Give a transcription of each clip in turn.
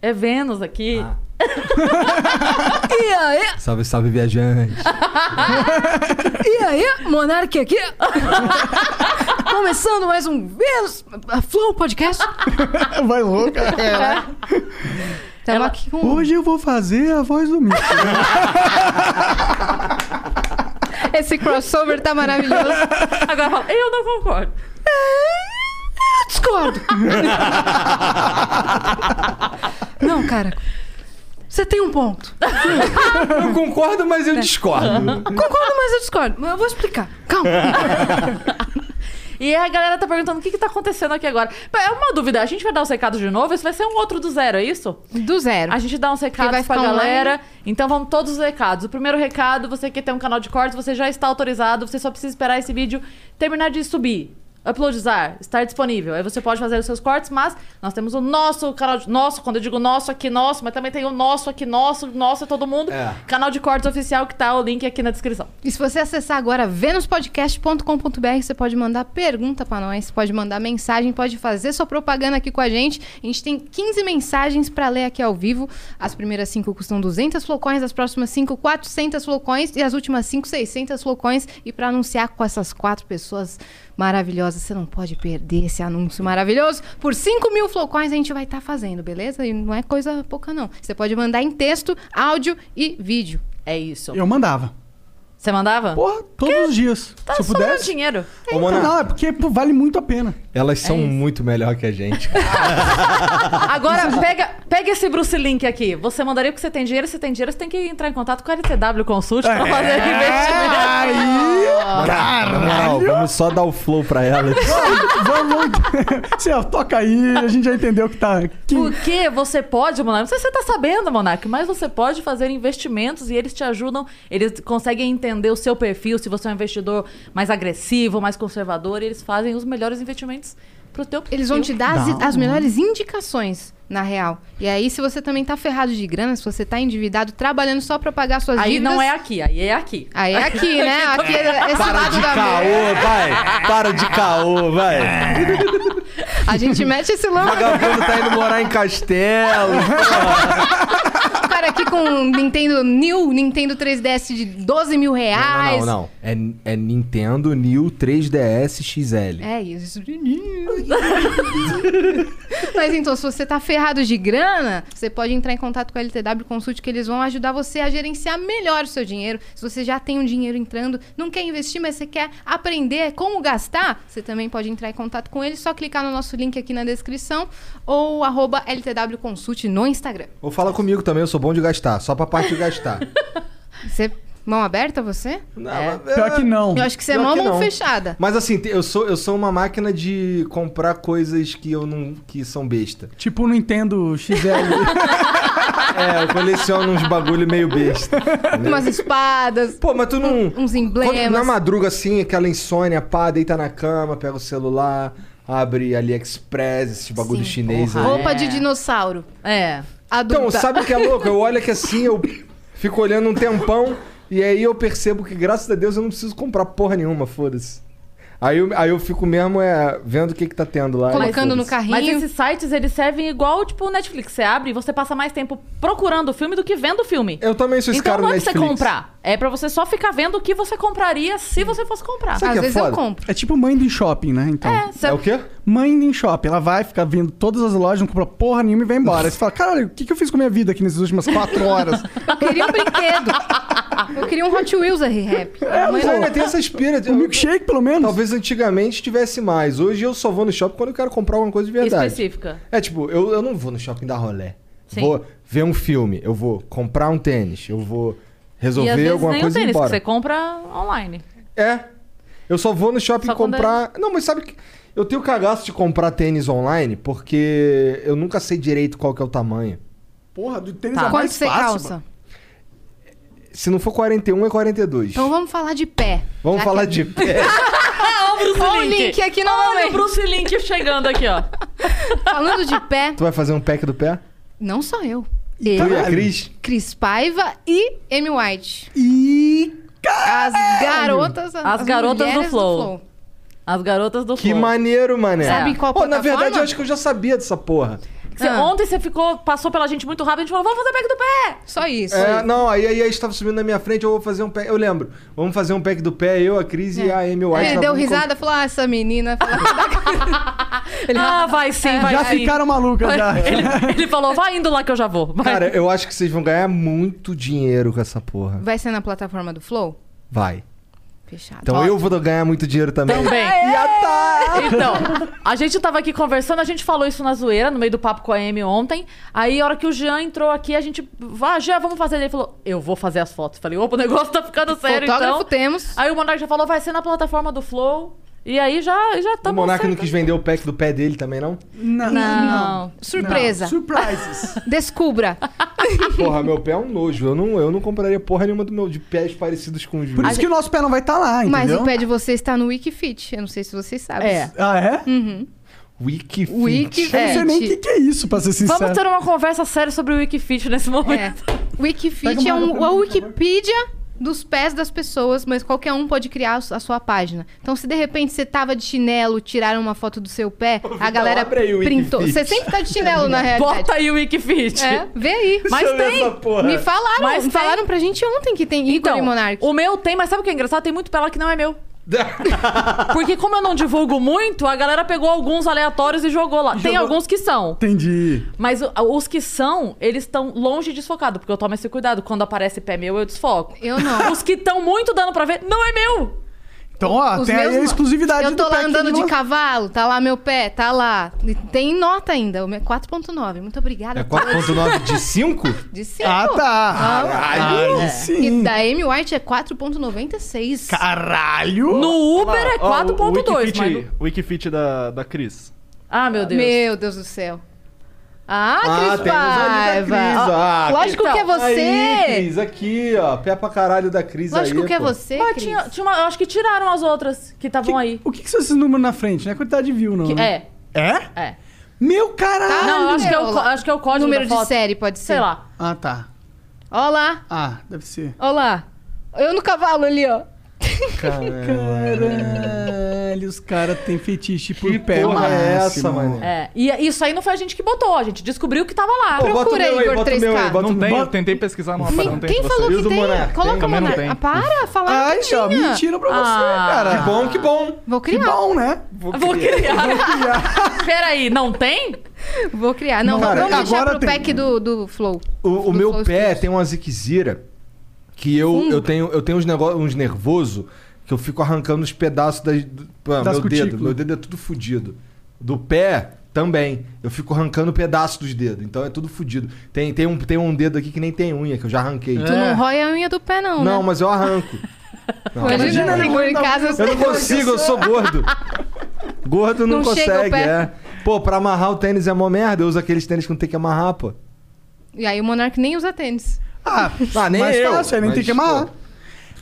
É Vênus aqui. Ah. E aí, Salve, salve viajante. e aí, Monark aqui. Começando mais um Vênus a Flow Podcast. Vai louca. É, né? Tava Ela- aqui com... Hoje eu vou fazer a voz do Mico. Esse crossover tá maravilhoso. Agora fala, eu não concordo. Discordo. Não, cara. Você tem um ponto. eu concordo, mas eu discordo. Concordo, mas eu discordo. Mas eu vou explicar. Calma. E a galera tá perguntando o que, que tá acontecendo aqui agora. Pá, É uma dúvida, a gente vai dar os recados de novo? Isso vai ser um outro do zero, é isso? Do zero. A gente dá uns recados vai pra ficar online. galera. Então vamos todos os recados. O primeiro recado, você quer ter um canal de cortes, você já está autorizado, você só precisa esperar esse vídeo terminar de subir. Uploadizar, estar disponível. Aí você pode fazer os seus cortes, mas nós temos o nosso canal de. Nosso, quando eu digo nosso aqui, nosso, mas também tem o nosso aqui, nosso, nosso, é todo mundo. É. Canal de cortes oficial que tá o link aqui na descrição. E se você acessar agora venuspodcast.com.br, você pode mandar pergunta pra nós, pode mandar mensagem, pode fazer sua propaganda aqui com a gente. A gente tem 15 mensagens pra ler aqui ao vivo. As primeiras 5 custam 200 flocões, as próximas 5, 400 flocões e as últimas 5, 600 flocões. E pra anunciar com essas quatro pessoas maravilhosas, você não pode perder esse anúncio maravilhoso. Por 5 mil flocões a gente vai estar fazendo, beleza? E não é coisa pouca, não. Você pode mandar em texto, áudio e vídeo. É isso. Eu mandava. Você mandava? Porra, todos os dias. tá se eu sobrando pudesse. dinheiro. Ô, Mona, é Não, é porque pô, vale muito a pena. Então, elas são muito melhor que a gente. cara. Agora, pega, pega esse Bruce Link aqui. Você mandaria porque você tem dinheiro, você tem dinheiro, você tem que entrar em contato com a LTW Consult É. pra fazer investimento. Aí, Na moral, caralho. vamos só dar o flow pra elas. Vamos. Céu, toca aí, a gente já entendeu que tá. Que... Porque você pode, Monark, não sei se você tá sabendo, Monark, mas você pode fazer investimentos e eles te ajudam, eles conseguem entender o seu perfil, se você é um investidor mais agressivo, mais conservador, e eles fazem os melhores investimentos pro teu perfil. Eles vão te dar as, Dá um as melhores indicações, na real. E aí, se você também tá ferrado de grana, se você tá endividado, trabalhando só pra pagar suas Aí dívidas... não é aqui, aí é aqui. Aí é aqui, né? Aqui, esse Para lado de da mesa. caô, vai. Para de caô, vai. A gente mete esse O louco. vagabundo tá indo morar em castelo. O cara aqui com um Nintendo New, Nintendo 3DS de 12 mil Não, reais. não, não. É, é Nintendo New 3DS XL. É isso. Mas então, se você tá ferrado de grana, você pode entrar em contato com a LTW Consult, que eles vão ajudar você a gerenciar melhor o seu dinheiro. Se você já tem um dinheiro entrando, não quer investir, mas você quer aprender como gastar, você também pode entrar em contato com eles. Só clicar no nosso link aqui na descrição ou arroba LTW Consult no Instagram. Ou fala comigo também, eu sou bom de gastar. Só pra parte de gastar. É. Você... Mão aberta, você? Não, mas- Pior que não. Eu acho que você é Pior mão, que mão não. fechada. Mas assim, te- eu sou, eu sou uma máquina de comprar coisas que eu não. que são besta. Tipo, não entendo XL. É, eu coleciono uns bagulho meio besta. Umas espadas, Pô, mas tu não. Um, uns Quando, na emblemas. madruga, assim, aquela insônia, pá, deita na cama, pega o celular, abre AliExpress, esse bagulho Sim, chinês aí. Roupa É. de dinossauro. É. Adulta. Ah, Então, sabe o que é louco? Eu olho aqui assim, eu fico olhando um tempão, e aí eu percebo que, graças a Deus, eu não preciso comprar porra nenhuma, foda-se. Aí eu, aí eu fico mesmo é, vendo o que que tá tendo lá. Colocando e no foda-se. carrinho. Mas esses sites, eles servem igual, tipo, o Netflix. Você abre e você passa mais tempo procurando o filme do que vendo o filme. Eu também sou esse então cara não do é pra você Netflix. comprar. É pra você só ficar vendo o que você compraria se você fosse comprar. Sabe Às que é vezes foda? eu compro. é tipo mãe do shopping, né? Então. É, você- É o quê? Mãe do shopping. Ela vai, fica vendo todas as lojas, não compra porra nenhuma e vai embora. Aí você fala, caralho, o que, que eu fiz com a minha vida aqui nessas últimas quatro horas? Eu queria um brinquedo. Eu queria um Hot Wheels R-Rap. Mas ainda tem essa espírito. Um milkshake, pelo menos. Talvez antigamente tivesse mais. Hoje eu só vou no shopping quando eu quero comprar alguma coisa de verdade. específica. É tipo, eu, eu não vou no shopping dar rolé. Sim. Vou ver um filme, eu vou comprar um tênis, eu vou E às resolver vezes alguma nem o coisa e ir tênis, que você embora. compra online. É. Eu só vou no shopping Só quando é- comprar. Não, mas sabe que. Eu tenho cagaço de comprar tênis online porque eu nunca sei direito qual que é o tamanho. Porra, do tênis Tá. é Quanto mais você fácil, calça? mano. Se não for 41, é 42. Então vamos falar de pé. Vamos Já falar que- de pé. Ah, olha o Bruce Olha o Link. Link aqui Olha o novamente. Bruce Link chegando aqui, ó. Falando de pé, tu vai fazer um pack do pé? não só eu. Tu e a Eu, é Cris? Cris Paiva e Amy White. E. Ah, As é. garotas, as, garotas do mulheres Flow. As garotas do Que Flow. maneiro, mané. Sabe em qual Pô, Na verdade, plataforma? eu acho que eu já sabia dessa porra. Você- Ah. Ontem você ficou, passou pela gente muito rápido, a gente falou, vamos fazer back do pé! Só isso. É, não, aí aí a gente tava subindo na minha frente, eu vou fazer um pack. Eu lembro. Vamos fazer um pack do pé, eu, a Cris e a Amy White. É. Tá Ele Nós deu vamos risada, falou: Ah, essa menina. Ele- ah, vai sim, vai Já sim. ficaram malucas, já. Ele, ele falou, vai indo lá que eu já vou. com- Vai. então, Cara, eu acho que vocês vão ganhar muito dinheiro com essa porra. Vai ser na plataforma do Flow? Vai. Fechado. Então eu vou ganhar muito dinheiro também. Também. é E a tá. Então, a gente tava aqui conversando, a gente falou isso na zoeira, no meio do papo com a Amy ontem. Aí, a hora que o Jean entrou aqui, a gente. Ah, Jean, vamos fazer. Ele falou, eu vou fazer as fotos. Falei, opa, o negócio tá ficando sério, Fotógrafo então. temos. Aí o Monark já falou, vai ser na plataforma do Flow. E aí já já O tamo Monark não certo. quis vender o pack do pé dele também, não? Não. Não. Surpresa. Surprises. Descubra. Porra, meu pé é um nojo. Eu não, eu não compraria porra nenhuma do meu de pés parecidos com os Por meus. isso que o nosso pé não vai estar lá, entendeu? Mas o pé de vocês está no Wikifit. Eu não sei se vocês sabem. É. Ah, é? Hum, Wiki Wiki- Eu não sei nem o que, que é isso, pra ser sincero. Vamos um- ter uma conversa séria sobre o Wikifit nesse É. momento. Wikifit é Pega uma um, água pra a mim, por Wikipedia dos pés das pessoas, mas qualquer um pode criar a sua página. Então, se de repente você tava de chinelo, tiraram uma foto do seu pé, a galera abre aí o printou. Wikifit. Você sempre tá de chinelo, na realidade. Bota aí o Wikifit. É, vê aí. Mas eu ver tem. essa porra. Me falaram, Mas tem- falaram pra gente ontem que tem ícone Então, Monark. o meu tem, mas sabe o que é engraçado? Tem muito pé lá que não é meu. Porque como eu não divulgo muito, a galera pegou alguns aleatórios e jogou lá. Tem alguns que são. Entendi. Mas o- os que são, eles estão longe e desfocado, porque eu tomo esse cuidado. Quando aparece pé meu, eu desfoco. Eu não. Os que estão muito dando pra ver, não é meu! Então, ó, Os tem meus aí a não. exclusividade Eu tô do pé lá que andando de não- cavalo, tá lá meu pé, tá lá. E Tem nota ainda, o meu- é 4.9. Muito obrigada. É 4.9 de 5? De 5. Ah, tá. Caralho, E sim. Ah, da Amy White é 4.96. Caralho. No Uber é Ó, ó, o- o 4.2, Wikifit- mas... O Wikifit da, da Cris. Ah, meu Deus. Meu Deus do céu. Ah, Ah, Cris temos a Liga Paiva. Cris. Ah, Lógico então, que é você. Aí, Cris, aqui, ó. Pé pra caralho da Cris Lógico aí, que é pô. você, Mas Cris. tinha, tinha uma, eu acho que tiraram as outras que estavam aí. O que, que são esses números na frente? Não é quantidade de view, não. Que- né? é, É? é. Meu caralho. Não, eu acho que é o, Tá, Olha có- lá. acho que é o código Número da de foto. série pode ser. Sei lá. Ah, tá. Ó lá, Ah, deve ser. ó lá. Eu no cavalo ali, ó. Caralho, os caras têm fetiche por Que pé, porra é Máximo. essa, mano? É. E isso aí não foi a gente que botou, a gente descobriu que tava lá. Pô, bota o Procura meu aí, Igor bota o meu 3K. aí, bota não o tem, meu. eu tentei pesquisar no Quem- aparelho, não tem Quem de falou E o vocês. que do tem? Monark? Tem? Coloca o Também não Monark. tem. Ah, para, falar Ai, que tinha. ó, mentiram pra Ah. você, Que cara. bom, que bom. Vou Que criar. bom, né? Vou criar. Peraí, não tem? Vou criar. Não, Cara, vamos deixar agora pro tem- pack do, do Flow. O, o Do meu Flow pé Studios. tem uma ziquezira que eu, eu tenho, eu tenho uns, negócio, uns nervoso que eu fico arrancando os pedaços das, do- pô, Das meu cutículas. dedo. Meu dedo é tudo fudido. Do pé também. Eu fico arrancando pedaços dos dedos. Então é tudo fudido. Tem, tem, um, tem um dedo aqui que nem tem unha, que eu já arranquei. Tu não rói a unha do pé, não, Não, né? mas eu arranco. Não, Imagina, né? ele Igor em manda casa. Eu não consigo, eu sou gordo. Gordo não, Não consegue, chega ao pé. é. Pô, pra amarrar o tênis é mó merda. Eu uso aqueles tênis que não tem que amarrar, pô. E aí o Monark nem usa tênis. Ah, Ah, nem mais eu, fácil, aí nem mas, tem que amarrar.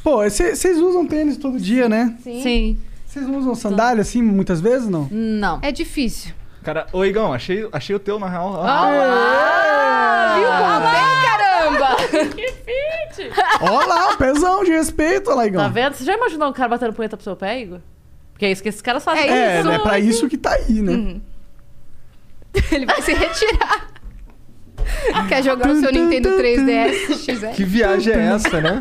Pô, vocês usam tênis todo dia, né? Sim. Vocês não usam sandália assim muitas vezes, não? Não. É difícil. Cara, ô Igão, achei, achei o teu na real. Ah, Ah, Viu Ah. como é, caramba? Olha lá, o pezão de respeito, olha lá, Igão. Tá vendo? Você já imaginou um cara batendo punheta pro seu pé, Igor? Porque é isso que esses caras fazem. É, é pra isso que tá aí, né? Ele vai se retirar. Quer jogar o seu Nintendo 3DS XR? Que viagem é essa, né?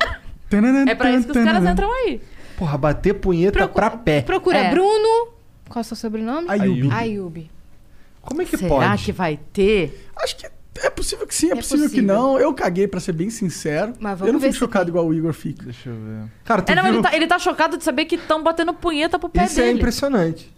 É pra isso que os caras entram aí. Porra, bater punheta pra pé. Procura É. Bruno. Qual é o seu sobrenome? Ayubi. Ayubi. Como é que Será pode? que vai ter? Acho que é possível que sim, é, É possível, que possível. não. Eu caguei, pra ser bem sincero. Mas vamos eu não ver fico se chocado tem. igual o Igor fica. Deixa eu ver. Cara, tu É, não, viu? ele, tá, ele tá chocado de saber que estão batendo punheta pro pé Isso é dele. impressionante.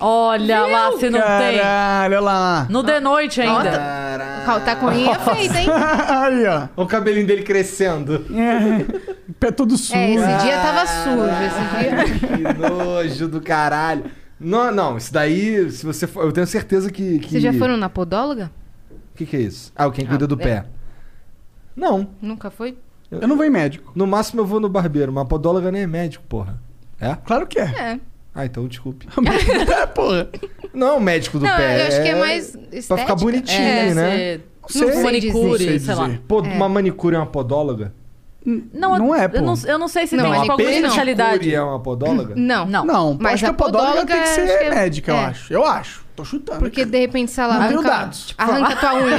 Olha lá se não tem. Caralho, olha lá. No The Noite ainda. Caraca. Cal- Tá com unha feita, hein? aí, ó. Olha o cabelinho dele crescendo. É, pé todo sujo. É, esse dia tava sujo. Esse dia... Que nojo do caralho. Não, não, isso daí, se você for, eu tenho certeza que. que... Vocês já foram na podóloga? Ah, é? O que, que é isso? Ah, o quem cuida do pé. Não, Nunca foi? Eu não vou em médico. No máximo eu vou no barbeiro, mas podóloga nem é médico, porra. É? Claro que é. É. Ah, então desculpe. é, porra. Não, é o médico do Não, pé. eu acho que é mais estética. Pra ficar bonitinho, É, né? você- Não sei. Não manicure, sei sei, dizer. lá. Pô, uma manicure é uma podóloga? Não, Não eu- é, pô. Eu não, eu não sei se Não, tem a tipo, alguma pedicure não. especialidade. Manicure é uma podóloga? Não. Não. Não, Mas acho a que a podóloga, podóloga tem que ser acho que é- médica, eu é. acho. Eu acho. Tô chutando. Porque cara. de repente, sei lá, Não tenho arranca- dados, tipo, arranca tua unha.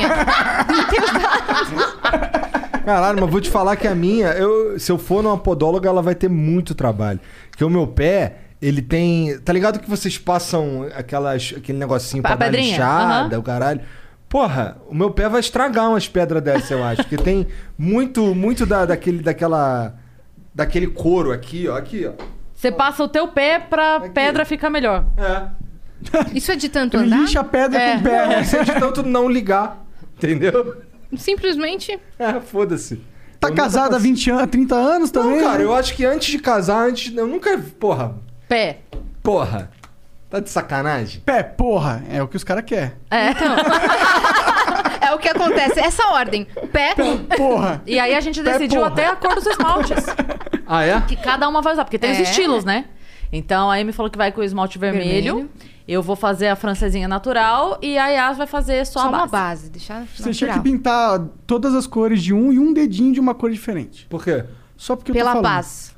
Caralho, mas vou te falar que a minha, eu- se eu for numa podóloga, ela vai ter muito trabalho. Porque o meu pé, ele tem. Tá ligado que vocês passam aquelas, aquele negocinho A pra dar pedrinha, lixada, o caralho. Porra, o meu pé vai estragar umas pedras dessas, eu acho. Porque tem muito, muito da, daquele, daquela. Daquele couro aqui, ó. Aqui, ó. Você passa o teu pé pra Aqui. pedra ficar melhor. É. Isso é de tanto Tu andar? lixa a pedra É. com o pé. Não sei de tanto não ligar. Entendeu? Simplesmente. É, foda-se. Tá Eu nunca casada há 20 anos, 30 anos Não, também? cara, eu acho que antes de casar, antes. Eu nunca. Porra. Pé. Porra. Tá de sacanagem? Pé, porra, é o que os caras querem. É. É o que acontece. Essa ordem. Pé. Porra. E aí a gente decidiu porra. até a cor dos esmaltes. Ah, é? que cada uma vai usar, porque tem os É. estilos, né? Então a Amy falou que vai com o esmalte vermelho. Vermelho. Eu vou fazer a francesinha natural e a Yas vai fazer só, Só a base. uma base. Deixar Você tinha que é natural. pintar todas as cores de um e um dedinho de uma cor diferente. Por quê? Só porque eu Pela tô falando. paz.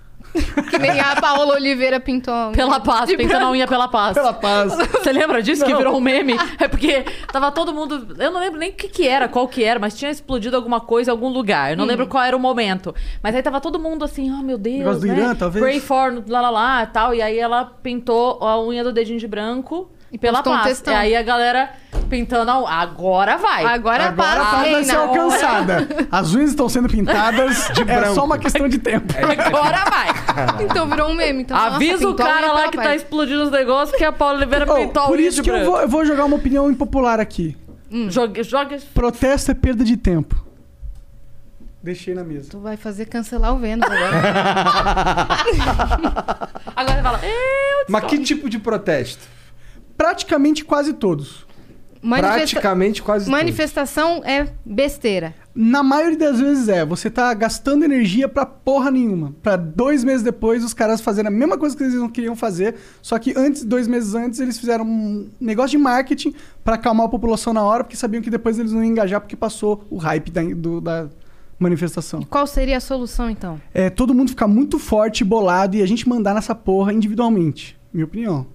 Que nem a Paola Oliveira pintou. a unha. Pela paz, pintando a unha pela paz. Pela paz. Você lembra disso que virou um meme? É porque tava todo mundo. Eu não lembro nem o que, que era, qual que era, mas tinha explodido alguma coisa em algum lugar. Eu não lembro qual era o momento. Mas aí tava todo mundo assim, oh meu Deus. Negócio do né? Irã, talvez? Pray for, lá lá lá e tal. E aí ela pintou a unha do dedinho de branco E pela postou um paz. textão. e aí a galera pintando a unha. Agora vai. Agora, Agora a paz. paz vai ser reina. alcançada. As unhas estão sendo pintadas. De é branco. só uma questão de tempo. Agora vai. Então virou um meme. Então, nossa, Avisa o pintou a cara unha lá pela que paz. tá explodindo os negócios que a Paula Oliveira Oh, pintou a por unha isso de que eu branco. Hum. vou, eu vou jogar uma opinião impopular aqui. Joga, joga Protesto é perda de tempo. Deixei na mesa. Tu vai fazer cancelar o Vênus agora. Agora você fala, eu Mas que tipo de protesto? Praticamente quase todos. Manifesta- Praticamente quase Manifestação é besteira. Na maioria das vezes é, você tá gastando energia pra porra nenhuma. Pra dois meses depois os caras fazerem a mesma coisa que eles não queriam fazer, só que antes, dois meses antes, eles fizeram um negócio de marketing pra acalmar a população na hora, porque sabiam que depois eles não iam engajar porque passou o hype da, do- da manifestação. Qual seria a solução, então? É, todo mundo ficar muito forte, bolado e a gente mandar nessa porra individualmente. Minha opinião. tudo.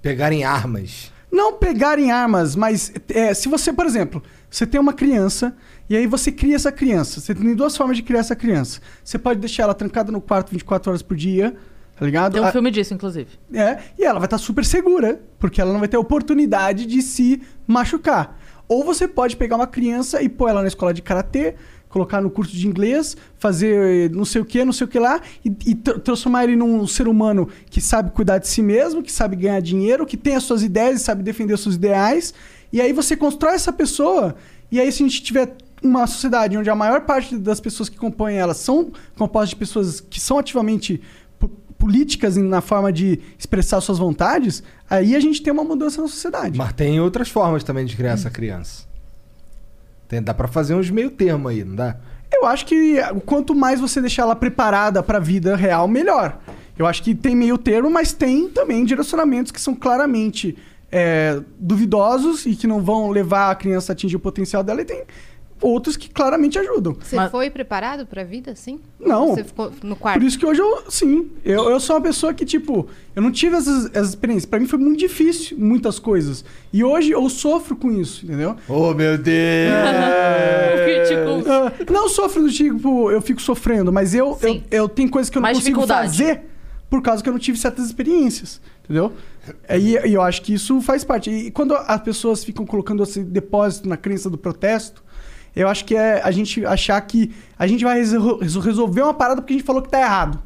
Pegarem armas. Não pegarem armas, mas é, se você, por exemplo, você tem uma criança e aí você cria essa criança. Você tem duas formas de criar essa criança. Você pode deixar ela trancada no quarto 24 horas por dia, tá ligado? Tem um A- filme disso, inclusive. é, e ela vai estar super segura, porque ela não vai ter oportunidade de se machucar. Ou você pode pegar uma criança e pôr ela na escola de karatê, colocar no curso de inglês, fazer eh, não sei o que, não sei o que lá, e, e tr- transformar ele num ser humano que sabe cuidar de si mesmo, que sabe ganhar dinheiro, que tem as suas ideias e sabe defender os seus ideais. E aí você constrói essa pessoa, e aí se a gente tiver uma sociedade onde a maior parte das pessoas que compõem ela são compostas de pessoas que são ativamente po- políticas em- na forma de expressar suas vontades, aí a gente tem uma mudança na sociedade. Mas tem outras formas também de criar essa criança. Tem- dá pra fazer uns meio termo aí, não dá? Eu acho que ah, quanto mais você deixar ela preparada para a vida real, melhor. Eu acho que tem meio termo, mas tem também direcionamentos que são claramente é, duvidosos e que não vão levar a criança a atingir o potencial dela, e tem outros que claramente ajudam. Você Mas- foi preparado pra vida, assim? Não. Você ficou no quarto? Por isso que hoje eu, sim, eu, eu sou uma pessoa que, tipo, eu não tive essas, essas experiências. Pra mim foi muito difícil muitas coisas. E hoje eu sofro com isso, entendeu? Oh, meu Deus! Crítico. Ah, não sofro do tipo, eu fico sofrendo, mas eu, eu, Sim. eu tenho coisas que eu não Mais consigo dificuldade. fazer por causa que eu não tive certas experiências, entendeu? É, E, e eu acho que isso faz parte. E quando as pessoas ficam colocando esse depósito na crença do protesto, eu acho que é a gente achar que a gente vai resol- resol- resolver uma parada porque a gente falou que tá errado.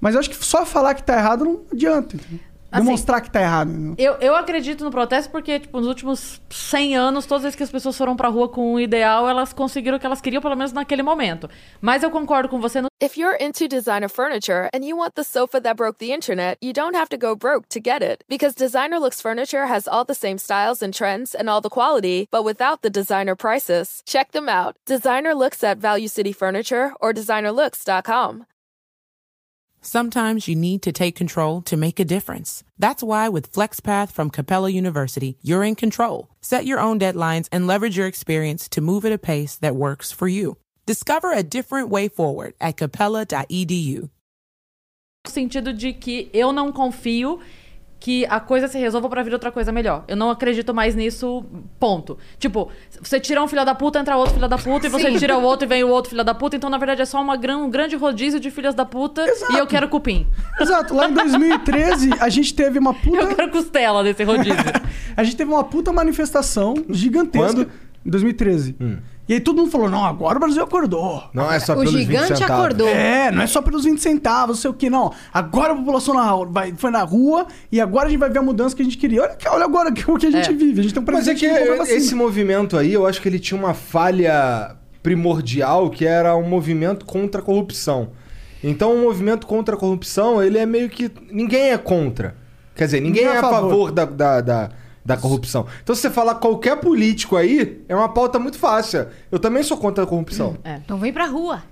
Mas eu acho que só falar que tá errado não adianta. entendeu? Assim, Demonstrar que tá errado. entendeu? Eu, eu acredito no protesto porque, tipo, nos últimos 100 anos, todas as vezes que as pessoas foram pra rua com um ideal, elas conseguiram o que elas queriam, pelo menos naquele momento. Mas eu concordo com você no If you're into designer furniture and you want the sofa that broke the internet, you don't have to go broke to get it. Because Designer Looks Furniture has all the same styles and trends and all the quality, but without the designer prices. Check them out. Designer Looks at Value City Furniture or designerlooks.com. Sometimes you need to take control to make a difference. That's why with FlexPath from Capella University, you're in control. Set your own deadlines and leverage your experience to move at a pace that works for you. Discover a different way forward at E capella.edu. sentido de que eu não confio que a coisa se resolva pra vir outra coisa melhor. Eu não acredito mais nisso, ponto. Tipo, você tira um filho da puta, entra outro filho da puta, e você tira o outro e vem o outro filho da puta. Então, na verdade, é só uma gran- um grande rodízio de filhas da puta e eu quero cupim. Exato, lá em 2013 a gente teve uma Eu puta. quero costela desse rodízio. A gente teve uma puta manifestação gigantesca Quando? Hum. em 2013. E aí todo mundo falou: não, agora o Brasil acordou. Não é só O pelos 20 gigante centavos. acordou. É, não é só pelos 20 centavos, não sei o que, não. Agora a população na- vai, foi na rua e agora a gente vai ver a mudança que a gente queria. Olha, que- olha agora que- o que a gente É. vive. A gente tem um Mas é presidente que não comprou vacina. esse movimento aí, eu acho que ele tinha uma falha primordial, que era um movimento contra a corrupção. Então, o movimento contra a corrupção, ele é meio que... Ninguém é contra. Quer dizer, ninguém é a favor, da, da, da, da corrupção. Então, se você falar qualquer político aí, é uma pauta muito fácil. Eu também sou contra a corrupção. Então vem pra rua.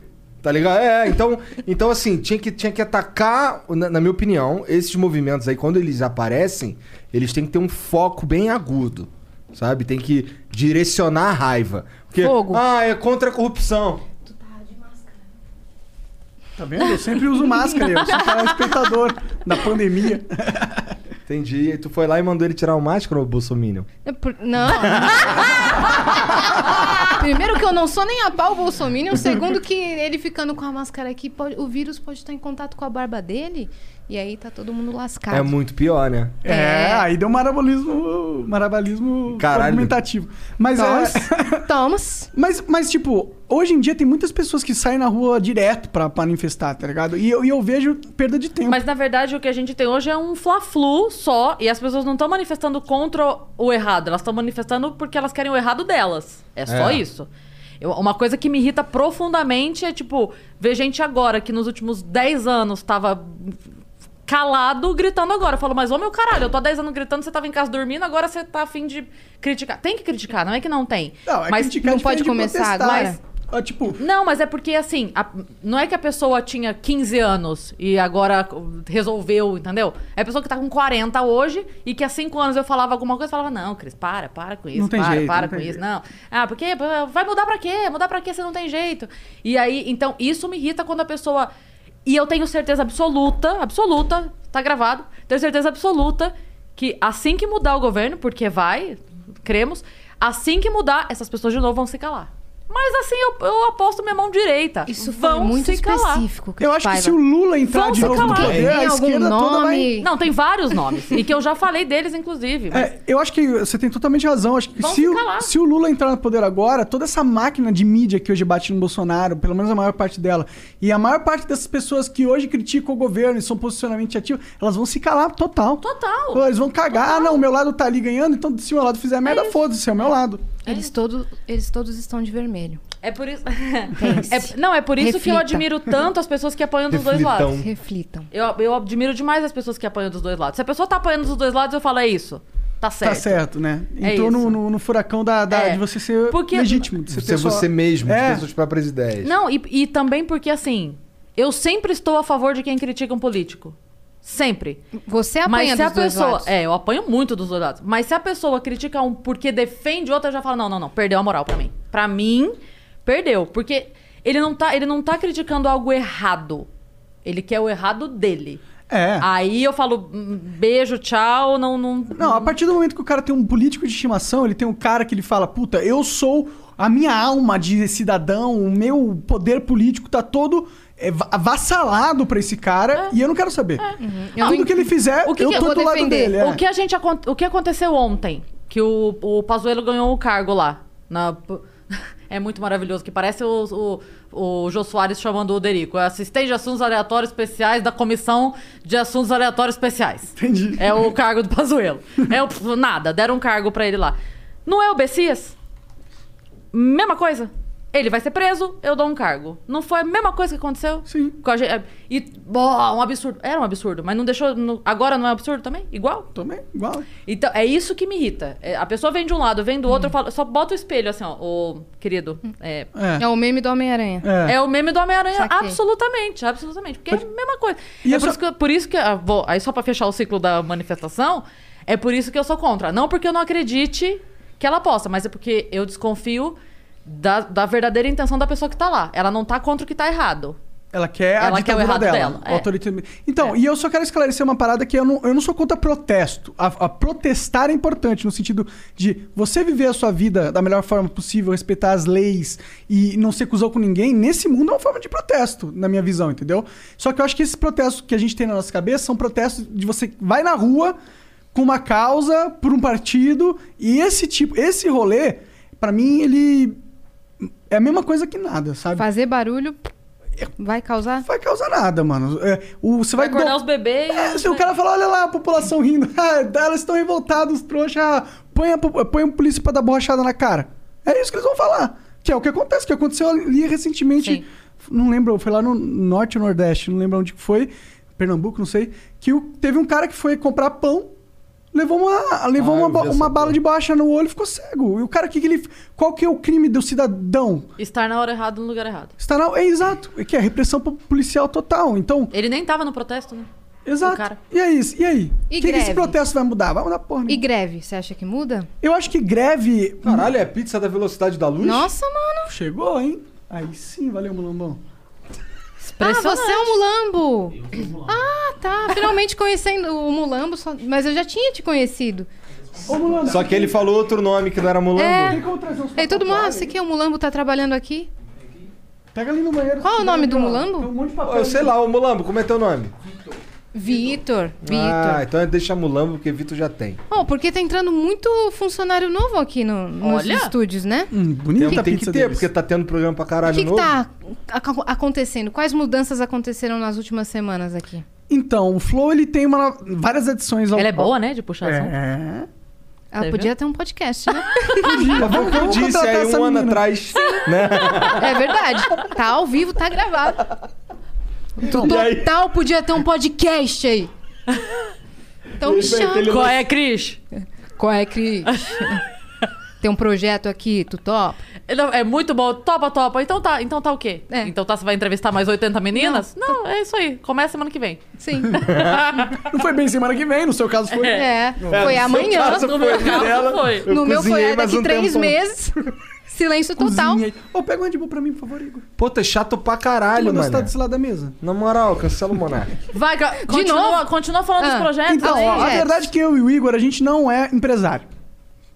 Tá ligado? É, então, então assim, tinha que, tinha que atacar, na, na minha opinião, esses movimentos aí, quando eles aparecem, eles têm que ter um foco bem agudo, sabe? Tem que direcionar a raiva. Porque, Fogo. ah, é contra a corrupção. Tá vendo? Eu sempre uso máscara, eu sou um cara espectador da pandemia. Entendi. E tu foi lá e mandou ele tirar o máscara, ô Bolsominion? É por- Não. Primeiro que eu não sou nem a pau Bolsonaro. Segundo que ele ficando com a máscara aqui, pode- o vírus pode estar em contato com a barba dele. E aí tá todo mundo lascado. É muito pior, né? É, aí deu marabolismo, marabolismo Caralho. argumentativo. Mas, Thomas. é, Thomas. mas, mas, tipo, hoje em dia tem muitas pessoas que saem na rua direto pra manifestar, tá ligado? E eu, e eu vejo perda de tempo. Mas na verdade o que a gente tem hoje é um fla-flu só e as pessoas não estão manifestando contra o errado, elas estão manifestando porque elas querem o errado delas. É só É. isso. Eu- uma coisa que me irrita profundamente é tipo ver gente agora que nos últimos 10 anos tava calado gritando agora. Eu falo, mas ô meu caralho, eu tô há 10 anos gritando, você tava em casa dormindo, agora você tá afim de criticar. Tem que criticar, não é que não tem. Não, é mas criticar não diferente pode de começar protestar. agora? Ó, tipo, Não, mas é porque assim, a- não é que a pessoa tinha 15 anos e agora resolveu, entendeu? É a pessoa que tá com 40 hoje e que há 5 anos eu falava alguma coisa e falava, não, Cris, para, para com isso, Não tem para, jeito, para não com tem isso, jeito." não. Ah, porque vai mudar pra quê? Mudar pra quê se não tem jeito? E aí, então, isso me irrita quando a pessoa. E eu tenho certeza absoluta, absoluta, tá gravado, tenho certeza absoluta que assim que mudar o governo, porque vai, cremos, assim que mudar, essas pessoas de novo vão se calar. Mas assim, eu, eu aposto minha mão direita. Isso foi vão muito se calar. específico. Cris eu acho que Paiva. se o Lula entrar Vão de se novo no calar. poder, Tem a algum esquerda toda vai... nome? Não, tem vários nomes. e que eu já falei deles, inclusive. mas- É, eu acho que você tem totalmente razão. Acho que Vão se, o- ficar lá. se o Lula entrar no poder agora, toda essa máquina de mídia que hoje bate no Bolsonaro, pelo menos a maior parte dela, e a maior parte dessas pessoas que hoje criticam o governo e são posicionamento ativos, elas vão se calar total. Total. Eles vão cagar. Ah, não, meu lado tá ali ganhando, então se o meu lado fizer merda, foda-se, é o meu lado. Eles, todo, eles todos estão de vermelho. É por isso. Pense. É- não, é por isso que eu Reflita. admiro tanto as pessoas que apoiam dos dois Reflitão. lados. Reflitam. Eu, eu admiro demais as pessoas que apanham dos dois lados. Se a pessoa tá apanhando dos dois lados, eu falo, é isso. Tá certo. Tá certo, né? É Entrou isso. no, no- no furacão da, da- É. de você ser Porque- legítimo. De ser Ser pessoa- você mesmo, É. ter suas próprias ideias. Não, e, e também porque, assim, eu sempre estou a favor de quem critica um político. Sempre. Você Mas apanha se a dos dois pessoa. lados. É, eu apanho muito dos dois lados. Mas se a pessoa critica um porque defende outro, eu já falo, não, não, não, perdeu a moral pra mim. Pra mim, perdeu. Porque ele não tá, ele não tá criticando algo errado. Ele quer o errado dele. É. Aí eu falo, "Hum, beijo, tchau, não. Não, Não, a partir do momento que o cara tem um político de estimação, ele tem um cara que ele fala, puta, eu sou a minha alma de cidadão, o meu poder político tá todo é, va- avassalado pra esse cara e eu não quero saber. Eu não Tudo que ele fizer, O que eu que eu tô vou do lado defender? dele. é. O que a gente acon- o que aconteceu ontem que o, o Pazuello ganhou o cargo lá na é muito maravilhoso, que parece o, o, o Jô Soares chamando o Derico. É assistente de assuntos aleatórios especiais da Comissão de Assuntos Aleatórios Especiais. Entendi. É o cargo do Pazuello. É o, nada, deram um cargo pra ele lá. Não é o Bessias? Mesma coisa. Ele vai ser preso, eu dou um cargo. Não foi a mesma coisa que aconteceu? Sim. Com a gente- é, E, boa, um absurdo. Era um absurdo, mas não deixou. não- Agora não é um absurdo também? Igual? Também, igual. Então, é isso que me irrita. É, a pessoa vem de um lado, vem do outro, eu falo, só bota o espelho assim, ó, ô, querido. É, É. É o meme do Homem-Aranha. É. é o meme do Homem-Aranha, Saquei. absolutamente, absolutamente. Porque é a mesma coisa. E é eu por, só- isso que, por isso que. ah, vou- aí, só pra fechar o ciclo da manifestação, é por isso que eu sou contra. Não porque eu não acredite que ela possa, mas é porque eu desconfio da, da verdadeira intenção da pessoa que tá lá. Ela não tá contra o que tá errado. Ela quer a Ela quer o ditadura errado dela. dela, o é. autoritarismo. Então, e eu só quero esclarecer uma parada que eu não, eu não sou contra protesto. A, a protestar é importante no sentido de você viver a sua vida da melhor forma possível, respeitar as leis e não ser cuzão com ninguém. Nesse mundo é uma forma de protesto, na minha visão, entendeu? Só que eu acho que esses protestos que a gente tem na nossa cabeça são protestos de você vai na rua com uma causa por um partido e esse tipo, esse rolê, pra mim ele é a mesma coisa que nada, sabe? Fazer barulho vai causar. vai causar nada, mano. É, o, você vai, Vai acordar do- os né? bebês. É, se o cara falar, olha lá, a população rindo, ah, elas estão revoltadas, trouxa, ah, põe a, po- põe a polícia pra dar borrachada na cara. É isso que eles vão falar. Que é o que acontece, que aconteceu ali recentemente. Sim. Não lembro, foi lá no norte ou nordeste, não lembro onde que foi, Pernambuco, não sei. Que o- teve um cara que foi comprar pão, levou uma, levou Ah, uma, eu ba- vi essa uma bala porra. de baixa no olho e ficou cego. E o cara, que, que ele. Qual que é o crime do cidadão? né? Estar na hora errada, no lugar errado. Está na, é exato, é que é repressão po- policial total. Então, Ele nem tava no protesto, né? Exato. O cara. E aí? E aí? E o que, que esse greve? protesto vai mudar? Vai mudar porra. E nenhuma. greve, você acha que muda? Eu acho que greve. Caralho, é a pizza da velocidade da luz? Nossa, mano. Chegou, hein? Aí sim, valeu, mulambão. Ah, Expressionante. você é um mulambo. Ah, tá. Finalmente conhecendo o mulambo, só- mas eu já tinha te conhecido. Ô, mulambão. Só que ele falou outro nome que não era Mulambo. É. Como trazer uns E todo mundo, ah, papapá você aí? que é o mulambo, tá trabalhando aqui? Pega ali no banheiro. Qual é se o nome tiver, do ó, mulambo? Tem um monte de papel. Eu sei lá, o Mulambo, como é teu nome? Vitor, Ah, Vitor. então deixa Mulambo, porque Vitor já tem. Oh, porque tá entrando muito funcionário novo aqui no, nos Olha. estúdios, né? Hum, Tem, bonita a tem que pizza ter, deles. porque tá tendo programa pra caralho O que, que novo. tá ac- acontecendo? Quais mudanças aconteceram nas últimas semanas aqui? Então, o Flow ele tem uma, no- várias edições ao Ela é boa, né? De puxar assunto. É. Ela Você podia ter um podcast, né? Mas vamos, Eu vamos disse contratar aí um essa ano menina. atrás, né? é verdade. Tá ao vivo, tá gravado. Então, E aí? Total podia ter um podcast aí. Então me Ele vai ter chama. ele- Qual é, Cris? Qual é, Cris? Tem um projeto aqui, tu topa? É, não, É muito bom, topa, topa. Então tá, então tá o quê? É. Então tá, você vai entrevistar mais 80 meninas? Não, é isso aí. Começa semana que vem. Sim. Não foi bem semana que vem, no seu caso foi. É. Foi No amanhã. seu caso no foi meu caso dela. foi. Eu no meu foi cozinhei é mais daqui um três tempão. meses. Silêncio total. Cozinha aí. Ô, pega um Red Bull pra mim, por favor, Igor. Pô, tá chato pra Olha, caralho, você tá mano. desse lado da mesa. Na moral, cancela o Monark. Vai, ca- continua, novo? continua falando Ah, dos projetos. assim. Então, Além ó, a de- verdade é que eu e o Igor, a gente não é empresário.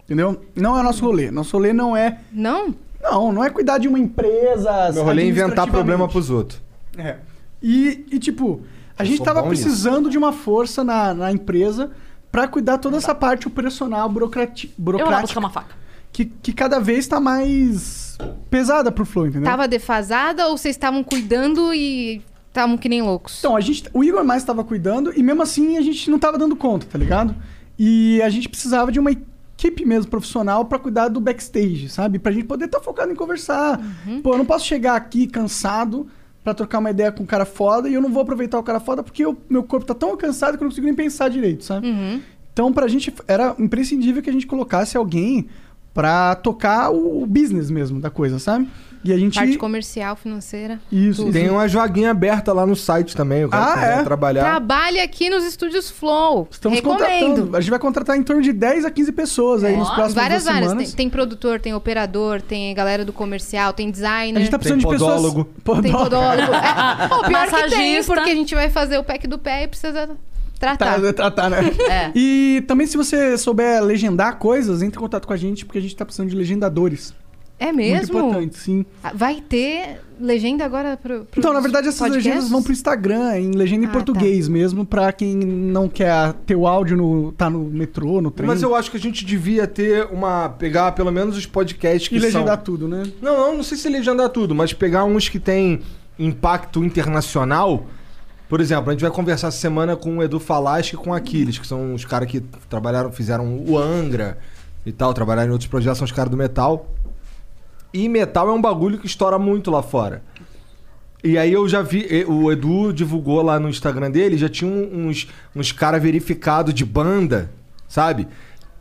Entendeu? Não é nosso rolê. Nosso rolê não é. Não? Não, não é cuidar de uma empresa. Meu rolê é inventar problema pros outros. É. E, e, tipo, a Eu gente sou tava bom nisso. precisando de uma força na, na empresa pra cuidar toda essa parte operacional burocrati- Eu vou lá buscar burocrática uma faca. que, que cada vez tá mais pesada pro Flow, entendeu? Tava defasada ou vocês estavam cuidando e estavam que nem loucos? Então, a gente, o Igor mais estava cuidando e mesmo assim a gente não estava dando conta, tá ligado? E a gente precisava de uma equipe mesmo profissional para cuidar do backstage, sabe? Pra gente poder estar focado em conversar. Pô, eu não posso chegar aqui cansado para trocar uma ideia com um cara foda e eu não vou aproveitar o cara foda porque eu- meu corpo tá tão cansado que eu não consigo nem pensar direito, sabe? Hum. Uhum. Então, pra gente era imprescindível que a gente colocasse alguém pra tocar o, o business mesmo da coisa, sabe? E a gente Parte comercial, financeira. isso, Tem isso. uma joguinha aberta lá no site também. O cara Ah, quiser é? trabalhar. Trabalha aqui nos estúdios Flow. Estamos Recomendo. contratando. A gente vai contratar em torno de 10 a 15 pessoas aí nos próximos Várias duas áreas. semanas. Tem, tem produtor, tem operador, tem galera do comercial, tem designer. A gente tá precisando Tem de pessoas. podólogo. Podó- Tem podólogo. É. Pô, pior que tem, Massagista. porque a gente vai fazer o pack do pé e precisa tratar. Tá, tá, tá, né? É. E também se você souber legendar coisas, entre em contato com a gente, porque a gente tá precisando de legendadores. É mesmo? Muito importante, sim. Ah, Vai ter legenda agora pro, pro Então, na verdade, essas podcasts? legendas vão pro Instagram, em legenda em Ah, tá. português mesmo, pra quem não quer ter o áudio no, tá no metrô, no trem. Mas eu acho que a gente devia ter uma. pegar pelo menos os podcasts que E legendar são. tudo, né? Não, não, não sei se legendar tudo, mas pegar uns que tem impacto internacional. Por exemplo, a gente vai conversar essa semana com o Edu Falaschi e com o Aquiles, que são os caras que trabalharam, fizeram o Angra e tal, trabalharam em outros projetos, são os caras do metal. E metal é um bagulho que estoura muito lá fora. E aí eu já vi, e- o Edu divulgou lá no Instagram dele, já tinha um- uns, uns caras verificados de banda, sabe?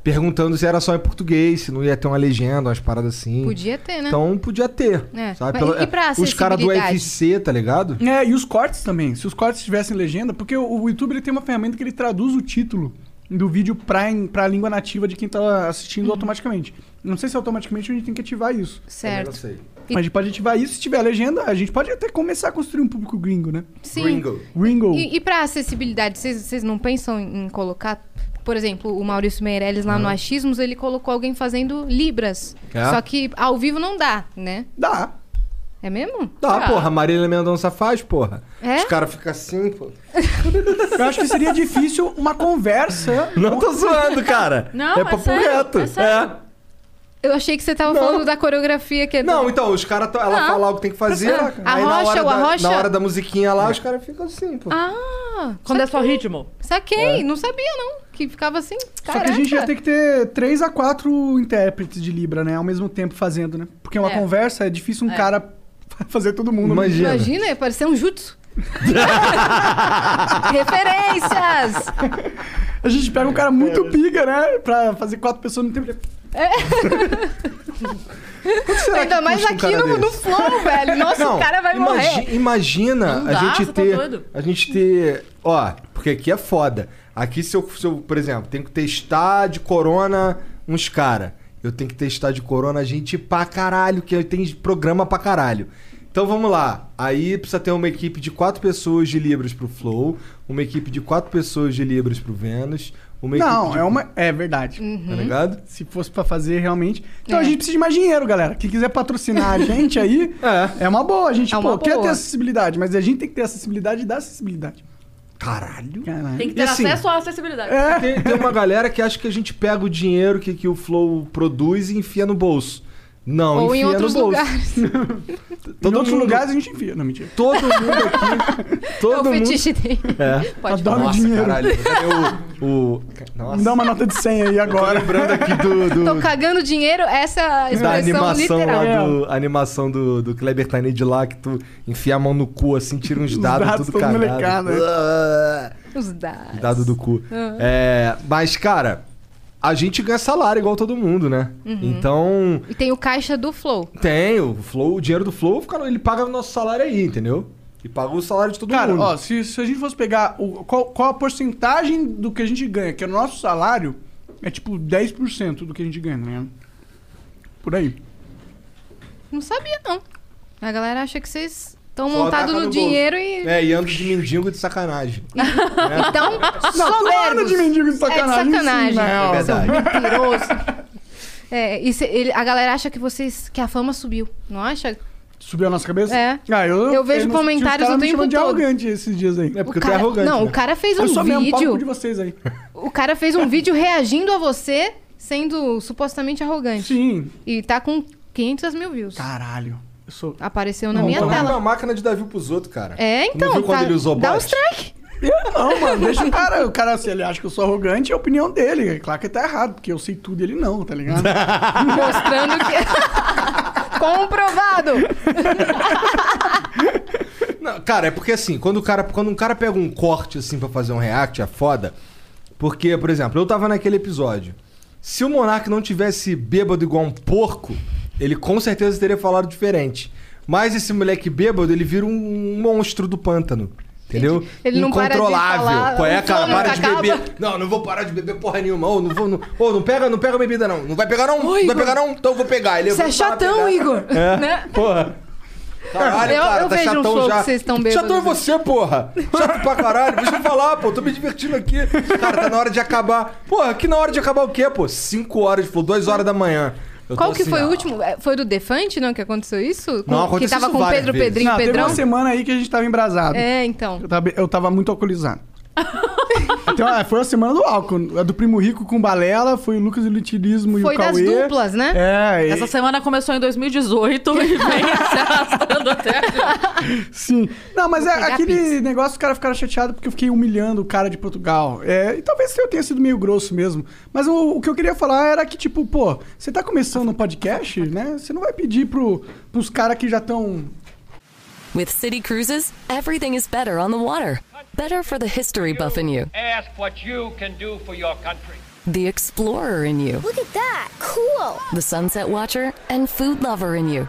Perguntando se era só em português, se não ia ter uma legenda, umas paradas assim. Podia ter, né? Então podia ter. É, Sabe? mas e pra os caras do acessibilidade? UFC, tá ligado? É, e os cortes também. Se os cortes tivessem legenda, porque o, o YouTube ele tem uma ferramenta que ele traduz o título do vídeo pra, em- pra língua nativa de quem tá assistindo automaticamente. Não sei se automaticamente a gente tem que ativar isso. Eu não certo. sei. E- Mas A gente pode ativar isso, se tiver legenda, a gente pode até começar a construir um público gringo, né? Sim. Gringo. Gringo. E, e pra acessibilidade, vocês vocês não pensam em em colocar? Por exemplo, o Maurício Meirelles lá no Achismos, ele colocou alguém fazendo Libras. É? Só que ao vivo não dá, né? Dá. É mesmo? Tá, Ah. porra, Marília Mendonça faz, porra. É? Os caras ficam assim, pô. Eu acho que seria difícil uma conversa. Não tô zoando, cara. Não, é é papo sério, reto. é sério. É. Eu achei que você tava falando da coreografia que é. Não, então, os caras. Ela Ah. fala o que tem que fazer. Ah, a aí na rocha, hora, o da, arrocha. na hora da musiquinha lá, os caras ficam assim, pô. Ah! Quando é só ritmo. É. Saquei, não sabia não. Que ficava assim. Só que a gente né? ia ter que ter três a quatro intérpretes de Libra, né? Ao mesmo tempo fazendo, né? Porque uma É. conversa é difícil um cara fazer todo mundo. né? Imagina. Imagina, ia parecer um jutsu. Referências! A gente pega um cara É, muito piga, né? Pra fazer quatro pessoas no tempo. Ainda mais custa um aqui cara no, desse? no flow, velho. Nossa, o cara vai imagi- morrer. Imagina Não a dá, gente você tá ter. doido? a gente ter. Ó, porque aqui é foda. Aqui, se eu, se eu, por exemplo, tenho que testar de corona uns cara. Eu tenho que testar de corona gente pra caralho, que tem programa pra caralho. Então vamos lá. Aí precisa ter uma equipe de quatro pessoas de Libras pro Flow, uma equipe de quatro pessoas de Libras pro Vênus, uma equipe Não, de... é uma. É verdade. Tá ligado? Se fosse pra fazer realmente. Então É. a gente precisa de mais dinheiro, galera. Quem quiser patrocinar a gente aí, É. é uma boa. A gente, É uma pô, quer boa. ter acessibilidade, mas a gente tem que ter acessibilidade da acessibilidade. Caralho. Caralho. Tem que E ter assim- acesso à acessibilidade. É. Tem, tem uma galera que acha que a gente pega o dinheiro que, que o Flow produz e enfia no bolso. Não, Ou enfia em outros no bolso. lugares. Todo Todo em outros mundo- lugares a gente enfia. Não, mentira. Todo mundo aqui. É o Todo mundo. fetiche dele. É. Pode Adoro falar. dinheiro. Caralho, eu, o. Me dá Nossa. uma nota de 100 aí Tô agora. lembrando aqui do. do- Tô cagando dinheiro, essa é a da expressão animação literal. lá do. a animação do, do Kleber Tanid lá, que tu enfia a mão no cu, assim, tira uns dados, dados tudo todo cagado. molecado, né? Ah. Os dados. Dado do cu. Ah. É, mas, cara, a gente ganha salário igual todo mundo, né? Uhum. Então. E tem o caixa do Flow. Tem, o, flow, o dinheiro do Flow, cara, ele paga o nosso salário aí, entendeu? E paga o salário de todo Cara, mundo. ó, se, se a gente fosse pegar o, qual, qual a porcentagem do que a gente ganha, que é o nosso salário, é tipo 10% do que a gente ganha, né? Por aí. Não sabia, não. A galera acha que vocês estão Só montados ataca no, no dinheiro e. É, e ando de mendigo de sacanagem. Então, Nada de soberbos. mendigo de sacanagem. É de sacanagem. sim, na real. É verdade. Mentiroso. É, e cê- ele- a galera acha que vocês que a fama subiu, não acha? Subiu a nossa cabeça? É. Ah, eu, Eu vejo não- comentários os caras o me tempo chamam de todo. arrogante esses dias aí. É porque o cara, tu é arrogante. não, né? o cara fez um eu sou mesmo, papo de vídeo. vocês aí. O cara fez um vídeo reagindo a você sendo supostamente arrogante. Sim. E tá com 500 mil views. Tá. Caralho. Eu sou... Apareceu na Não, minha não. Como é tela. uma máquina de Davi pros outros, cara. É, Tu então. Não viu quando tá- ele usou Dá um bot? strike. Eu não, mano. Deixa o cara... O cara, se ele acha que eu sou arrogante, é a opinião dele. É claro que tá errado, porque eu sei tudo e ele não, tá ligado? Mostrando que. Comprovado! Não, cara, é porque assim, quando, o cara, quando um cara pega um corte assim pra fazer um react, é foda. Porque, por exemplo, eu tava naquele episódio. Se o Monark não tivesse bêbado igual um porco, ele com certeza teria falado diferente. Mas esse moleque bêbado, ele vira um monstro do pântano. Entendeu? Ele não para de Incontrolável. falar, Qual é, o cara? fome Para de acaba. beber. Não, não vou parar de beber porra nenhuma. Ô, não vou. Não, ô, não pega, não pega bebida, não. Não vai pegar, não. Ô, não vai Igor. pegar, não. Então eu vou pegar. Ele Você é vai lá chatão, pegar. Igor. É. Né? Porra. Caralho, Eu- cara, eu tá vejo um chatão show já. que vocês tão Chatão é bêbados. né? você, porra. Chato pra caralho. Deixa eu falar, pô. Tô me divertindo aqui. Cara, tá na hora de acabar. Porra, que na hora de acabar o quê, pô? Cinco horas, pô. Duas horas da manhã. Eu Qual tô que assim, foi ah, o último? É, Foi do Defante, não, que aconteceu isso? Com- Não, aconteceu que tava isso com várias Pedro, vezes. Pedrinho, Não, teve Pedrão? uma semana aí que a gente tava embrasado. É, então. Eu tava, eu tava muito alcoolizado. Até, ah, foi a semana do álcool. A do Primo Rico com Balela, foi o Lucas e o Lutilismo e Foi o das Cauê. duplas, né? É, e- Essa semana começou em 2018 e vem se arrastando até agora. sim. Não, mas é pegar aquele pizza. negócio, os caras ficaram chateados porque eu fiquei humilhando o cara de Portugal. É, e talvez eu tenha sido meio grosso mesmo. Mas o, o que eu queria falar era que, tipo, pô, você tá começando um podcast, né? Você não vai pedir pro, pros caras que já estão With City Cruises, everything is better on the water. Better for the history buff in you, Ask what you can do for your country. the explorer in you, Look at that. Cool. the sunset watcher, and food lover in you.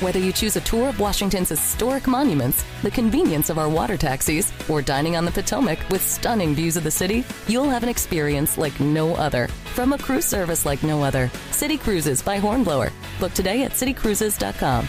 Whether you choose a tour of Washington's historic monuments, the convenience of our water taxis, or dining on the Potomac with stunning views of the city, you'll have an experience like no other. From a cruise service like no other, City Cruises by Hornblower. Book today at citycruises.com.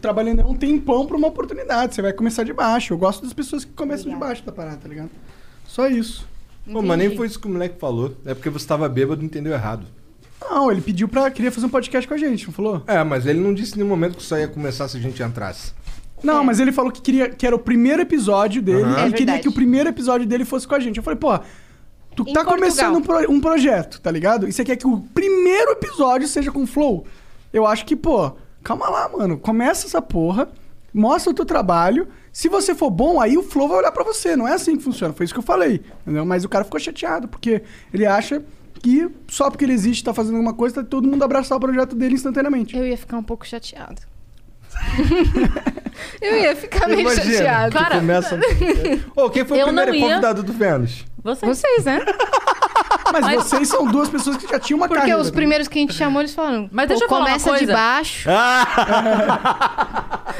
trabalhando há um tempão pra uma oportunidade. Você vai começar de baixo. Eu gosto das pessoas que começam de baixo da parada, tá ligado? Só isso. Pô, mas nem foi isso que o moleque falou. É porque você tava bêbado e entendeu errado. Não, ele pediu pra. Queria fazer um podcast com a gente, não falou? É, mas ele não disse em nenhum momento que isso ia começar se a gente entrasse. Não, mas ele falou que queria que era o primeiro episódio dele. Ele É queria verdade. que o primeiro episódio dele fosse com a gente. Eu falei, pô, tu Em tá Portugal. começando um, pro- um projeto, tá ligado? E você quer que o primeiro episódio seja com o Flow? Eu acho que, pô, calma lá, mano. Começa essa porra, mostra o teu trabalho. Se você for bom, aí o Flow vai olhar pra você. Não é assim que funciona. Foi isso que eu falei. Entendeu? Mas o cara ficou chateado, porque ele acha que só porque ele existe, tá fazendo alguma coisa, tá todo mundo abraçar o projeto dele instantaneamente. Eu ia ficar um pouco chateado. eu ia ficar Tá meio Imagina, chateado. tu começa... Ô, quem foi eu o primeiro não ia- convidado do Vênus? Você. Vocês, né? Mas vocês são duas pessoas que já tinham uma Porque carreira. os né? primeiros que a gente chamou, eles falaram. Mas deixa "Pô, eu falar uma Começa de coisa." baixo.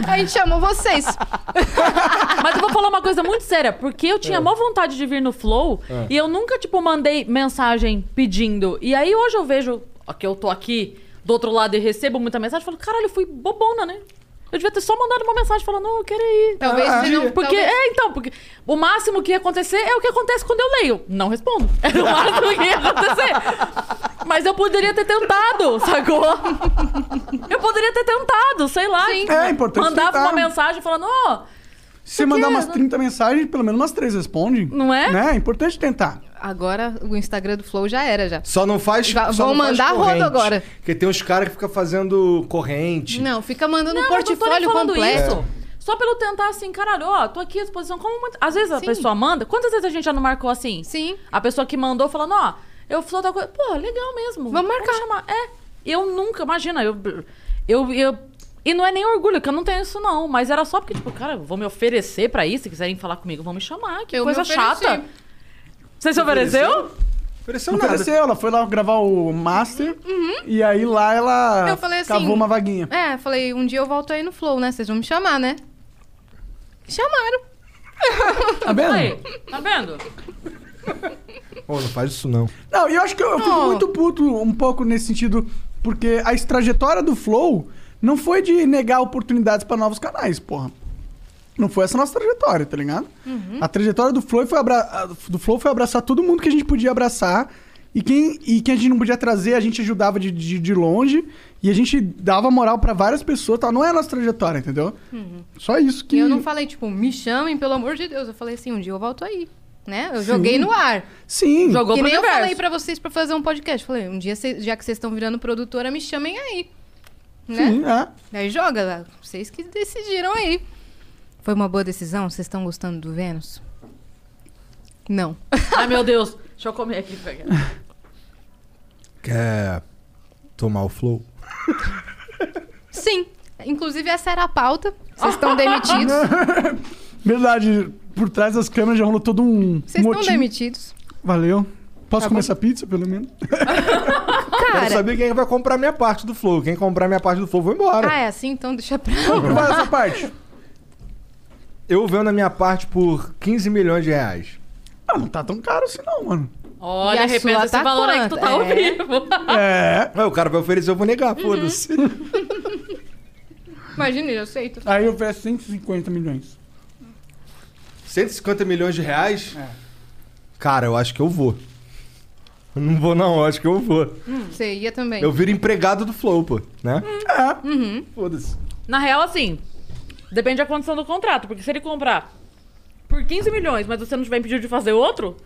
a gente chamou vocês. Mas eu vou falar uma coisa muito séria, porque eu É. tinha maior vontade de vir no Flow e eu nunca, tipo, mandei mensagem pedindo. E aí hoje eu vejo ó, que eu tô aqui do outro lado e recebo muita mensagem e falo, caralho, eu fui bobona, né? Eu devia ter só mandado uma mensagem falando, não, eu queria ir. Talvez Ah, se não. Porque, talvez- é, então, porque o máximo que ia acontecer é o que acontece quando eu leio. Não respondo. Era o máximo que ia acontecer. Mas eu poderia ter tentado, sacou? Eu poderia ter tentado, sei lá. tipo, Sim. É, é importante Mandava tentar. uma mensagem falando, ó, Se você mandar quê? umas 30 mensagens, pelo menos umas 3 respondem. Não é? Né? É importante tentar. Agora o Instagram do Flow já era já. Só não faz. Va- só vão não faz mandar rodo corrente, agora. Porque tem uns caras que ficam fazendo corrente. Não, fica mandando o Não, mas eu tô nem portfólio falando completo. Isso. Só pelo tentar assim, caralho, ó, tô aqui à disposição. Como muito- Às vezes a Sim. pessoa manda. Quantas vezes a gente já não marcou assim? Sim. A pessoa que mandou falando, ó, eu falo tal coisa. Pô, legal mesmo. Vamos marcar. chamar. É. Eu nunca, imagina, eu, eu. eu- E não é nem orgulho, que eu não tenho isso, não. Mas era só porque, tipo, cara, eu vou me oferecer pra isso. Se quiserem falar comigo, vão me chamar. Que Eu me coisa ofereci. chata. Você se ofereceu? Ofereceu Então Não nada. Aconteceu, ela foi lá gravar o Master e aí lá ela Uhum, Eu falei assim- cavou uma vaguinha. É, falei, um dia eu volto aí no Flow, né? Vocês vão me chamar, né? Chamaram. Tá vendo? Aí, tá vendo? Pô, não faz isso não. Não, e eu acho que eu, eu fico Oh. muito puto um pouco nesse sentido, porque a trajetória do Flow não foi de negar oportunidades pra novos canais, porra. Não foi essa a nossa trajetória, tá ligado? Uhum. A trajetória do Flow foi, abra... a- do Flow foi abraçar todo mundo que a gente podia abraçar. E quem, e quem a gente não podia trazer, a gente ajudava de, de, de longe. E a gente dava moral pra várias pessoas. Tá? Não é a nossa trajetória, entendeu? Só isso que. E Uhum. eu não falei, tipo, me chamem, pelo amor de Deus. Eu falei assim, um dia eu volto aí. Né? Eu joguei no ar. Sim. Jogou que pro nem eu universo. falei pra vocês pra fazer um podcast. Falei, um dia, cês- já que vocês estão virando produtora, me chamem aí. Né? Sim, é. Aí joga lá. Vocês que decidiram aí. Foi uma boa decisão? Vocês estão gostando do Vênus? Não. Ai, meu Deus. Deixa eu comer aqui. Quer tomar o flow? Sim. Inclusive, essa era a pauta. Vocês estão demitidos. Verdade, por trás das câmeras já rolou todo um. Vocês estão motim. demitidos. Valeu. Posso Tá comer essa pizza, pelo menos? Quero saber quem é vai comprar minha parte do Flow. Quem comprar minha parte do Flow, vou embora. Ah, é assim? Então deixa pra Qual é essa parte? Eu vendo a minha parte por 15 milhões de reais. Ah, não tá tão caro assim não, mano. Olha, E a arrependa sua esse tá valor aí que tu tá quanto? ao É. vivo. É. o cara vai oferecer, eu vou negar, foda-se. Imagina, eu aceito. Aí eu peço 150 milhões. 150 milhões de reais? Cara, eu acho que eu vou. Eu Não vou, não, eu acho que eu vou. Hum, Você ia também. Eu viro empregado do Flow, pô, né? Uhum. Foda-se. Na real, assim, depende da condição do contrato. Porque se ele comprar por 15 milhões, mas você não tiver impedido de fazer outro,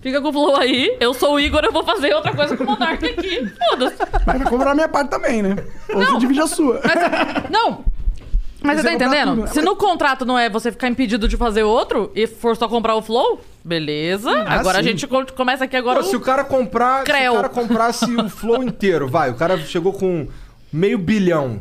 fica com o flow aí. Eu sou o Igor, eu vou fazer outra coisa com o Monark aqui. Foda-se. Mas vai comprar a minha parte também, né? Ou você divide a sua. Não! Mas Você você tá vai comprar entendendo? tudo. Se no contrato não é você ficar impedido de fazer outro e for só comprar o flow, beleza. Ah, agora sim. a gente co- começa aqui agora. Pô, se o cara comprar, se Creu. o cara comprasse o Flow inteiro, vai, o cara chegou com meio bilhão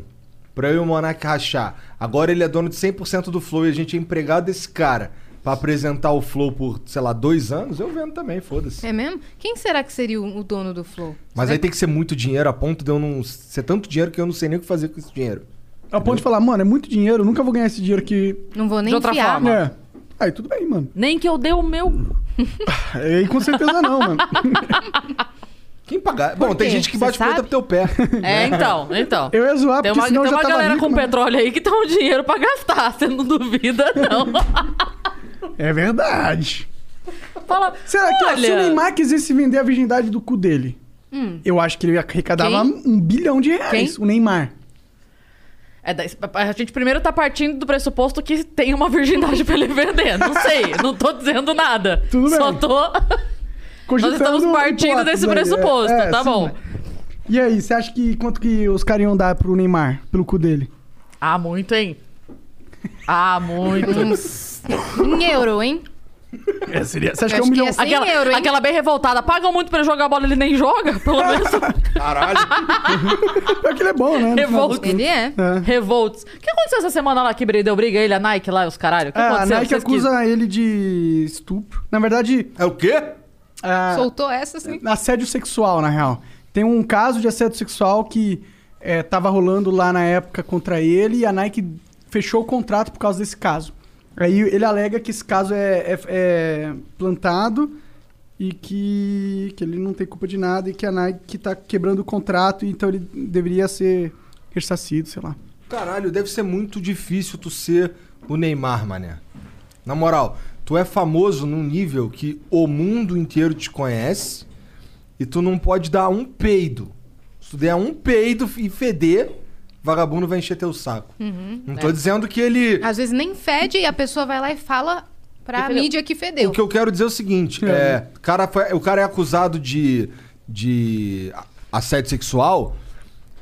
pra eu e o Monark rachar. Agora ele é dono de 100% do Flow e a gente é empregado desse cara pra apresentar o Flow por, sei lá, dois anos, eu vendo também, foda-se. É mesmo? Quem será que seria o o dono do Flow? é. Mas aí tem que ser muito dinheiro a ponto de eu não ser tanto dinheiro que eu não sei nem o que fazer com esse dinheiro. A ponto de falar, mano, é muito dinheiro, eu nunca vou ganhar esse dinheiro que... Não vou nem De outra enfiar. forma. É. Aí tudo bem, mano. Nem que eu dê o meu. Aí com certeza não, mano. Quem pagar? Bom, tem quê? gente que Você bate ponta sabe? pro teu pé. É, então, então. Eu ia zoar, Tem porque uma, senão eu tem já uma tava galera rico, né? com mano. petróleo aí que tem um dinheiro pra gastar, você não duvida, não. É verdade. Fala, Será que ó, se o Olha. Neymar quisesse vender a virgindade do cu dele, Hum. eu acho que ele arrecadava Quem? um bilhão de reais, Quem? o Neymar. É, daí- a gente primeiro tá partindo do pressuposto que tem uma virgindade pra ele vender. Não sei, não tô dizendo nada. Tudo Só bem. tô. Nós Cogitando estamos partindo hipóteses desse aí, é. pressuposto, É, tá sim, bom. né? E aí, você acha que quanto que os caras iam dar pro Neymar, pelo cu dele? Ah, muito, hein? Ah, muito. Em um euro, hein? É, seria. Você acha Eu que é um acho que milhão? ia ser- Cem aquela, euro, hein? aquela bem revoltada. Pagam muito pra ele jogar a bola, ele nem joga. Pelo menos Caralho. Pior que ele é bom, né? No final das revolta. contas. Ele é. Revolts. O que aconteceu essa semana lá que deu briga ele, a Nike lá, os caralho? O que É, a aconteceu? Nike Vocês que- acusa ele de estupro. Na verdade, é, É o quê? a- Soltou essa assim. assédio sexual, na real. Tem um caso de assédio sexual que é, tava rolando lá na época contra ele e a Nike fechou o contrato por causa desse caso. Aí ele alega que esse caso é, é- é plantado e que, que ele não tem culpa de nada e que a Nike tá quebrando o contrato, então ele deveria ser ressarcido, sei lá. Caralho, deve ser muito difícil tu ser o Neymar, mané. Na moral, tu é famoso num nível que o mundo inteiro te conhece e tu não pode dar um peido. Se tu der um peido e feder, vagabundo vai encher teu saco. Não tô dizendo que ele. Às vezes nem fede e a pessoa vai lá e fala pra Que fedeu. mídia que fedeu. O que eu quero dizer é o seguinte: é, o cara foi- o cara é acusado de, de assédio sexual.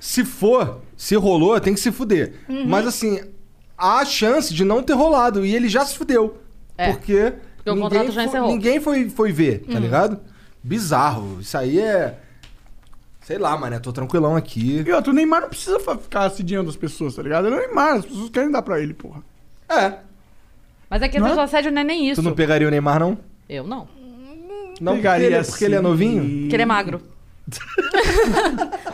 Se for, se rolou, tem que se fuder. Uhum. Mas assim, há a chance de não ter rolado. E ele já se fudeu. É. Porque, o contrato já foi, encerrou. Uhum. ninguém foi, foi ver, tá ligado? Bizarro. Isso aí é. Sei lá, mano, é, tô tranquilão aqui. E outra, o Neymar não precisa fa- ficar assediando as pessoas, tá ligado? Ele é o Neymar, as pessoas querem dar pra ele, porra. É. Mas é que Não é? esse assédio não é nem Tu isso. não pegaria o Neymar, não? Eu não. Não, porque Pegaria assim. ele, é- porque ele é sim. novinho? Porque ele é magro.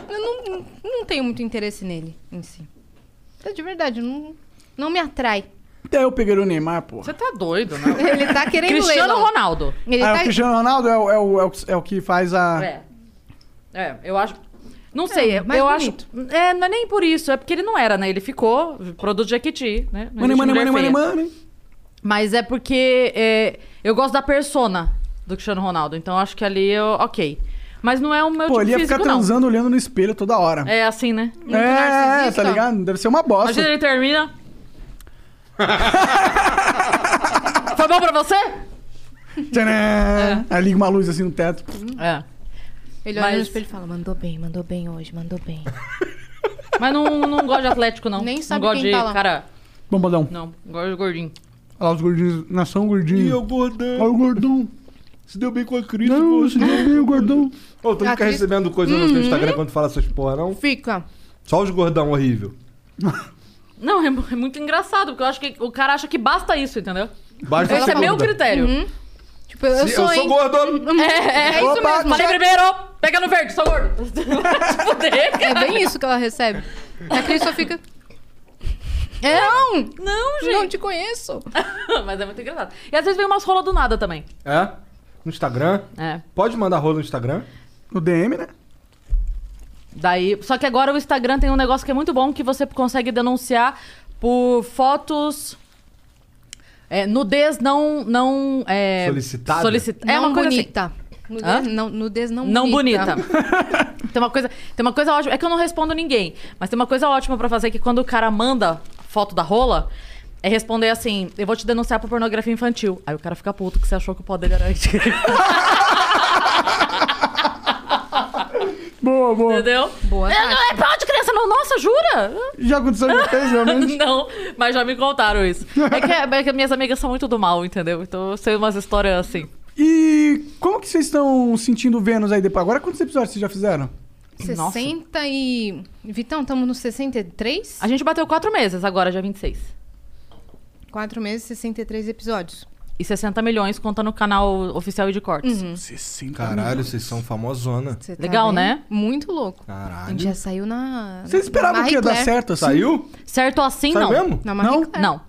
Eu não, não tenho muito interesse nele em si. Eu, De verdade, não, não me atrai. Até É, eu pegaria o Neymar, porra. Você tá doido, né? Ele tá querendo Cristiano leilão. Ronaldo. Ele ah, tá... o Cristiano Ronaldo é o, é o- é o- é É, o que faz a. É. É, eu acho. Não sei, mais eu bonito. acho. É, não é nem por isso, é porque ele não era, né? Ele ficou produto de Jequiti, né? Não existe Money, money, mulher money, money, feia. money. Mas é porque é, eu gosto da persona do Cristiano Ronaldo, então acho que ali eu. Ok. Mas não é o meu Pô, tipo ele ia ficar físico, não. transando olhando no espelho toda hora. É assim, né? É, é, narcisista. tá ligado? Deve ser uma bosta. Imagina ele termina. Foi bom pra você? Tcharam! Aí liga uma luz assim no teto. É. Ele olha no Mas- espelho e fala, mandou bem, mandou bem hoje, mandou bem. Mas não, não gosto de atlético, não. Nem sabe não gosto quem de tá lá. cara. Bombadão. Não, gosto de gordinho. Olha lá os gordinhos. Nação gordinho. Ih, ô gordão. Olha o gordão. Se deu bem com a Cris, Não, se deu bem o gordão. Ô, tu não A fica Cris- recebendo coisa no teu Uhum. Instagram quando fala essas porra, não? Fica. Só os gordão horrível. Não, é, mu- é muito engraçado, porque eu acho que o cara acha que basta isso, entendeu? Basta Esse é ser meu Uhum. gorda. critério. Tipo, eu Se- sou, hein? gordo. É, é isso Opa, mesmo. Falei já- primeiro! Pega no verde, sou gordo. É bem isso que ela recebe. A Cris só fica. É, não! Não, gente. Não te conheço. Mas é muito engraçado. E às vezes vem umas rolas do nada também. É? No Instagram? É. Pode mandar rolo no Instagram? No DM, né? Daí, só que agora o Instagram tem um negócio que é muito bom que você consegue denunciar por fotos é, nudez não não é, Solicitada? solicit- É Não uma coisa bonita. Assim. Nudez Hã? não, nudez não, Não bonita. bonita. tem uma coisa, tem uma coisa ótima, é que eu não respondo ninguém, mas tem uma coisa ótima pra fazer que quando o cara manda foto da rola, é responder assim: "Eu vou te denunciar por pornografia infantil". Aí o cara fica puto que você achou que o pau dele era Boa, boa. Entendeu? Boa. É, não é pau de criança, não. Nossa, jura? Já aconteceu com vocês, meu menos? não, mas já me contaram isso. É que, é que minhas amigas são muito do mal, entendeu? Então eu sei umas histórias assim. E como que vocês estão sentindo o Vênus aí depois? Agora quantos episódios vocês já fizeram? 60 e. Vitão, estamos no 63? A gente bateu quatro meses agora, é já 26. 4 meses, 63 episódios. E 60 milhões contando o canal oficial e de cortes. Uhum. Caralho, vocês são famosona. Você tá Legal, vendo? né? Muito louco. A gente já Caralho. saiu na. Vocês esperavam na que ia dar Marie Claire. certo assim? Saiu? Certo assim, Sai não. mesmo? Na Marie Não? Claire. Não.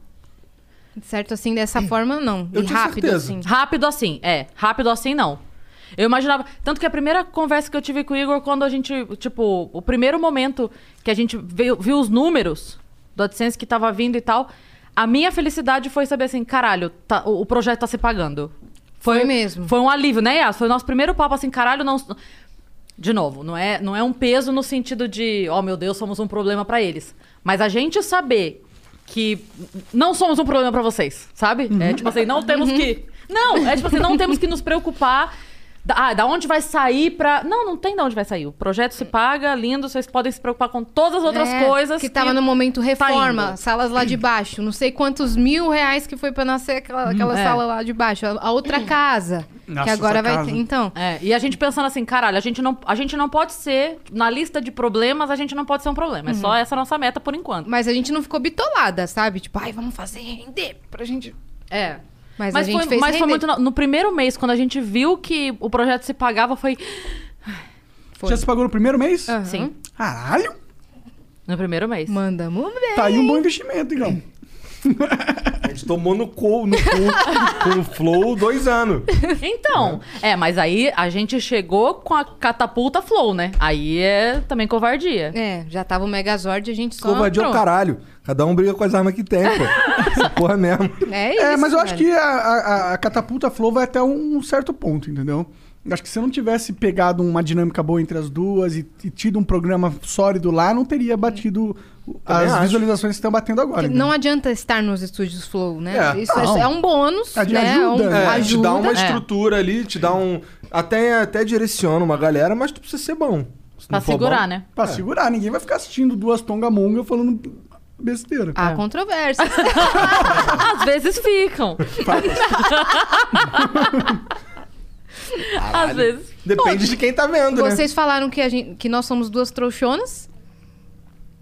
Certo assim, dessa forma, não. Eu e tinha rápido certeza. assim. Rápido assim, é. Rápido assim, não. Eu imaginava. Tanto que a primeira conversa que eu tive com o Igor, quando a gente. Tipo, o primeiro momento que a gente veio- viu os números do AdSense que tava vindo e tal, a minha felicidade foi saber assim: caralho, tá- o, o projeto tá se pagando. Foi mesmo. Foi um alívio, né, Yas? Foi o nosso primeiro papo assim: caralho, não. De novo, não é, não é um peso no sentido de, oh meu Deus, somos um problema pra eles. Mas a gente saber que não somos um problema pra vocês, sabe? É tipo assim, não temos que. Uhum. Não, é tipo assim, não temos que nos preocupar. Da, ah, da onde vai sair pra. Não, não tem da onde vai sair. O projeto se paga, lindo, vocês podem se preocupar com todas as outras É, coisas. tá Que tava no momento reforma, indo. Hum. salas lá de baixo. Não sei quantos mil reais que foi pra nascer aquela, aquela é. Hum. sala lá de baixo. A, a outra casa. Nossa, que agora essa vai casa. ter. Então. É, e a gente pensando assim, caralho, a gente, não, a gente não pode ser, na lista de problemas, a gente não pode ser um problema. É Uhum. só essa nossa meta por enquanto. Mas a gente não ficou bitolada, sabe? Tipo, ai, vamos fazer render pra gente. É. Mas, Mas, a gente foi, fez mas foi render. muito. No, no primeiro mês, quando a gente viu que o projeto se pagava, foi. Foi. Já se pagou no primeiro mês? Aham. Sim. Caralho! No primeiro mês. Mandamos bem. Tá aí um bom investimento, então. A gente tomou no cu, no cu com o Flow dois anos. Então, é, mas aí a gente chegou com a catapulta flow, né? Aí é também covardia. É, já tava o Megazord e a gente só. Covardia é o pronto. caralho. Cada um briga com as armas que tem, pô. Essa porra mesmo. É isso. É, mas eu acho velho. que a, a- a catapulta flow vai até um certo ponto, entendeu? Acho que se não tivesse pegado uma dinâmica boa entre as duas e, e tido um programa sólido lá, não teria batido as acho. visualizações que estão batendo agora. Porque entendeu? Não adianta estar nos estúdios Flow, né? É. Isso é, Não. é um bônus, Adi- né? É um- ajuda, né? É, te dá uma ajuda. estrutura ali, te dá um. Até, até direciona uma galera, mas tu precisa ser bom. Se Pra não for segurar, bom- né? Pra segurar, ninguém vai ficar assistindo duas tonga monga falando besteira. Há controvérsias. Às vezes ficam. Às vezes. Depende de quem tá vendo, né? Vocês falaram que, a gente, que nós somos duas trouxonas.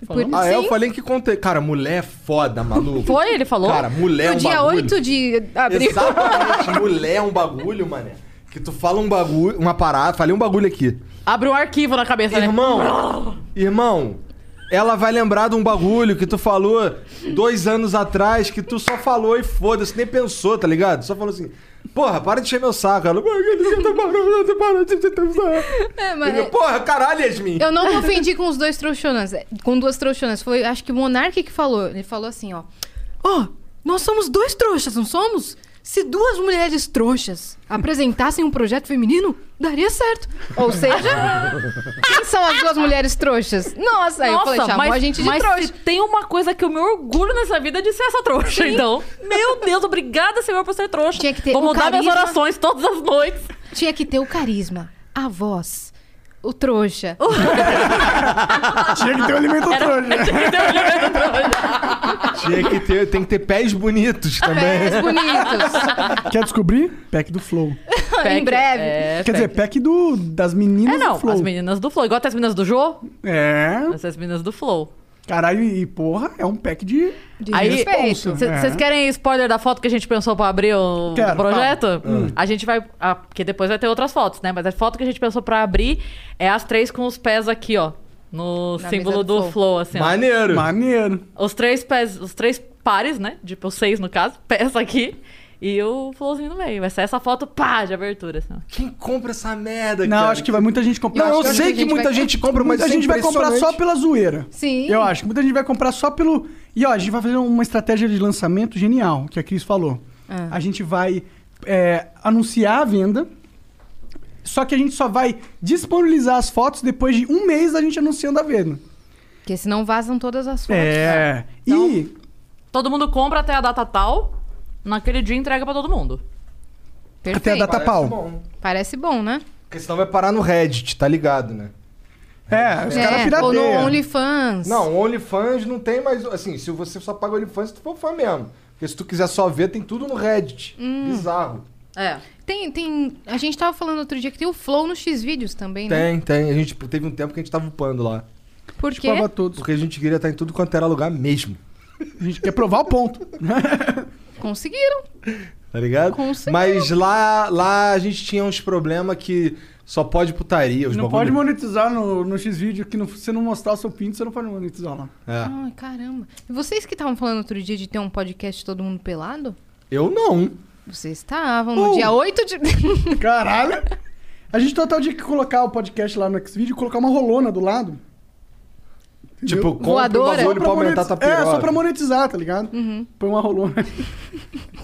Por, Ah, é, eu sim. falei que contei. Cara, mulher é foda, maluco. Foi? Ele falou? Cara, mulher é No um dia bagulho. 8 de abril. Exatamente. mulher é um bagulho, mané. Que tu fala um bagulho, uma parada. Falei um bagulho aqui. Abre um arquivo na cabeça, né? Irmão, irmão, ela vai lembrar de um bagulho que tu falou dois anos atrás, que tu só falou e foda-se, nem pensou, tá ligado? Só falou assim, porra, para de encher meu saco. Ela, "Mas ele já tá parando, já tá parando de pensar." É, mas Entendeu? Porra, caralho, Yasmin. Eu não me ofendi com os dois trouxonas. é, Com duas trouxonas. Foi, acho que o Monark que falou. Ele falou assim, ó. Ó, nós somos dois trouxas, não somos? Se duas mulheres trouxas apresentassem um projeto feminino, daria certo. Ou seja, quem são as duas mulheres trouxas? Nossa, aí Tá, eu falei, chamou a gente de mas trouxa. se tem uma coisa que eu me orgulho nessa vida é de ser essa trouxa, então. Meu Deus, obrigada, senhor, por ser trouxa. Tinha que ter Vou um mudar minhas carisma. orações todas as noites. Tinha que ter o carisma, a voz, o trouxa. Tinha que ter um alimento trouxa. Tinha que ter, tem que ter pés bonitos também. Pés bonitos. Quer descobrir? Pack do Flow. Pack, breve. É, pack. Quer dizer, pack do, das meninas É, não, do Flow. as meninas do Flow. Igual tem as meninas do Jô, É. essas meninas do Flow. Caralho, e porra, é um pack de. Aí, responsa, vocês né? querem spoiler da foto que a gente pensou pra abrir o Quero, projeto? fala. Hum. A gente vai. ah, porque depois vai ter outras fotos, né? Mas a foto que a gente pensou pra abrir é as três com os pés aqui, ó. No Na símbolo mesa do do flow. Flow, assim. ó. Maneiro. Os três pés, os três pares, né? Tipo, os seis no caso, pés aqui. E o flowzinho no meio. Vai ser essa foto, pá, de abertura. Assim. Quem compra essa merda, Não, acho que vai muita gente comprar. Não, eu Acho sei que muita gente compra, mas Muita isso é gente vai comprar só impressionante. pela zoeira. Sim. Eu acho que muita gente vai comprar só pelo. E ó, a gente vai fazer uma estratégia de lançamento genial, que a Cris falou. Ah. A gente vai é, anunciar a venda, só que a gente só vai disponibilizar as fotos depois de um mês da gente anunciando a venda. Porque senão vazam todas as fotos. É. e Todo mundo compra até a data tal. Naquele dia entrega pra todo mundo. Até a data Parece pau. bom. Parece bom, né? Porque senão vai parar no Reddit, tá ligado, né? É, os caras É, pirateiam. ou no OnlyFans. Não, OnlyFans não tem mais. Assim, se você só paga OnlyFans, tu for fã mesmo. Porque se tu quiser só ver, tem tudo no Reddit. Hum. Bizarro. É. Tem, tem. A gente tava falando outro dia que tem o Flow nos X-Vídeos também, né? Tem, É? tem. A gente teve um tempo que a gente tava upando lá. Por quê? Upava tudo. Porque Tipo, a gente queria estar em tudo quanto era lugar mesmo. A gente quer provar o ponto. Conseguiram. Tá ligado? Mas lá, lá a gente tinha uns problemas que só pode putaria. Os Não pode bagulho- monetizar no, no X-Video que não, se você não mostrar o seu pinto, você não pode monetizar lá. É. Ai, caramba. E vocês que estavam falando outro dia de ter um podcast todo mundo pelado? Eu não. Vocês estavam no dia 8 de. Caralho! A gente tá total tinha que colocar o podcast lá no X-Video e colocar uma rolona do lado. Tipo, compra o Voadora? bagulho pra aumentar a tua É, só piroca. pra monetizar, tá ligado? Põe uma rolona.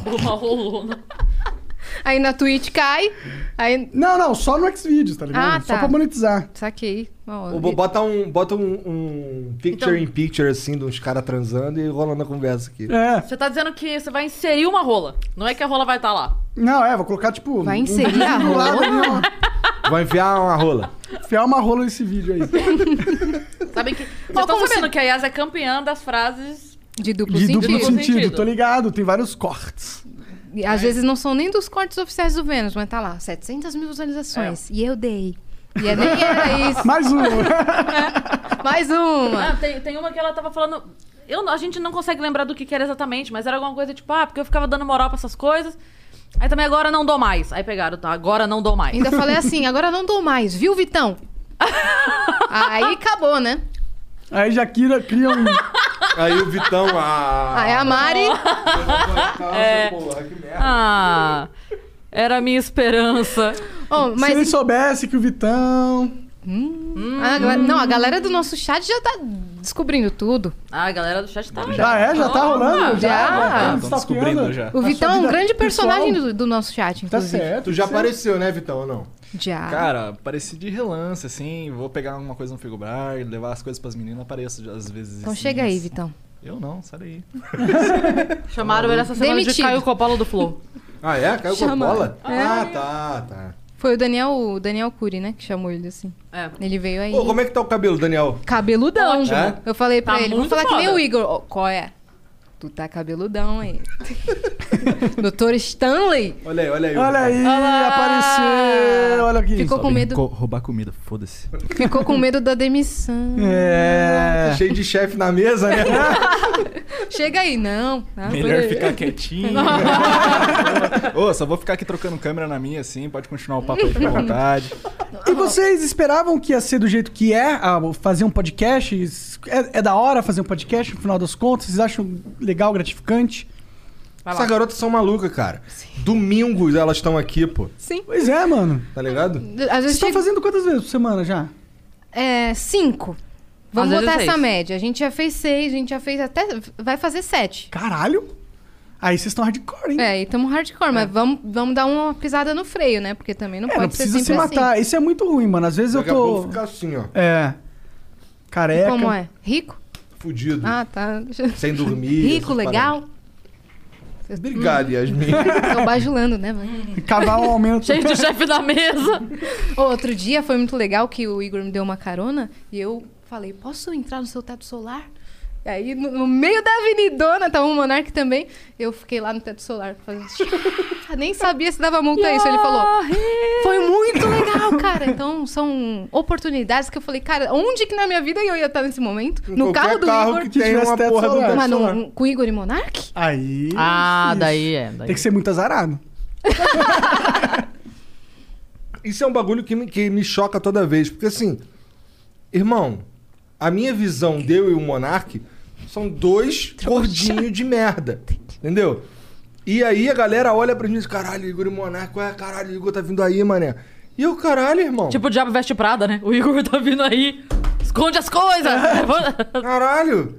Uma rolona. Aí na Twitch cai. Aí... Não, não, só no Xvideos, tá Ah, tá. Só pra monetizar. Saquei. Ó, Ou bo- Bota um, bota um, um picture Então- in picture, assim, de uns caras transando e rolando a conversa aqui. É. Você tá dizendo que você vai inserir uma rola. Não é que a rola vai estar lá. Não, é, vou colocar tipo. Vai um inserir vídeo a do lado rola? ali, Vai enfiar uma rola. ó. Enfiar uma rola nesse vídeo aí. Sabem que. Vocês estão sabendo que a Yas é campeã das frases. De duplo De sentido. duplo sentido, tô ligado, tem vários cortes. E Às vezes não são nem dos cortes oficiais do Vênus, mas tá lá, 700 mil visualizações. E eu dei. E é- nem era isso. Mais um. Mais uma. Ah, tem, tem uma que ela tava falando. Eu, não- a gente não consegue lembrar do que, que era exatamente, mas era alguma coisa tipo, ah, porque eu ficava dando moral pra essas coisas. Aí também agora não dou mais. Aí pegaram, tá? Agora não dou mais. Ainda falei assim, agora não dou mais, viu, Vitão? Aí acabou, né? Aí Jaquira cria um. Aí o Vitão, ah. Aí a Mari. É. Ah, era a minha esperança. oh, Se ele soubesse que o Vitão. Ah, a galera- não, a galera do nosso chat já tá descobrindo tudo. Ah, a galera do chat tá. Já é? Já tá rolando? Já? Já. Tá Estão descobrindo já. O A Vitão é sua um Tá vida grande personagem pessoal. do, do nosso chat, inclusive. certo, Tu já tá apareceu, né, Vitão, ou não? Já. Cara, pareci de relance, assim. Vou pegar alguma coisa no frigobar, levar as coisas pras meninas, apareço às vezes. Então assim, chega aí, assim. Vitão. Eu não, sai daí. Chamaram ele essa semana de Demitido. Caio Coppola do Flow. Ah, é? Caiu com a Chama. bola? É. Ah, tá, tá. Foi o Daniel, o Daniel Cury, né? Que chamou ele assim. Ele veio aí. Pô, como é que tá o cabelo, Daniel? Cabeludão. Ótimo. É? Eu falei pra Tá ele, vamos muito falar que nem foda. o Igor. Ó, qual é? Tu tá cabeludão aí. Doutor Stanley. Olha aí, olha aí. Olha aí, apareceu. Olha aqui. Ficou com medo. Co- roubar comida, foda-se. Ficou com medo da demissão. É. Cheio de chefe na mesa, né? Chega aí, não. Ah, Melhor foi- ficar quietinho. Ô, só vou ficar aqui trocando câmera na minha, assim. Pode continuar o papo aí, fica à vontade. E vocês esperavam que ia ser do jeito que é ah, fazer um podcast? É, é da hora fazer um podcast, no final das contas? Vocês acham legal, gratificante? Essas garotas são malucas, cara. Domingos elas estão aqui, pô. Sim. Pois é, mano. Tá ligado? Às Vocês vezes estão chega- fazendo quantas vezes por semana já? É, cinco. Vamos Às vezes botar seis. essa média. A gente já fez seis, a gente já fez até. Vai fazer sete. Caralho! Aí vocês estão hardcore, hein? É, aí estamos hardcore, mas vamos, vamos dar uma pisada no freio, né? Porque também não É, pode não ser precisa sempre se matar. assim. Isso é muito ruim, mano. Às vezes Daqui eu a tô. pouco fica assim, ó. É. Careca. Como é? Rico? Fudido. Ah, tá. Sem dormir. Rico, essas paradas. legal. Obrigado, Yasmin. Estão bajulando, né? Cavar um aumento. Cheio de chefe da mesa. Outro dia foi muito legal que o Igor me deu uma carona e eu falei, posso entrar no seu teto solar? E aí, no, no meio da avenidona, tava um monarca também. Eu fiquei lá no teto solar fazendo... chá. Nem sabia se dava multa isso. Ele falou, foi muito legal. legal, cara. Então, são oportunidades que eu falei, cara, onde que na minha vida eu ia estar nesse momento? Em no qualquer carro do carro Igor. que tenha uma teto Mas solar. no- solar. com o Igor e Monark? Aí. Ah, isso. daí é, daí Tem que ser muito azarado. Isso é um bagulho que me, que me choca toda vez. Porque assim, irmão, a minha visão de eu e o Monark são dois gordinhos de merda. Entendeu? E aí a galera olha pra mim e diz: caralho, Igor e Monark, ué, caralho, o Igor tá vindo aí, mané. E o caralho, irmão. Tipo o Diabo Veste Prada, né? O Igor tá vindo aí. Esconde as coisas! Caralho!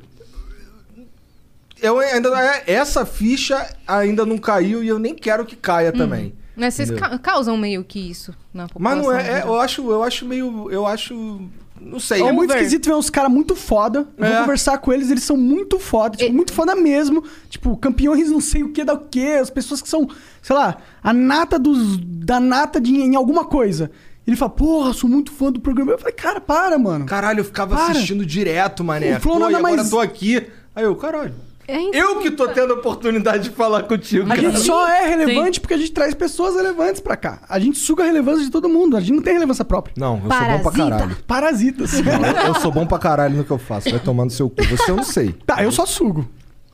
Eu ainda, é, essa ficha ainda não caiu e eu nem quero que caia também. Né, vocês Entendeu? ca- causam meio que isso na Mas população. né? não é, é- geral. eu acho, eu acho meio, eu acho, não sei. É muito esquisito ver uns caras muito foda. Eu É. Vou conversar com eles, eles são muito foda. Tipo, muito foda mesmo. Tipo, campeões não sei o que da o que. As pessoas que são, sei lá, a nata dos, da nata de, em alguma coisa. Ele fala, porra, sou muito fã do programa. Eu falei, cara, para, mano. Caralho, eu ficava assistindo direto, mané. O Flow Pô, nada e agora mais- tô aqui. Aí eu, caralho. É, então. eu que tô tendo a oportunidade de falar contigo. A gente cara. só é relevante porque a gente traz pessoas relevantes pra cá. A gente suga a relevância de todo mundo. A gente não tem relevância própria. Não, eu sou bom pra Parasita. caralho. Parasitas. Não, eu- eu sou bom pra caralho no que eu faço. Vai tomar no seu cu. Você eu não sei. Tá, eu só sugo.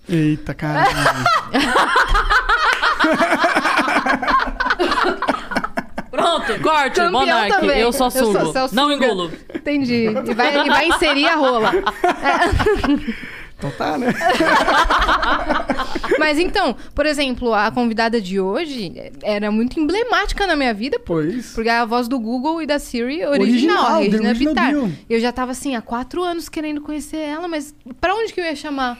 Eita, caralho. Pronto, corte, Campeão Monark. também. Eu só sugo. só Não suga. engulo. Entendi. E vai, e vai inserir a rola. É. Então tá, né? Mas então, por exemplo, a convidada de hoje é- era muito emblemática na minha vida. por- Porque é a voz do Google e da Siri original, a Original, Regina the original Bittar. Bill. Eu já tava assim, há quatro anos querendo conhecer ela, mas pra onde que eu ia chamar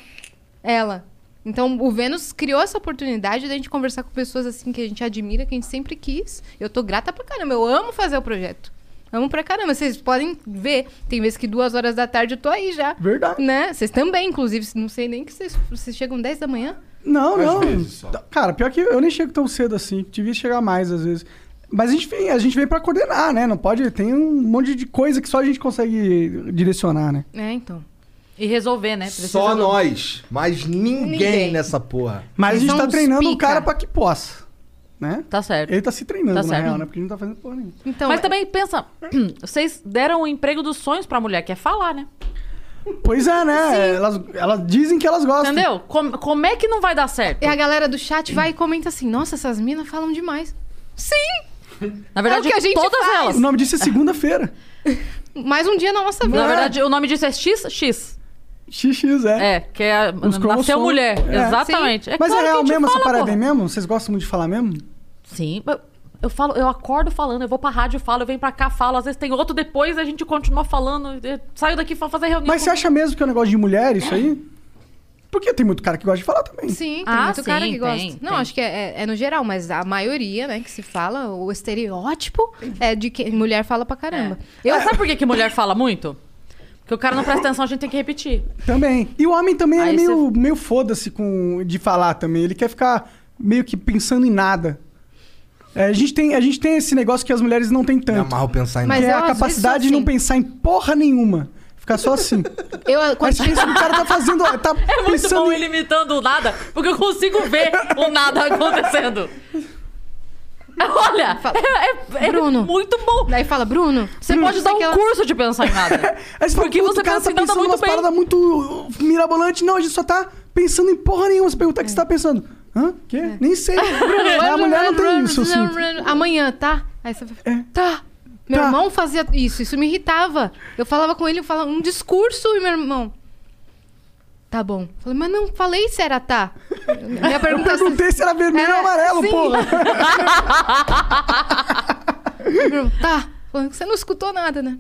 ela? Então, o Vênus criou essa oportunidade da gente conversar com pessoas assim que a gente admira, que a gente sempre quis. Eu tô grata pra caramba, eu amo fazer o projeto. Amo pra caramba. Vocês podem ver. Tem vezes que duas horas da tarde eu tô aí já. Verdade. Né? Vocês também, inclusive. Não sei nem que vocês, vocês chegam 10 da manhã. Não, Às não. Tá, vezes só. Cara, pior que eu nem chego tão cedo assim. Devia chegar mais às vezes. Mas a gente vem, a gente vem pra coordenar, né? Não pode. Tem um monte de coisa que só a gente consegue direcionar, né? É, então. E resolver, É, né? Precisa Só do- nós. Mas ninguém, Ninguém. nessa porra. Mas Eles a gente são tá uns treinando o pica. cara pra que possa. Né? Tá certo. Ele tá se treinando, Tá na certo. real, né? Porque a gente não tá fazendo porra nenhuma. Então, Mas também pensa, vocês deram o emprego dos sonhos pra mulher, que é falar, né? Pois é, né? Elas, elas dizem que elas gostam. Entendeu? Com- como é que não vai dar certo? E a galera do chat vai e comenta assim: Nossa, essas minas falam demais. Sim! Na verdade, É o que a gente todas faz. elas. O nome disso é segunda-feira. Mais um dia na nossa vida. Na verdade, o nome disso é XX. XX, é. É, que é a, Os cromos nasceu são- mulher. É. Exatamente. Mas claro é real que a gente mesmo essa fala, parada porra. aí mesmo? Vocês gostam muito de falar mesmo? Sim, mas eu falo, eu acordo falando, eu vou pra rádio, falo, eu venho pra cá, falo, às vezes tem outro depois, a gente continua falando, eu saio daqui pra fazer reunião. Mas você com- acha mesmo que é um negócio de mulher isso aí? Porque tem muito cara que gosta de falar também. Sim, tem Ah, muito cara sim, que gosta. tem, Não, tem. acho que é, é- é no geral, mas a maioria, né, que se fala, o estereótipo é de que mulher fala pra caramba. Eu, é? Mas sabe por que, que mulher fala muito? Porque o cara não presta atenção, a gente tem que repetir. Também. E o homem também Aí é meio, meio foda-se com, de falar também. Ele quer ficar meio que pensando em nada. É, a, gente tem, a gente tem esse negócio que as mulheres não têm Me tanto. amarro pensar em Mas que é eu, a às vezes, capacidade sou de não assim. pensar em porra nenhuma. Ficar só assim. eu, Mas quando- pensa que o cara tá fazendo. Tá É muito pensando bom em- ele imitando o nada, porque eu consigo ver o nada acontecendo. Olha, Fala. é, é- é Bruno. muito bom. Daí fala, Bruno, Você pode dar um aquela... curso de pensar em nada. Aí você fala, Porque "Puta, você o cara pensa tá em nada pensando muito umas bem. paradas muito uh, mirabolante. Não, a gente só tá pensando em porra nenhuma. Você pergunta o que você tá pensando. Hã? Quê? É. Nem sei. a é mulher não tem isso, assim. Amanhã, tá? Aí você vai. É. Tá. Meu Tá. irmão fazia isso, isso me irritava. Eu falava com ele, eu falava um discurso e meu irmão. Tá bom. Eu falei, mas não falei se era tá. Minha pergunta é Perguntei se era vermelho É, ou amarelo, sim. porra. se- tá. Falei, Você não escutou nada, né?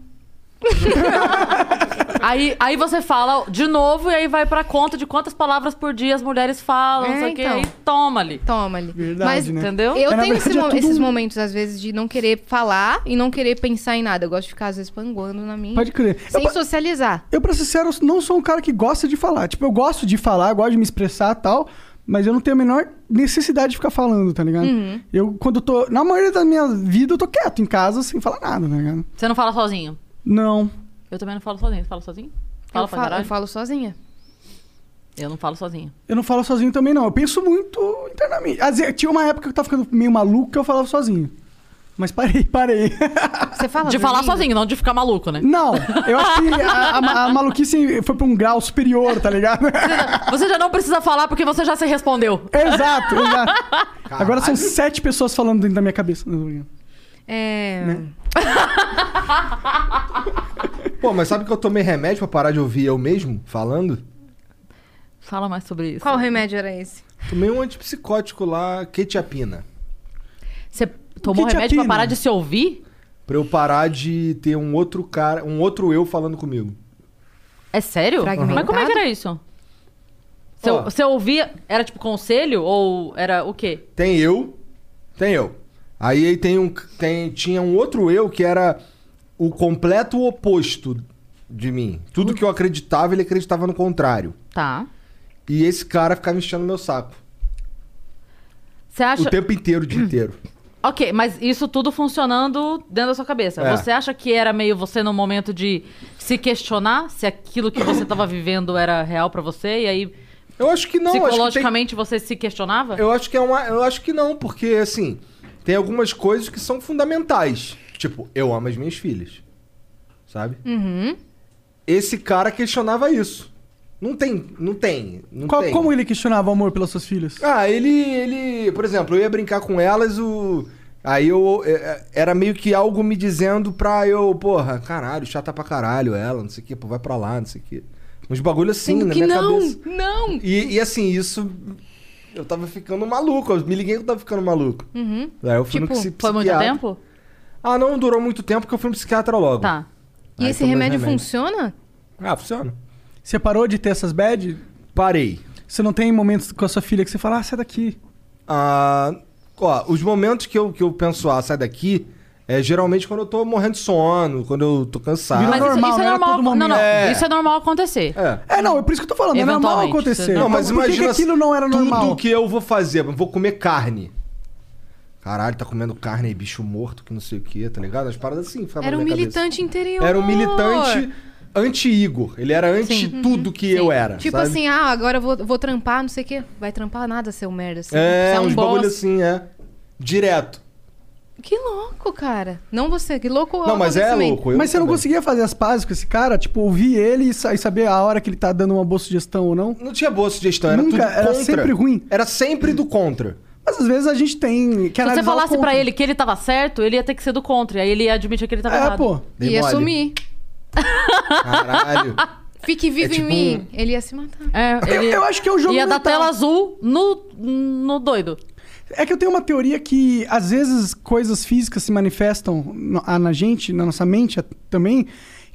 Aí, aí você fala de novo e aí vai pra conta de quantas palavras por dia as mulheres falam, É, não sei o quê, então. aí toma ali. Toma ali. Verdade, mas né? Entendeu? eu É, na tenho esse verdade, é mo- tudo esses um- momentos, às vezes, de não querer falar e não querer pensar em nada. Eu gosto de ficar, às vezes, panguando na minha. Pode crer. Eu, Sem socializar. eu, pra ser sincero, não sou um cara que gosta de falar. Tipo, eu gosto de falar, eu gosto de me expressar e tal. Mas eu não tenho a menor necessidade de ficar falando, tá ligado? Uhum. Eu, quando eu tô. Na maioria da minha vida, eu tô quieto em casa sem falar nada, tá ligado? Você não fala sozinho. Não. Eu também não falo sozinho. Você fala sozinho? Fala eu, pra falo, eu caralho? falo sozinha. Eu não falo sozinho. Eu não falo sozinho também, não. Eu penso muito internamente. Às vezes, tinha uma época que eu tava ficando meio maluco que eu falava sozinho. Mas parei, parei. Você fala De falar sozinho, não de ficar maluco, né? Não, eu acho que a, a ma- a maluquice foi pra um grau superior, tá ligado? Você já não precisa falar porque você já se respondeu. exato, exato. Agora são sete pessoas falando dentro da minha cabeça. Não, tô brincando. É. Né? Pô, mas sabe que eu tomei remédio pra parar de ouvir eu mesmo falando? Fala mais sobre isso. Qual remédio era esse? Tomei um antipsicótico lá, quetiapina. Você tomou Que te remédio pra apina? parar de se ouvir? Pra eu parar de ter um outro cara, um outro eu falando comigo. É sério? Fragmentado? Mas como é que era isso? Você, Ó. você ouvia, era tipo conselho ou era o quê? Tem eu, tem eu. Aí aí tem um, tem, tinha um outro eu que era o completo oposto de mim. Tudo que eu acreditava, ele acreditava no contrário. Tá. E esse cara ficava enchendo meu saco. Você acha. O tempo inteiro, o dia inteiro. Ok, mas isso tudo funcionando dentro da sua cabeça. É. Você acha que era meio você no momento de se questionar se aquilo que você tava vivendo era real pra você? E aí. Eu acho que não, acho que tem- Psicologicamente você se questionava? Eu acho que é uma. Eu acho que não, porque assim, tem algumas coisas que são fundamentais. Tipo, eu amo as minhas filhas. Sabe? Hum. Uhum. Esse cara questionava isso. Não tem, não tem, não Qual- tem. como ele questionava o amor pelas suas filhas? Ah, ele, ele, por exemplo, eu ia brincar com elas, o aí eu é, era meio que algo me dizendo pra eu, porra, caralho, chata pra caralho ela, não sei o que, pô, vai pra lá, não sei o que. Uns bagulho assim Sendo na que minha não, cabeça. não. E, e assim, isso eu tava ficando maluco, eu me liguei que eu tava ficando maluco. Uhum. Daí eu fui no Tipo, psi- foi muito psiquiatra. tempo? Ah, não durou muito tempo que eu fui no psiquiatra logo. Tá. E Aí esse tomei remédio, remédio. funciona? Ah, funciona. Você parou de ter essas bad? Parei. Você não tem momentos com a sua filha que você fala, ah, sai daqui. Ah, ó, os momentos que eu, que eu penso, ah, sai daqui, é geralmente quando eu tô morrendo de sono, quando eu tô cansado. mas isso- né? isso, é normal. Não, não. Isso é normal acontecer. É. não, é por isso que eu tô falando, é normal Eventualmente, acontecer. você- Não, mas Por que que imagina aquilo não era normal? Tudo que eu vou fazer, eu vou comer carne. Caralho, tá comendo carne aí, bicho morto, que não sei o que, tá ligado? As paradas assim, ficava Era na um minha cabeça. militante interior. Era um militante anti-Igor. Ele era anti Sim. tudo que eu era. Tipo sabe? assim, ah, agora eu vou, vou trampar, não sei o quê. Vai trampar nada, seu merda. Você É, é um uns assim. boss. bagulho assim, é. Direto. Que louco, cara. Não você, que louco. é eu é também. Mas você não conseguia fazer as pazes com esse cara? Tipo, ouvir ele e sa- e saber a hora que ele tá dando uma boa sugestão ou não? Não tinha boa sugestão, era Nunca, tudo era contra. sempre ruim. Era sempre do contra. Mas às vezes a gente tem que Se você analisar o falasse contra. pra ele que ele tava certo, ele ia ter que ser do contra. E aí ele ia admitir que ele tava É, errado. pô. Dei Ia mole. sumir. Caralho. Fique vivo É tipo em mim. Ele ia se matar. É, Eu- eu acho que é um jogo Ia dar mental. tela azul no, no doido. É que eu tenho uma teoria que às vezes coisas físicas se manifestam no- ah, na gente, na nossa mente ah, também,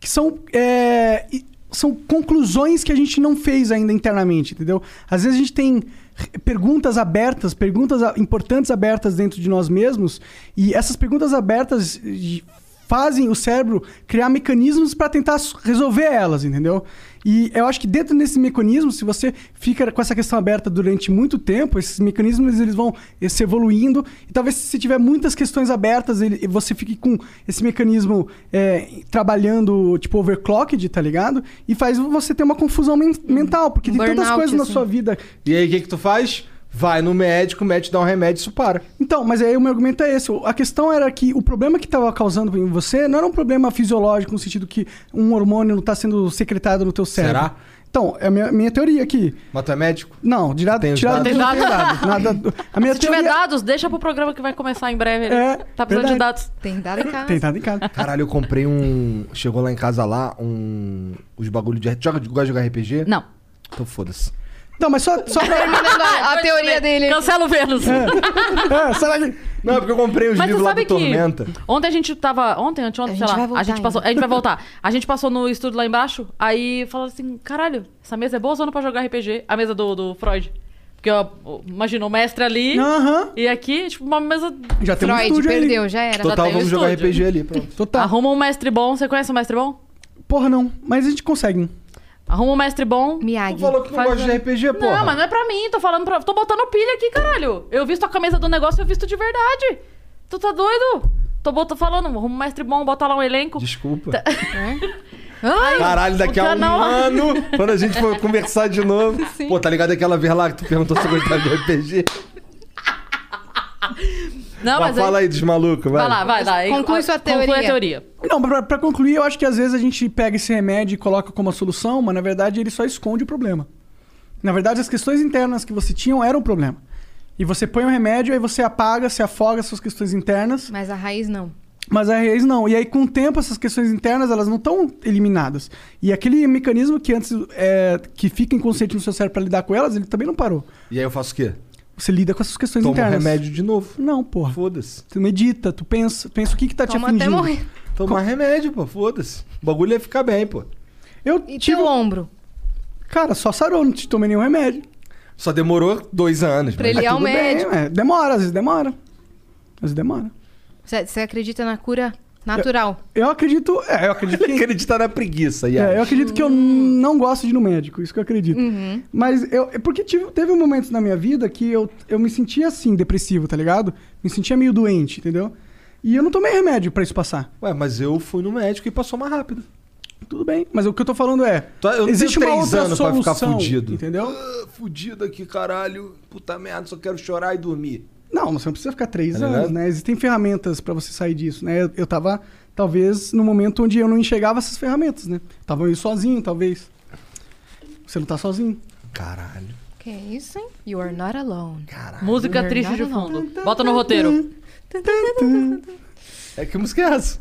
que são, é, e- são conclusões que a gente não fez ainda internamente, entendeu? Às vezes a gente tem re- perguntas abertas, perguntas a- importantes abertas dentro de nós mesmos, e essas perguntas abertas eh, fazem o cérebro criar mecanismos para tentar s- resolver elas, entendeu? E eu acho que dentro desse mecanismo, se você fica com essa questão aberta durante muito tempo, esses mecanismos eles vão eh, se evoluindo. E talvez se tiver muitas questões abertas, ele, e você fique com esse mecanismo eh, trabalhando tipo overclocked, tá ligado? E faz você ter uma confusão men- mental, porque tem tantas burnout, coisas na assim. sua vida E aí, o que, que tu faz? Vai no médico, o médico dá um remédio e isso para. então, mas aí o meu argumento é esse. A questão era que o problema que estava causando em você não era um problema fisiológico, no sentido que um hormônio não está sendo secretado no teu cérebro. Será? Então, é a minha, minha teoria aqui. Mas tu é médico? Não, de nada. Tem os tirado dados? do- não tenho nada. nada. A minha Se teoria... tiver dados, deixa pro programa que vai começar em breve. É, tá precisando de verdade. dados. Tem dado em casa. Tem nada em casa. Caralho, eu comprei um. Chegou lá em casa lá, um. Os bagulho de. Joga, gosta de jogar RPG? Não. Então foda-se. Não, Então, mas só, só pra... Terminando a, a teoria dele. Cancela o Vênus. É, será que... Não, é porque eu comprei os Mas livros você lá do sabe que tá Tormenta. ontem a gente tava. Ontem, anteontem, A sei gente lá. vai voltar né? a gente passou. ainda. A gente vai voltar. A gente passou no estúdio lá embaixo, aí falaram assim: caralho, essa mesa é boa zona pra jogar RPG. A mesa do, do Freud. Porque, ó, imagina, o mestre ali Aham. e aqui, tipo, uma mesa. Já tem um Freud estúdio aí. perdeu, já era. Total, tem o vamos jogar estúdio. RPG ali, pronto. Total. Arruma um mestre bom. Você conhece um mestre bom? Porra, não. Mas a gente consegue. Arruma um mestre bom. Tu Miyagi. falou que não Faz gosta de um- RPG, porra. Não, mas não é pra mim, tô falando pra. Tô botando pilha aqui, caralho. Eu visto a camisa do negócio, eu visto de verdade. Tu tá doido? Tô, bot- tô falando, arruma um mestre bom, bota lá um elenco. Desculpa. Ai, Caralho, daqui a um canal- ano, quando a gente for conversar de novo. Pô, tá ligado aquela vez lá que tu perguntou se eu gostava de RPG? Não, Vai, Ah, mas fala aí- aí dos malucos, vai. Vai lá, vai lá. Conclui E- sua Conclui a teoria. teoria. Não, pra, pra concluir, eu acho que às vezes a gente pega esse remédio e coloca como a solução, mas na verdade ele só esconde o problema. Na verdade, as questões internas que você tinha eram o problema. E você põe o remédio, aí você apaga, se afoga as suas questões internas. Mas a raiz não. Mas a raiz não. E aí, com o tempo, essas questões internas elas não estão eliminadas. E aquele mecanismo que antes é, que fica inconsciente no seu cérebro pra lidar com elas, ele também não parou. E aí eu faço o quê? Você lida com essas questões Toma o internas. remédio de novo. Não, porra. Foda-se. Tu medita, tu pensa, pensa o que que tá te afligindo. Tomar remédio, pô, foda-se. O bagulho ia ficar bem, pô. Eu um E teu ombro? Cara, só sarou, não te tomei nenhum remédio. Só demorou dois anos. Pra ele ir ao tudo bem, médico. é. demora, às vezes demora. Às vezes demora. Você você acredita na cura natural? Eu acredito. É, eu acredito. Ele acredita na preguiça, Iago. É, eu acredito que eu n- não gosto de ir no médico, isso que eu acredito. Uhum. Mas eu. é Porque tive, teve um momento na minha vida que eu, eu me sentia assim, depressivo, tá ligado? Me sentia meio doente, entendeu? E eu não tomei remédio pra isso passar. Ué, mas eu fui no médico e passou mais rápido. Tudo bem. Mas o que eu tô falando é. Tô- eu não existe tenho uma três outra anos pra solução, ficar fudido. Entendeu? Ah, fudido aqui, caralho. Puta merda, só quero chorar e dormir. Não, você não precisa ficar três Tá ligado? anos, né? Existem ferramentas pra você sair disso, né? Eu- Eu tava, talvez, no momento onde eu não enxergava essas ferramentas, né? Tava eu sozinho, talvez. Você não tá sozinho. Caralho. Que isso, hein? You are not alone. Música You're triste not de alone. fundo. Bota no roteiro. É que música é essa?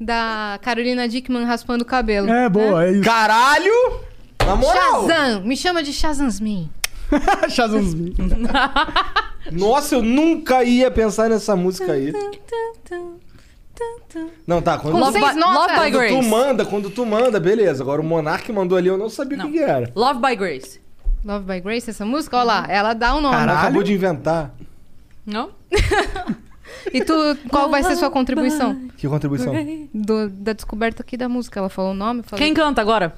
Da Carolina Dickman raspando o cabelo. Né? É, boa, é isso. Caralho! Na moral! Shazam! Me chama de Shazamsmin. Shazamzinho. Nossa, eu nunca ia pensar nessa música aí. Não, tá. Quando, Com quando seis by- notas. Love by Grace. tu manda, quando tu manda, beleza. Agora o Monark mandou ali, eu não sabia o que, que era. Love by Grace. Love by Grace, essa música? Olha lá, ela dá o nome. Caralho. Ah, Acabou de inventar. Não? E tu, qual vai ser sua contribuição? Que contribuição. Do- da descoberta aqui da música. Ela falou o nome? eu Falei... Quem canta agora?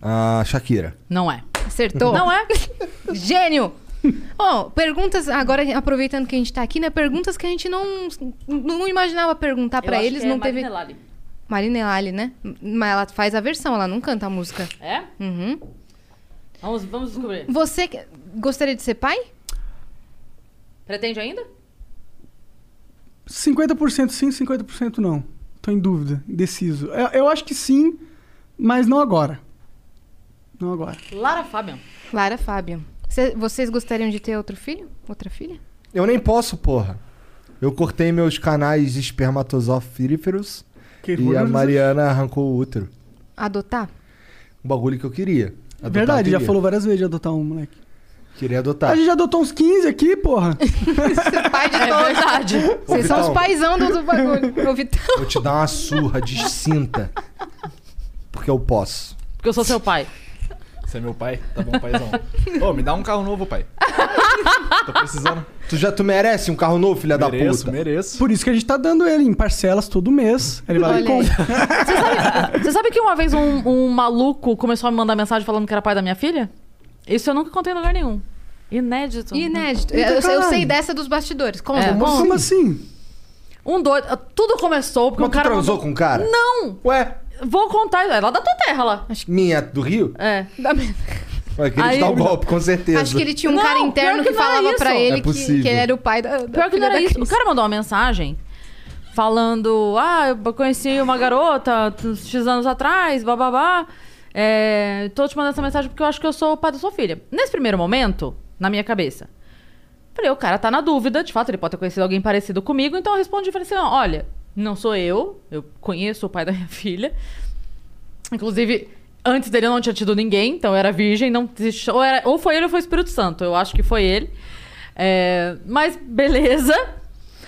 Ah, Shakira. Não é. Acertou. Não é? Gênio! Ó, perguntas, agora aproveitando que a gente tá aqui, né? Perguntas que a gente não, não imaginava perguntar pra eles, é não teve. Marina Elali, né? Mas ela faz a versão, ela não canta a música. É? Uhum. Vamos, vamos descobrir. Você que- gostaria de ser pai? Pretende ainda? 50% sim, 50% não. Tô em dúvida, indeciso. Eu, eu acho que sim, mas não agora. Não agora. Lara Fabian. Lara Fábio. Cê- vocês gostariam de ter outro filho? Outra filha? Eu nem posso, porra. Eu cortei meus canais espermatozofíferos Que e a horror. Mariana arrancou o útero. Adotar? Um bagulho que eu queria. Adotar, Verdade, eu já queria. falou várias vezes de adotar um moleque. Queria adotar. A gente já adotou uns 15 aqui, porra. Pai de É todos. verdade. Vocês são os Vitão. paizão do, do bagulho. Ô, Vitão. Vou te dar uma surra de cinta. Porque eu posso. Porque eu sou seu pai. Você é meu pai? Tá bom, paizão. Ô, me dá um carro novo, pai. Tô precisando. Tu já tu merece um carro novo, filha mereço, da puta? mereço. Por isso que a gente tá dando ele em parcelas todo mês. Ele vai lá e Olha aí. compra. Você sabe que uma vez um, um maluco começou a me mandar mensagem falando que era pai da minha filha? Isso eu nunca contei em lugar nenhum. Inédito. Inédito. Eita, Eu, eu caralho. sei dessa dos bastidores. Conta, É. conta. Como assim? Um doido. Tudo começou porque Mas o tu um cara. transou mandou- com o cara? Não! Ué, Vou contar. É lá da tua terra lá. minha do Rio? É. Dá medo. Ué, queria Aí- te dar um golpe, com certeza. Acho que ele tinha um Não, cara pior interno que que, não era falava isso. pra É ele que, possível. que ele era o pai da. da Pior que filha não era da isso. O Cris. cara mandou uma mensagem falando: Ah, eu conheci uma garota uns X anos atrás, bababá. É, tô te mandando essa mensagem porque eu acho que eu sou o pai da sua filha. Nesse primeiro momento, na minha cabeça, falei: O cara tá na dúvida, de fato, ele pode ter conhecido alguém parecido comigo. Então eu respondi e falei assim: "Não, Olha, não sou eu, eu conheço o pai da minha filha. Inclusive, antes dele eu não tinha tido ninguém, então eu era virgem, não existe- ou, era- ou foi ele ou foi o Espírito Santo. Eu acho que foi ele. É, mas beleza.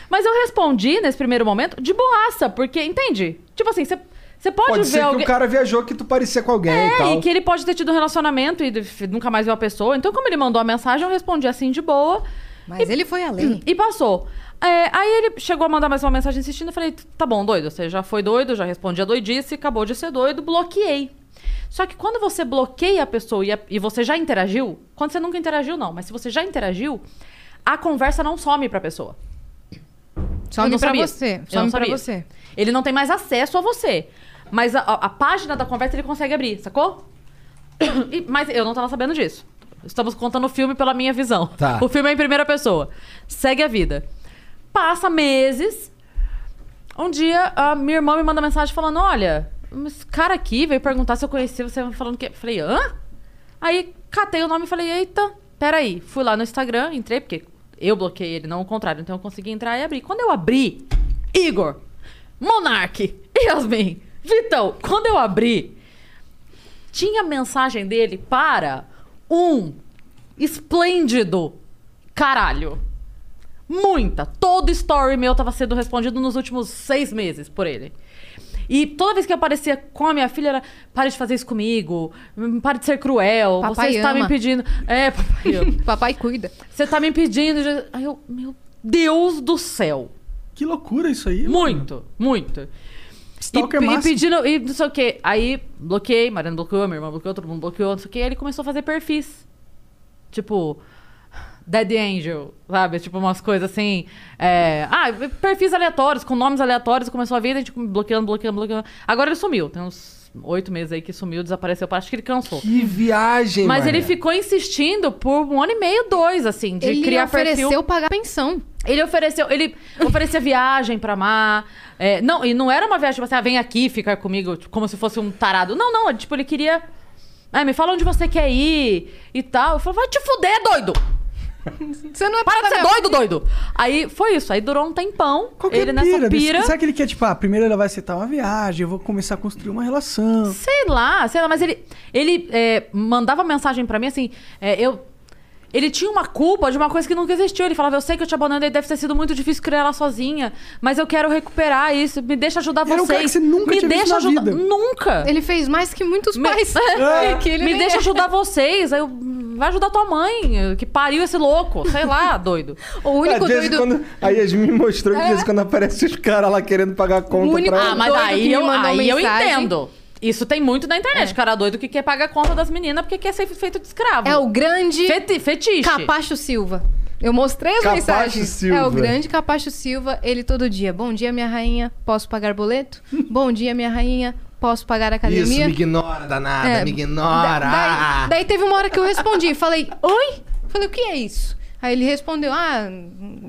Mas eu respondi nesse primeiro momento de boaça, porque, entende? Tipo assim, você você pode, Pode ver ser que alguém. o cara viajou que tu parecia com alguém e É, tal. e que ele pode ter tido um relacionamento e de- nunca mais viu a pessoa. Então, como ele mandou a mensagem, eu respondi assim de boa. Mas ele foi além. E passou. É, aí ele chegou a mandar mais uma mensagem insistindo. Eu falei, tá bom, doido. Você já foi doido, já respondi a doidice, acabou de ser doido, bloqueei. Só que quando você bloqueia a pessoa e, a- e você já interagiu, quando você nunca interagiu, não, mas se você já interagiu, a conversa não some pra pessoa. Some Eu não pra sabia. Eu você. não Some pra sabia. você. Ele não tem mais acesso a você. Mas a, a- a página da conversa ele consegue abrir, sacou? E- mas eu não tava sabendo disso. Estamos contando o filme pela minha visão. Tá. O filme é em primeira pessoa. Segue a vida. Passa meses. Um dia, a minha irmã me manda mensagem falando: Olha, esse cara aqui veio perguntar se eu conhecia você falando que. Falei, hã? Aí catei o nome e falei: Eita, peraí. Fui lá no Instagram, entrei, porque eu bloqueei ele, não o contrário. Então eu consegui entrar e abrir. Quando eu abri, Igor, Monark, Yasmin, Vitão, quando eu abri, tinha mensagem dele para um esplêndido caralho. Muita. Todo story meu tava sendo respondido nos últimos seis meses por ele. E toda vez que eu aparecia com a minha filha, era pare de fazer isso comigo, pare de ser cruel, Papai você está me ama." impedindo. É, papai ama. Papai cuida. Você tá me impedindo. de- Aí eu, meu Deus do céu. Que loucura isso aí. Muito, muito. né? Stalker e, e máximo. pedindo, e não sei o quê. Aí bloqueei, Mariana bloqueou, minha irmã bloqueou, todo mundo bloqueou, não sei o quê. Aí ele começou a fazer perfis. Tipo, Dead Angel, sabe? Tipo, umas coisas assim. é, Ah, perfis aleatórios, com nomes aleatórios. Começou a vida, a gente bloqueando, bloqueando, bloqueando. Agora ele sumiu. Tem uns oito meses aí que sumiu, desapareceu. Acho que ele cansou. Que viagem, Mas mané. ele ficou insistindo por um ano e meio, dois, assim, de Ele criar ofereceu perfil. pagar pensão. Ele ofereceu, ele oferecia viagem pra Mar. É, não, e não era uma viagem tipo assim, ah, vem aqui ficar comigo, tipo, como se fosse um tarado. Não, não, ele, tipo, ele queria. Ah, me fala onde você quer ir e tal. Eu falei, vai te fuder, doido! Você não é Para de ser pagar- doido, doido! Aí foi isso, aí durou um tempão. ele nessa bicho? pira. Será que ele quer, tipo, ah, primeiro ela vai aceitar uma viagem, eu vou começar a construir uma relação. Sei lá, sei lá, mas ele, ele é, mandava mensagem pra mim assim, é, eu. Ele tinha uma culpa de uma coisa que nunca existiu. Ele falava, eu sei que eu te abandonei, deve ter sido muito difícil criar ela sozinha, mas eu quero recuperar isso, me deixa ajudar Era um vocês. cara que você nunca me tinha visto deixa na ajudar. vida. Nunca. Ele fez mais que muitos Me- pais. É. Que ele me nem deixa é. ajudar vocês. Aí eu, vai ajudar tua mãe, que pariu esse louco. Sei lá, doido. O Às vezes quando- a Yasmin mostrou que de É. vez em quando aparece os caras lá querendo pagar a conta pra Ah, mas Doido que aí me eu, mandou aí eu mensagem. entendo. Isso tem muito na internet. Cara doido que quer pagar a conta das meninas porque quer ser feito de escravo. É o grande Feti fetiche. Capacho Silva. Eu mostrei as Capacho mensagens. Silva. É o grande Capacho Silva, ele todo dia. Bom dia, minha rainha. Posso pagar boleto? Bom dia, minha rainha. Posso pagar academia? Isso, me ignora, danada, É, me ignora. Ah. da- daí, daí teve uma hora que eu respondi, falei, oi? Falei, o que é isso? Aí ele respondeu, ah,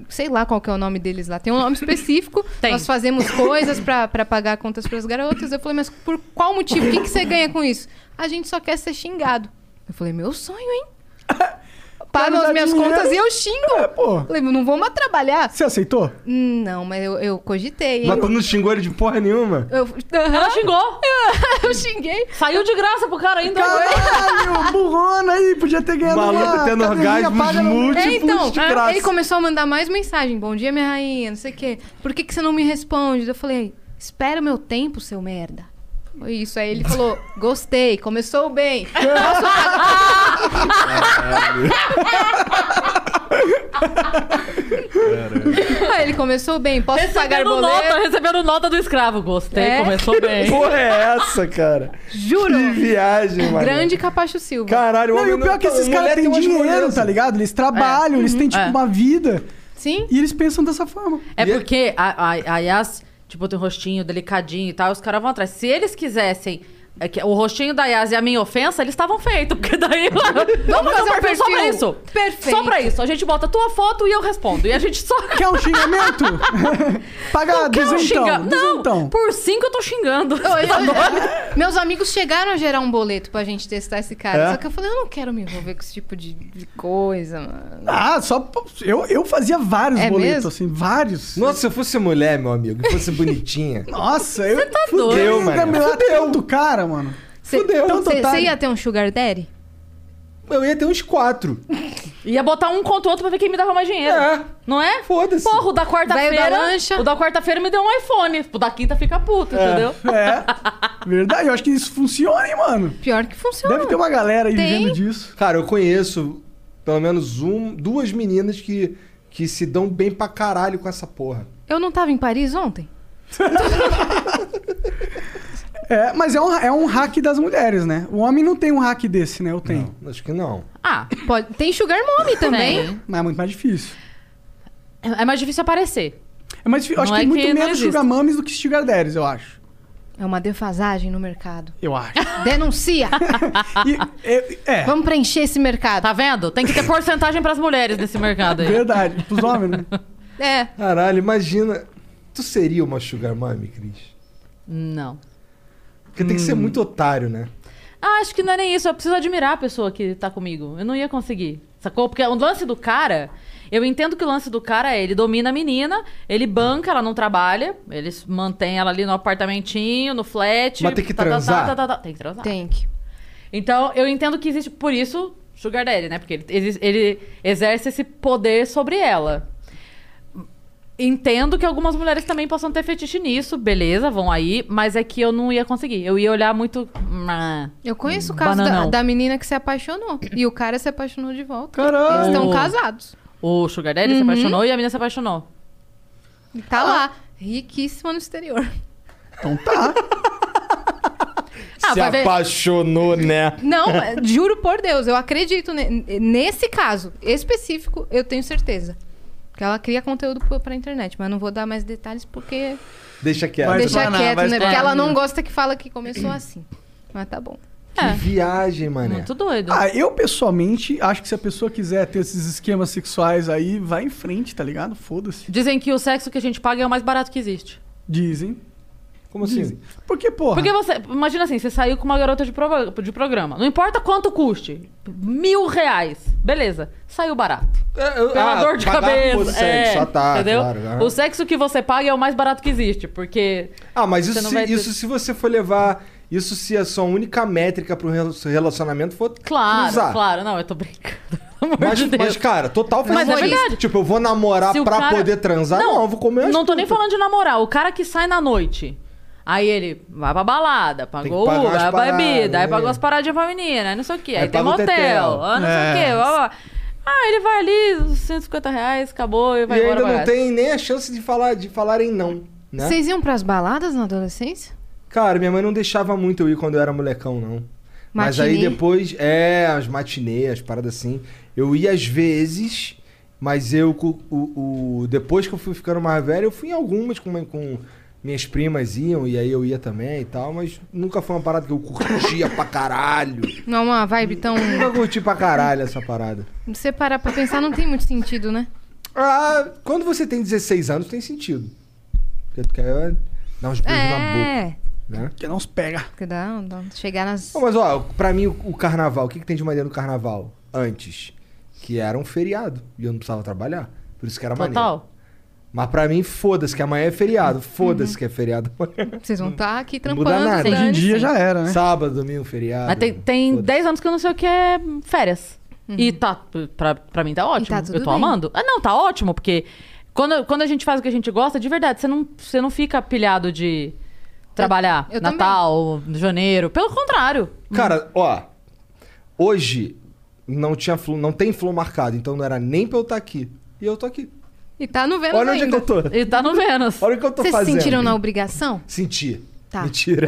sei lá qual que é o nome deles lá. Tem um nome específico. Nós fazemos coisas pra pra pagar contas pras garotas. Eu falei, mas por qual motivo? O que, que você ganha com isso? A gente só quer ser xingado. Eu falei, meu sonho, hein? Pagam as Quero dar minhas dinheiro. contas e eu xingo. É, pô. Falei, não vou mais trabalhar. Você aceitou? Hum, Não, mas eu, eu cogitei, hein? Mas tu não xingou ele de porra nenhuma? Eu, Ela xingou. eu xinguei. Saiu de graça pro cara ainda. Caralho, Ah, burrona aí, podia ter ganhado Maluco uma tendo cadeirinha orgasmos paga no- múltiplos É, então, ele começou a mandar mais mensagem. Bom dia, minha rainha, não sei o quê. Por que, que você não me responde? Eu falei, espera o meu tempo, seu merda. Foi isso. Aí ele falou, gostei, começou bem. Posso pagar- Aí ele começou bem, posso pagar Recebendo boleto? nota, recebendo nota do escravo. Gostei, É? começou bem. Porra é essa, cara? Juro. Que viagem, mano. Grande Capacho Silva. Caralho, Não, e o pior é tá- que esses caras têm dinheiro, tá ligado? Eles trabalham, É. eles têm, tipo, É. uma vida. Sim. E eles pensam dessa forma. É porque a, a, a Yas, tipo, tem um rostinho delicadinho e tal, os caras vão atrás. Se eles quisessem é, que o rostinho da Yas e a minha ofensa, eles estavam feitos. Porque daí. Vamos fazer um perfil só pra isso. Perfeito. Só pra isso. A gente bota a tua foto e eu respondo. E a gente só. Quer um xingamento? Paga Não quer um xinga- duzentão, Não, por cinco eu tô xingando. Eu- eu- meus amigos chegaram a gerar um boleto pra gente testar esse cara. É? Só que eu falei, eu não quero me envolver com esse tipo de, de coisa, mano. Ah, só. Eu, eu fazia vários É boletos, mesmo? assim, vários. Nossa, se eu fosse mulher, meu amigo, se fosse bonitinha. Nossa, eu. Você tá doido. Eu me lá Fudeu. tanto é cara, mano. Fudeu, tanto Você otário. ia ter um sugar daddy? Eu ia ter uns quatro. Ia botar um contra o outro pra ver quem me dava mais dinheiro. Não é? Foda-se. Porra, o da Veio da quarta-feira. lancha. O da quarta-feira me deu um iPhone. O da quinta fica puto, É, entendeu? É. Verdade, eu acho que isso funciona, hein, mano. Pior que funciona. Deve ter uma galera aí Então, Tem. vivendo disso. Cara, eu conheço pelo menos um, duas meninas que, que se dão bem pra caralho com essa porra. Eu não tava em Paris ontem? É, mas é um, é um hack das mulheres, né? O homem não tem um hack desse, né? Eu tenho. acho que não. Ah, pode. Tem sugar mommy também. Mas é muito mais difícil. É mais difícil aparecer. É mais difícil. Eu acho Não é que tem muito que não menos exista. sugar mames do que sugar daddies, eu acho. É uma defasagem no mercado. Eu acho. Denuncia! é. Vamos preencher esse mercado. Tá vendo? Tem que ter porcentagem pras mulheres nesse mercado aí. Verdade, pros homens, né? É. Caralho, imagina. Tu seria uma Sugar Mami, Cris? Não. Porque tem que Hum. ser muito otário, né? Ah, acho que não é nem isso. Eu preciso admirar a pessoa que tá comigo. Eu não ia conseguir. Sacou? Porque o lance do cara. Eu entendo que o lance do cara é ele domina a menina, ele banca, ela não trabalha, ele mantém ela ali no apartamentinho, no flat. Mas tem que tá, tá, tá, transar? tá, tá, tá. Tem que transar. Tem que. Então, eu entendo que existe, por isso, Sugar Daddy, né? Porque ele, exi- ele exerce esse poder sobre ela. Entendo que algumas mulheres também possam ter fetiche nisso, beleza, vão aí, mas é que eu não ia conseguir. Eu ia olhar muito. Eu conheço o caso da, Bananão. da menina que se apaixonou. E o cara se apaixonou de volta. Caralho! Eles estão casados. O Sugar Daddy se Uhum. apaixonou e a menina se apaixonou. E Tá lá. Riquíssima no exterior. Ah, Ah, Se vai ver. apaixonou, né? Não, é, juro por Deus, eu acredito ne- nesse caso específico, eu tenho certeza. Que ela cria conteúdo pro- pra internet, mas não vou dar mais detalhes porque Deixa quieto. deixa quieto, né? Porque ela não gosta. gosta que fala que começou assim. Mas tá bom. É. Viagem, mané. Muito É doido. Ah, eu pessoalmente acho que se a pessoa quiser ter esses esquemas sexuais aí, vai em frente, tá ligado? Foda-se. Dizem que o sexo que a gente paga é o mais barato que existe. Dizem. Como assim? Porque, porra. Porque você. Imagina assim, você saiu com uma garota de, prova- de programa. Não importa quanto custe. Mil reais. Beleza. Saiu barato. eu- Pela é, ah, dor de pagar por cabeça. sexo, é, ah, tá, entendeu? claro, ah. O sexo que você paga é o mais barato que existe, porque. Ah, mas você isso, não se, vai ter- isso se você for levar. Isso se a sua única métrica pro rel- relacionamento for Claro, transar. claro. Não, eu tô brincando. Mas, de Deus. mas, cara, total faz Mas é sentido. verdade. Tipo, eu vou namorar Se o pra cara- poder transar? Não, eu vou comer Não tô as nem putas. falando de namorar. O cara que sai na noite. Aí ele vai pra balada, pagou pagar o as Uber, a paradas, bebida, é. aí pagou as paradinhas pra menina, aí não sei o quê. Aí, Aí tem paga o motel, tetel. ah, não sei o É. quê. Blá, blá, blá. Ah, ele vai ali, uns 150 reais, acabou, e vai E embora. ainda pra não casa. tem nem a chance de, falar, de falarem não. Né? Vocês iam pras baladas na adolescência? Cara, minha mãe não deixava muito eu ir quando eu era molecão, não. Mas aí Matinê? depois, é, as matinês, as paradas assim. Eu ia às vezes, mas eu, co- o, o- depois que eu fui ficando mais velho, eu fui em algumas com, com minhas primas iam, e aí eu ia também e tal, mas nunca foi uma parada que eu curtia pra caralho. Não é uma vibe tão. Nunca curti pra caralho essa parada. Se você parar pra pensar, não tem muito sentido, né? Ah, quando você tem 16 anos, tem sentido. Porque tu quer dar uns beijos na É. boca, né? Que não se pega. Que dá, dá- um Chegar nas. Não, mas ó, pra mim o, o carnaval, o que, que tem de maneiro no carnaval? Antes. Que era um feriado. E eu não precisava trabalhar. Por isso que era maneiro. Total. Mas pra mim, foda-se que amanhã é feriado. Foda-se que é feriado. Vocês vão estar aqui Não muda trampando. nada. dane-se. era, né? Sábado, domingo, feriado. Mas tem, tem 10 anos que eu não sei o que é férias. E tá, pra, pra mim tá ótimo. Uhum. tudo eu tô bem. amando. Ah, não, tá ótimo, porque quando, quando a gente faz o que a gente gosta, de verdade, você não, você não fica pilhado de trabalhar eu também. Natal, janeiro. Pelo contrário. Cara, ó. Hoje não, tinha flu, não tem flow marcado, então não era nem pra eu estar aqui. E eu tô aqui. E tá no Vênus Olha onde é que ainda. eu tô. E tá no Vênus. Olha o que eu tô Vocês se fazendo. sentiram na obrigação? Senti. Tá. Mentira.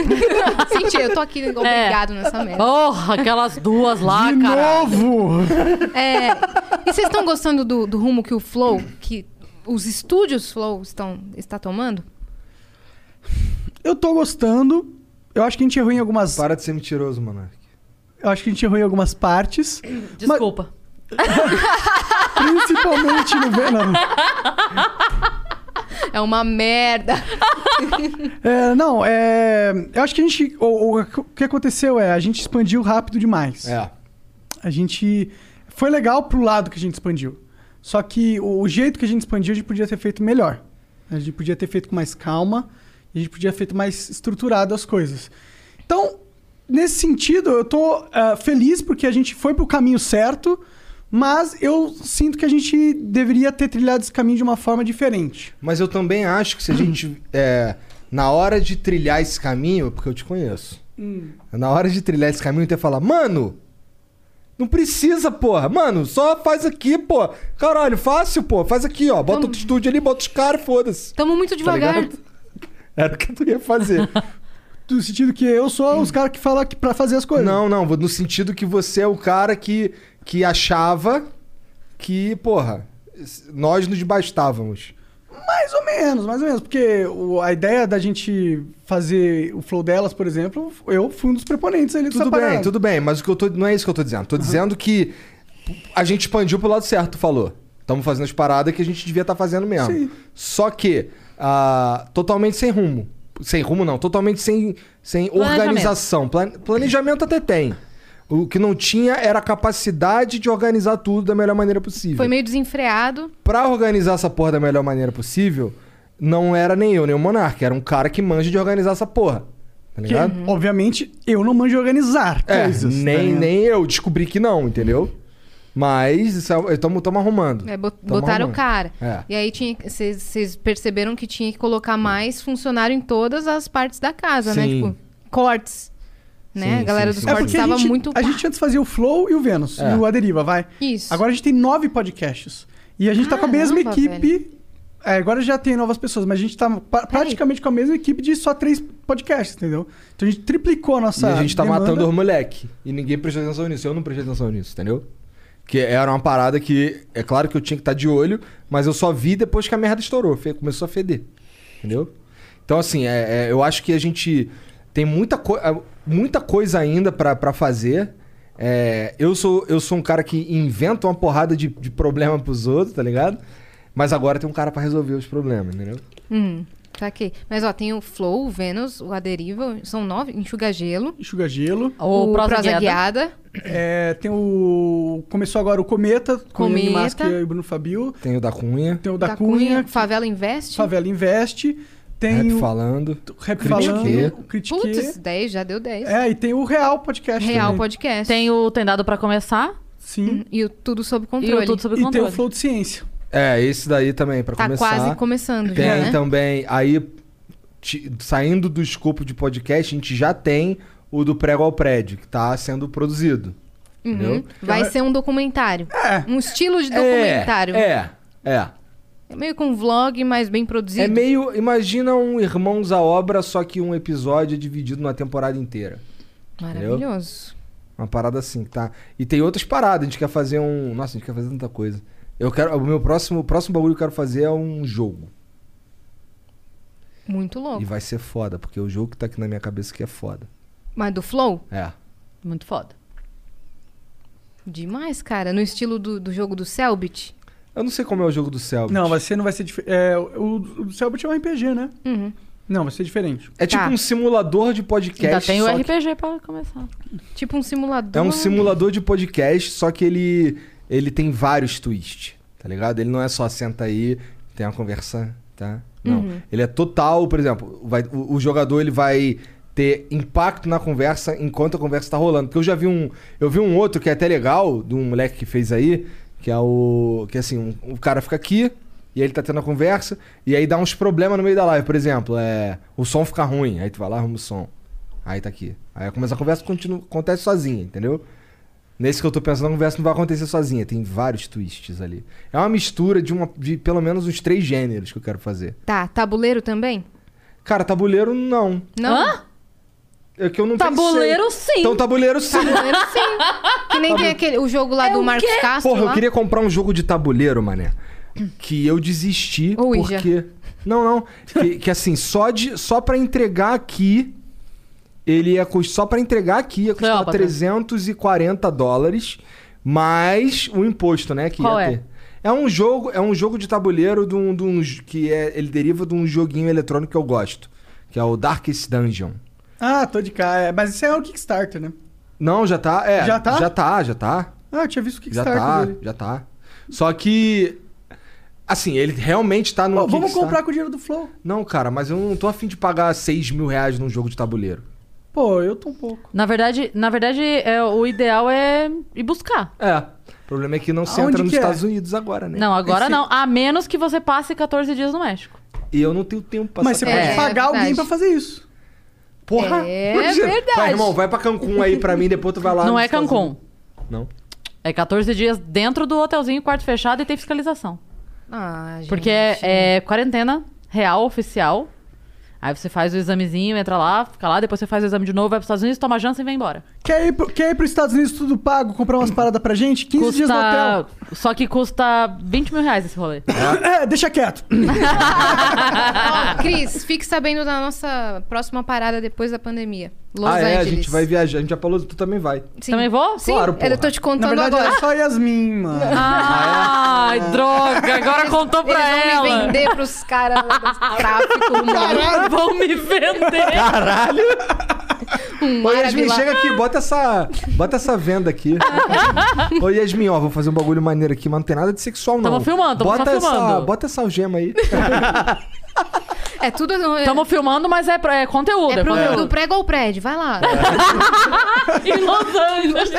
Senti, eu tô É. aqui obrigado nessa merda. Porra, aquelas duas lá, cara. Novo! É, e vocês estão gostando do, do rumo que o Flow, que os estúdios Flow estão, está tomando? Eu tô gostando. Eu acho que a gente errou em algumas. Para de ser mentiroso, mano. Eu acho que a gente errou em algumas partes. Desculpa. Principalmente no verão. É uma merda. É, não, é. Eu acho que a gente. O, o- o que aconteceu é, a gente expandiu rápido demais. É. A gente. Foi legal pro lado que a gente expandiu. Só que o, o jeito que a gente expandiu, a gente podia ter feito melhor. A gente podia ter feito com mais calma, a gente podia ter feito mais estruturado as coisas. Então, nesse sentido, eu tô ah, feliz porque a gente foi pro caminho certo, mas eu sinto que a gente deveria ter trilhado esse caminho de uma forma diferente. Mas eu também acho que se a gente. é, na hora de trilhar esse caminho, porque eu te conheço. Na hora de trilhar esse caminho, tu ia falar, mano, não precisa, porra. Mano, só faz aqui, pô. Caralho, fácil, pô. Faz aqui, ó. Bota outro estúdio ali, bota os caras, foda-se. Tamo muito Tá devagar. ligado? Era o que tu ia fazer. No sentido que eu sou os caras que falam que pra fazer as coisas. não, não, no sentido que você é o cara que, que achava que, porra, nós nos bastávamos. Mais ou menos, mais ou menos. Porque o- a ideia da gente fazer o flow delas, por exemplo, eu fui um dos proponentes ali Tudo bem, tudo bem, mas o que eu tô, não é isso que eu tô dizendo. Tô dizendo que a gente expandiu pro lado certo, tu falou. Estamos fazendo as paradas que a gente devia estar fazendo mesmo. Sim. Só que ah, totalmente sem rumo. Sem rumo não, totalmente sem, sem Planejamento. organização. Plan- planejamento até tem. O que não tinha era a capacidade de organizar tudo da melhor maneira possível. Foi meio desenfreado. Pra organizar essa porra da melhor maneira possível, não era nem eu, nem o Monark. Era um cara que manja de organizar essa porra. Tá Que, ligado? Uhum. obviamente, eu não manjo organizar É, coisas. tá nem, ligado? nem eu descobri que não, entendeu? Mas estamos arrumando. É, bot- Tamo botaram o arrumando. cara. É. E aí tinha que- vocês vocês perceberam que tinha que colocar mais funcionário em todas as partes da casa, né? Sim. Tipo, cortes. Né? a galera dos É cortes porque a estava gente, muito. A gente antes fazia o Flow e o Vênus, É. e o A Deriva, vai. Isso. Agora a gente tem nove podcasts. E a gente tá com a mesma Caramba, equipe. É, agora já tem novas pessoas, mas a gente tá pra- praticamente com a mesma equipe de só três podcasts, entendeu? Então a gente triplicou a E nossa. a gente tá demanda. matando os moleque. E ninguém prestou atenção nisso. Eu não prestei atenção nisso, entendeu? Que era uma parada que, é claro que eu tinha que estar de olho, mas eu só vi depois que a merda estourou. fe- Começou a feder. Entendeu? Então, assim, é- é, eu acho que a gente tem muita, co- é, muita coisa ainda pra pra fazer. É, eu, sou, eu sou um cara que inventa uma porrada de, de problema pros outros, tá ligado? Mas agora tem um cara pra resolver os problemas, entendeu? Hum, saquei. Mas ó, tem o Flow, o Vênus, o Aderiva, são nove. Enxuga Gelo. Enxuga Gelo. O, Prosa, Guiada. É, tem o. Começou agora o Cometa, com o Cometa. Masca e o Bruno Fabio. Tem o da Cunha. Tem o da, Cunha, Favela Investe. Favela Investe. Tem Rap o falando. Rap Critiquei. falando. O Critique. Putz, 10, já deu 10. É, e tem o Real Podcast. Real também. Podcast. Tem o Tem Dado Pra Começar. Sim. E o Tudo Sob E Controle. o Tudo Sob E tem Controle. o Flow de Ciência. É, esse daí também, pra Tá começar. quase começando Tem então, já, né? também, aí, ti- saindo do escopo de podcast, a gente já tem o do Prego ao Prédio, que tá sendo produzido. Uhum. Entendeu? Vai ser um documentário. Um estilo de documentário. É, é. É meio com um vlog, mas bem produzido. É meio, imagina um Irmãos à Obra, só que um episódio é dividido numa temporada inteira. Entendeu? Maravilhoso. Uma parada assim, tá? E tem outras paradas, a gente quer fazer um... Nossa, a gente quer fazer tanta coisa. Eu quero, o meu próximo, o próximo bagulho que eu quero fazer é um jogo. Muito louco. E vai ser foda, porque o jogo que tá aqui na minha cabeça que é foda. Mas do Flow, É. muito foda. Demais, cara. No estilo do, do jogo do Selbit. Eu não sei como é o jogo do Selbit. Não, você não vai ser diferente. É, o, o do Selbit é um RPG, né? Uhum. Não, vai ser diferente. É tipo um simulador de podcast. Tá. Ainda tem o só que- RPG pra começar. Tipo um simulador. É um simulador de podcast, só que ele, ele tem vários twists, tá ligado? Ele não é só senta aí, tem uma conversa, tá? Não. Uhum. Ele é total, por exemplo, vai- o, o jogador ele vai ter impacto na conversa enquanto a conversa tá rolando. Porque eu já vi um, eu vi um outro que é até legal, de um moleque que fez aí, que é o que assim, um- o cara fica aqui e aí ele tá tendo a conversa e aí dá uns problemas no meio da live, por exemplo, é o som fica ruim, aí tu vai lá arruma o som. Aí tá aqui. Aí começa a conversa continua, acontece sozinha, entendeu? Nesse que eu tô pensando, a conversa não vai acontecer sozinha. Tem vários twists ali. É uma mistura de, uma, de pelo menos uns três gêneros que eu quero fazer. Tá, tabuleiro também? Cara, tabuleiro não. Não? É que eu não Tabuleiro, pensei. Tá sim. Então tá. tabuleiro sim. Tabuleiro sim. Que nem tem aquele, o jogo É lá do um Marcos Castro. Porra, Ah, lá. eu queria comprar um jogo de tabuleiro, mané. Que eu desisti Ou Ouija. porque... Não, não. Que, que assim, só, de, só pra entregar aqui... Ele ia custar... Só pra entregar aqui ia custar Cleópatra. 340 dólares. Mais o imposto, né? Que Qual ia é? ter. É um jogo, é um jogo de tabuleiro de um, de um j- que é, ele deriva de um joguinho eletrônico que eu gosto, que é o Darkest Dungeon. Ah, tô de cá. É, mas isso é o Kickstarter, né? Não, já tá, é, Já tá? já tá, já tá. Ah, eu tinha visto o Já Kickstarter tá, dele. já tá. Só que assim, ele realmente tá no Pô, vamos comprar com o dinheiro do Flow. Não, cara, mas eu não tô afim de pagar 6 mil reais num jogo de tabuleiro. Pô, eu tô um pouco. Na verdade, na verdade é, o ideal é ir buscar. É. O problema é que não se Aonde entra nos que é? Estados Unidos agora, né? Não, agora Esse- não. A menos que você passe 14 dias no México. E eu não tenho tempo pra Mas você sacar pode isso. pagar alguém pra fazer isso. Porra! É imagina. Vai, verdade. irmão, vai pra Cancún aí pra mim, depois tu vai lá. Não nos é Estados Cancún. Unidos. Não. É 14 dias dentro do hotelzinho, quarto fechado e tem fiscalização. Ah, gente. é- Porque é, é quarentena real, oficial. Aí você faz o examezinho, entra lá, fica lá, depois você faz o exame de novo, vai pros Estados Unidos, toma a Janssen e vem embora. Quer ir, pro- quer ir pros Estados Unidos tudo pago, comprar umas paradas pra gente? 15 dias no hotel. Só que custa 20 mil reais esse rolê. Ah. É, deixa quieto. Ó, Cris, fique sabendo da nossa próxima parada depois da pandemia. Los ah, Angeles. é, a gente vai viajar. A gente já falou, tu também vai. Sim. Também vou? Sim, Claro, eu porra. tô te contando Na verdade, Então agora. era só a Yasmin, mano. Ah. Ai, droga, agora contou pra Ah, é. Eles ela. vão me vender pros caras lá do tráfico humano. Caralho, vão me vender. Caralho! Um Ô, árabe Yasmin, lá. chega aqui, bota essa, bota essa venda aqui. Ô, Yasmin, ó, vou fazer um bagulho maneiro aqui, mas não tem nada de sexual, não. Tamo filmando, tamo bota só Essa, filmando. bota essa algema aí. É tudo. Estamos filmando, mas é, pra- é conteúdo. É É, pro do conteúdo. prego ao prédio, vai lá. É. em Los Angeles.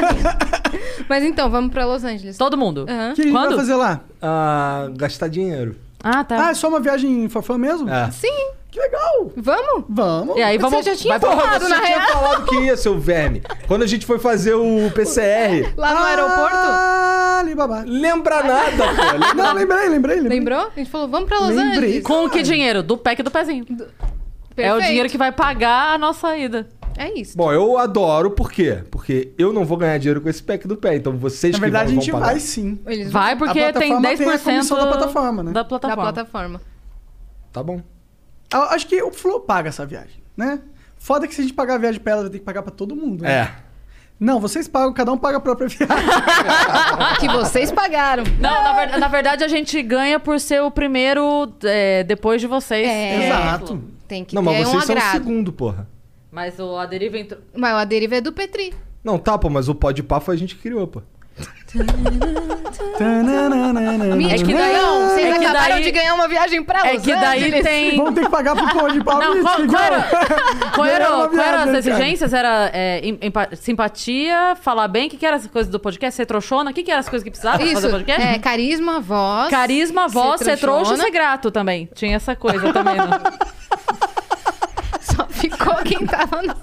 Mas então, vamos pra Los Angeles. Todo mundo. O que a gente vai fazer lá? Ah, gastar dinheiro. Ah, tá. Ah, é só uma viagem fofã mesmo? É. Sim. Que legal. Vamos? Vamos. E aí vamos- Você já tinha vai- falado, Porra, você na tinha real. falado que ia, seu verme. Quando a gente foi fazer o PCR. Lá tá no aeroporto? Alibaba. Lembra nada, pô. Não, lembrei, lembrei, lembrei. Lembrou? A gente falou, vamos pra Los Lembrei. Angeles. Com que dinheiro? Do pack do pezinho. É o Perfeito. dinheiro que vai pagar a nossa ida. É isso. Bom, eu adoro, por quê? Porque eu não vou ganhar dinheiro com esse pack do pé, então vocês Na que verdade, a vão, gente vão pagar. vai sim. Eles vão Vai porque A tem plataforma 10% tem a comissão da plataforma, né? Da da plataforma. plataforma. Tá bom. Ah, Acho que o Flow paga essa viagem, né? Foda que se a gente pagar a viagem pra ela, vai ter que pagar pra todo mundo. né? É. Não, vocês pagam, cada um paga a própria viagem. Que vocês pagaram. Não, na, ver- na verdade a gente ganha por ser o primeiro é, depois de vocês. É. Exato. Tem que Não, mas ter um vocês são o agrado. segundo, porra. Mas o a deriva entrou. Mas a deriva é do Petri. Não, tá, pô, mas o pó de pá foi a gente que criou, pô. Tananana. Minha É que daí- não, vocês é que acabaram daí- de ganhar uma viagem pra Los É que daí Angeles. tem. Vamos ter que pagar pro Pão de Pau. Não, isso, qual, qual igual. era, qual era- Ganhar uma qual eram as viagem, cara. exigências? Era é, em- empa- simpatia, falar bem? O que, que eram as coisas do podcast? Ser trouxona? O que, que eram as coisas que precisava pra Isso, fazer podcast? é, carisma, voz. Carisma, voz, ser, trouxa e trouxona. ser grato também. Tinha essa coisa também. né? Só ficou quem tava no...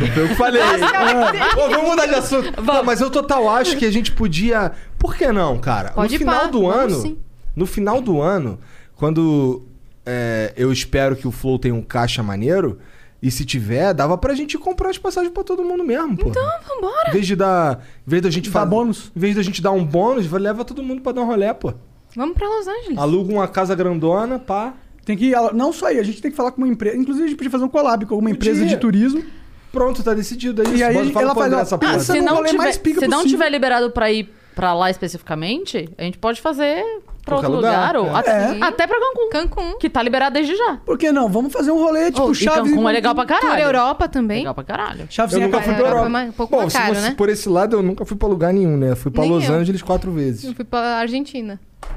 Não foi eu que falei. Ah. Ô, vamos mudar de assunto. Não, mas eu total acho que a gente podia. Por que não, cara? Pode no ir final pá, do vamos ano. sim. No final do ano, quando é, eu espero que o Flow tenha um caixa maneiro. E se tiver, dava pra gente comprar as passagens pra todo mundo mesmo, pô. Então, Vambora. em vez de dar. Em vez da gente Dá fazer. bônus? Em vez da gente dar um bônus, vai- leva todo mundo pra dar um rolê, pô. Vamos pra Los Angeles. Aluga uma casa grandona, pá. Tem que ir, não só aí, a gente tem que falar com uma empresa. Inclusive, a gente podia fazer um collab com alguma Podia. empresa de turismo. Pronto, tá decidido. É isso. E aí Bota- ela pro André faz, ó, essa ah, porra. Esse é se o não, rolê tiver, mais pica se não possível. tiver liberado pra ir pra lá especificamente, a gente pode fazer pra Qualquer outro lugar, lugar. ou é. até, Sim. até pra Cancún, Cancún. que tá liberado desde já. Por que não? Vamos fazer um rolê, tipo, Oh, e Chaves... Cancún é legal pra Tour caralho. Europa também. Legal pra caralho. Chaves Eu em nunca Acapulco. fui pra Europa Europa. é mais- um pouco mais caro, se né? por esse lado, eu nunca fui pra lugar nenhum, né? Fui pra Nem Los eu. Hum. Angeles quatro vezes. Eu fui pra Argentina. Tá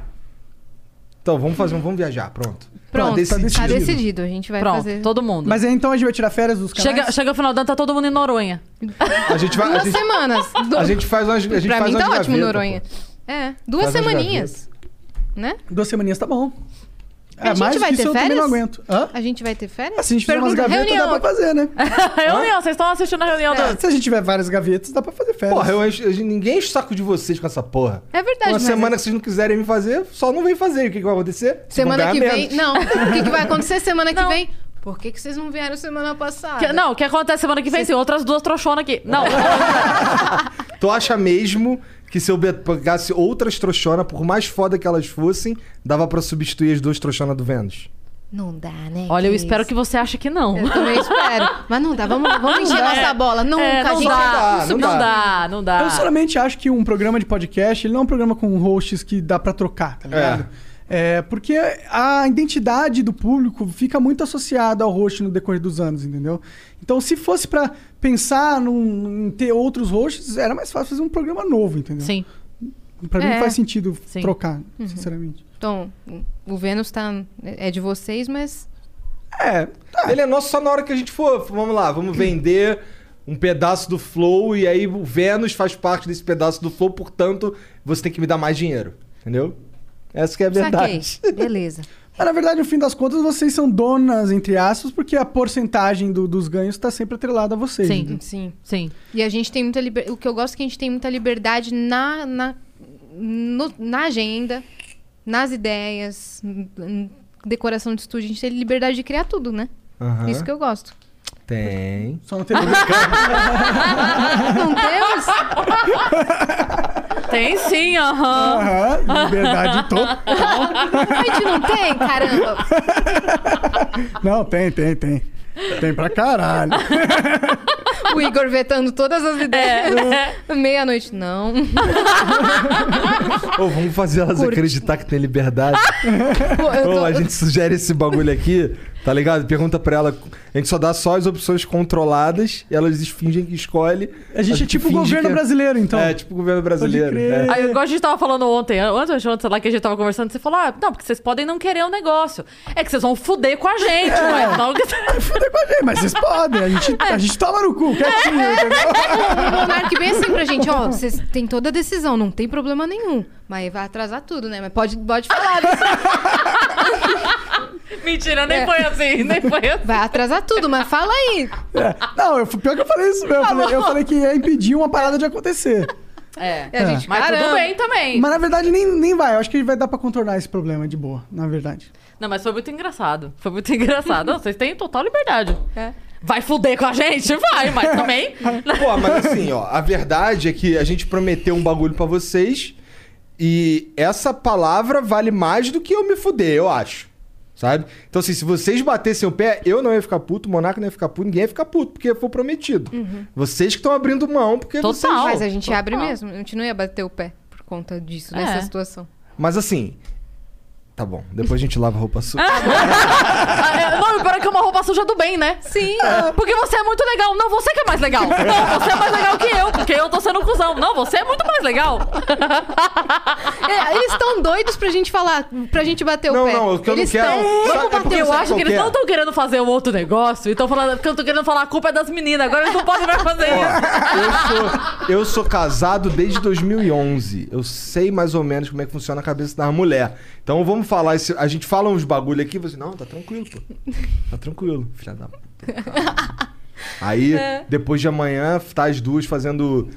Então, vamos fazer um... Vamos viajar, pronto. Pronto, Tá tá decidido. Tá decidido, a gente vai Pronto, fazer. todo mundo. Mas então é aí, então a gente vai tirar férias dos canais? Chega, chega o final do ano, tá todo mundo em Noronha. A gente vai... A Duas gente, semanas. Do- a gente faz umas... A gente pra faz mim umas tá ótimo, gavetas, Noronha. pô. É, duas Faz umas semaninhas. Né? Duas semaninhas tá bom. É, A gente vai que ter isso eu também férias? não aguento. Hã? A gente vai ter férias? Assim, Ah, se a gente fizer umas Pergunta- gavetas, reunião. dá pra fazer, né? Reunião, vocês estão assistindo a reunião do. Se a gente tiver várias gavetas, dá pra fazer férias. Porra, eu, encho- eu- ninguém enche o saco de vocês com essa porra. É verdade, Uma mas- semana que vocês não quiserem me fazer, só não vem fazer. E O que, que vai acontecer? Vocês Semana vão que ganhar vem. menos. Não, o que, que vai acontecer semana que Não. vem? Por que, que vocês não vieram semana passada? Que- não, o que acontece semana que vem? Tem outras duas trouxonas aqui. Não, É. Tu acha mesmo que se eu be- pegasse outras trouxonas, por mais foda que elas fossem, dava pra substituir as duas trouxonas do Vênus? Não dá, né? olha, É eu Cris? espero que você ache que não. Eu também espero. Mas não dá, vamos, vamos encher nossa bola. Nunca, É, não, gente. dá, não não, dá. dá, não dá. Eu sinceramente acho que um programa de podcast, ele não é um programa com hosts que dá pra trocar, tá ligado? É, porque a identidade do público fica muito associada ao host no decorrer dos anos, entendeu? Então, se fosse pra pensar num- em ter outros hosts, era mais fácil fazer um programa novo, entendeu? Sim. Pra mim É. não faz sentido Sim. Uhum. trocar, sinceramente. Então, o Vênus tá, é de vocês, mas. É, Ele é nosso só na hora que a gente for. Vamos lá, vamos vender um pedaço do Flow e aí o Vênus faz parte desse pedaço do Flow, portanto, você tem que me dar mais dinheiro. Entendeu? Essa que é a verdade. Saquei. Beleza. Mas, na verdade, no fim das contas, vocês são donas, entre aspas, porque a porcentagem do- dos ganhos está sempre atrelada a vocês. Sim. entendeu? Sim. Sim. E a gente tem muita liberdade. O que eu gosto é que a gente tem muita liberdade na, na, no- na agenda, nas ideias, n- n- decoração de estúdio, a gente tem liberdade de criar tudo, né? Aham. Isso que eu gosto. Tem. Só não tem Não temos? Tem sim, aham. Aham, liberdade A gente não tem, caramba. Não, tem, tem, tem. Tem pra caralho. O Igor vetando todas as ideias. É. Meia-noite, não. Ô, vamos fazer elas acreditar que tem liberdade. Ah, Ô, a gente sugere esse bagulho aqui, tá ligado? Pergunta pra ela. A gente só dá só as opções controladas, elas fingem que escolhe. A gente é tipo o finge governo que é- brasileiro, então. É, tipo o governo brasileiro. né? Aí, igual a gente tava falando ontem, antes, antes, sei lá, que a gente tava conversando, você falou, ah, não, porque vocês podem não querer o negócio. É que vocês vão fuder com a gente, É. não é? Não... Fuder com a gente, mas vocês podem. A gente, tá, a gente toma no cu, quietinho, entendeu? O Monark bem assim pra gente, ó, vocês têm toda a decisão, não tem problema nenhum. Mas vai atrasar tudo, né? Mas pode, pode falar Mentira, nem foi assim, nem foi assim. Vai atrasar tudo, mas fala aí. É. Não, eu, pior que eu falei isso Tá mesmo. Eu falei, eu falei que ia impedir uma parada de acontecer. É, É. gente, mas tudo caramba. bem também. Mas na verdade nem, nem vai. Eu acho que vai dar pra contornar esse problema de boa, na verdade. Não, mas foi muito engraçado. Foi muito engraçado. Não, vocês têm total liberdade. Vai fuder com a gente? Vai, mas também. Pô, mas assim, ó, a verdade é que a gente prometeu um bagulho pra vocês e essa palavra vale mais do que eu me fuder, eu acho. Sabe? Então, assim, se vocês batessem o pé, eu não ia ficar puto, o Monaco não ia ficar puto, ninguém ia ficar puto, porque foi prometido. Vocês que estão abrindo mão, porque vocês... Uhum. Mas é- a gente abre mesmo, a gente não ia bater o pé por conta disso, É. nessa situação. Mas assim. Tá bom, depois a gente lava a roupa suja. Ah, é, Não, e pior é que é uma roupa suja do bem, né? Sim. Porque você é muito legal. Não, você que é mais legal. Não, você é mais legal que eu, porque eu tô sendo um cuzão. Não, você é muito mais legal. É, eles estão doidos pra gente falar, pra gente bater o Não, pé. não, o que eu não eles quero- tão- Sabe- Vamos é porque bater eu o pé. acho que eles não estão querendo fazer um outro negócio e estão falando que eu tô querendo falar a culpa é das meninas. Agora eles não podem mais fazer Eu sou casado desde 2011. Eu sei mais ou menos como é que funciona a cabeça da mulher. Então vamos falar. esse- A gente fala uns bagulho aqui, você, não, tá tranquilo, pô. Tá tranquilo, filha da. puta. Aí, É. depois de amanhã, tá as duas fazendo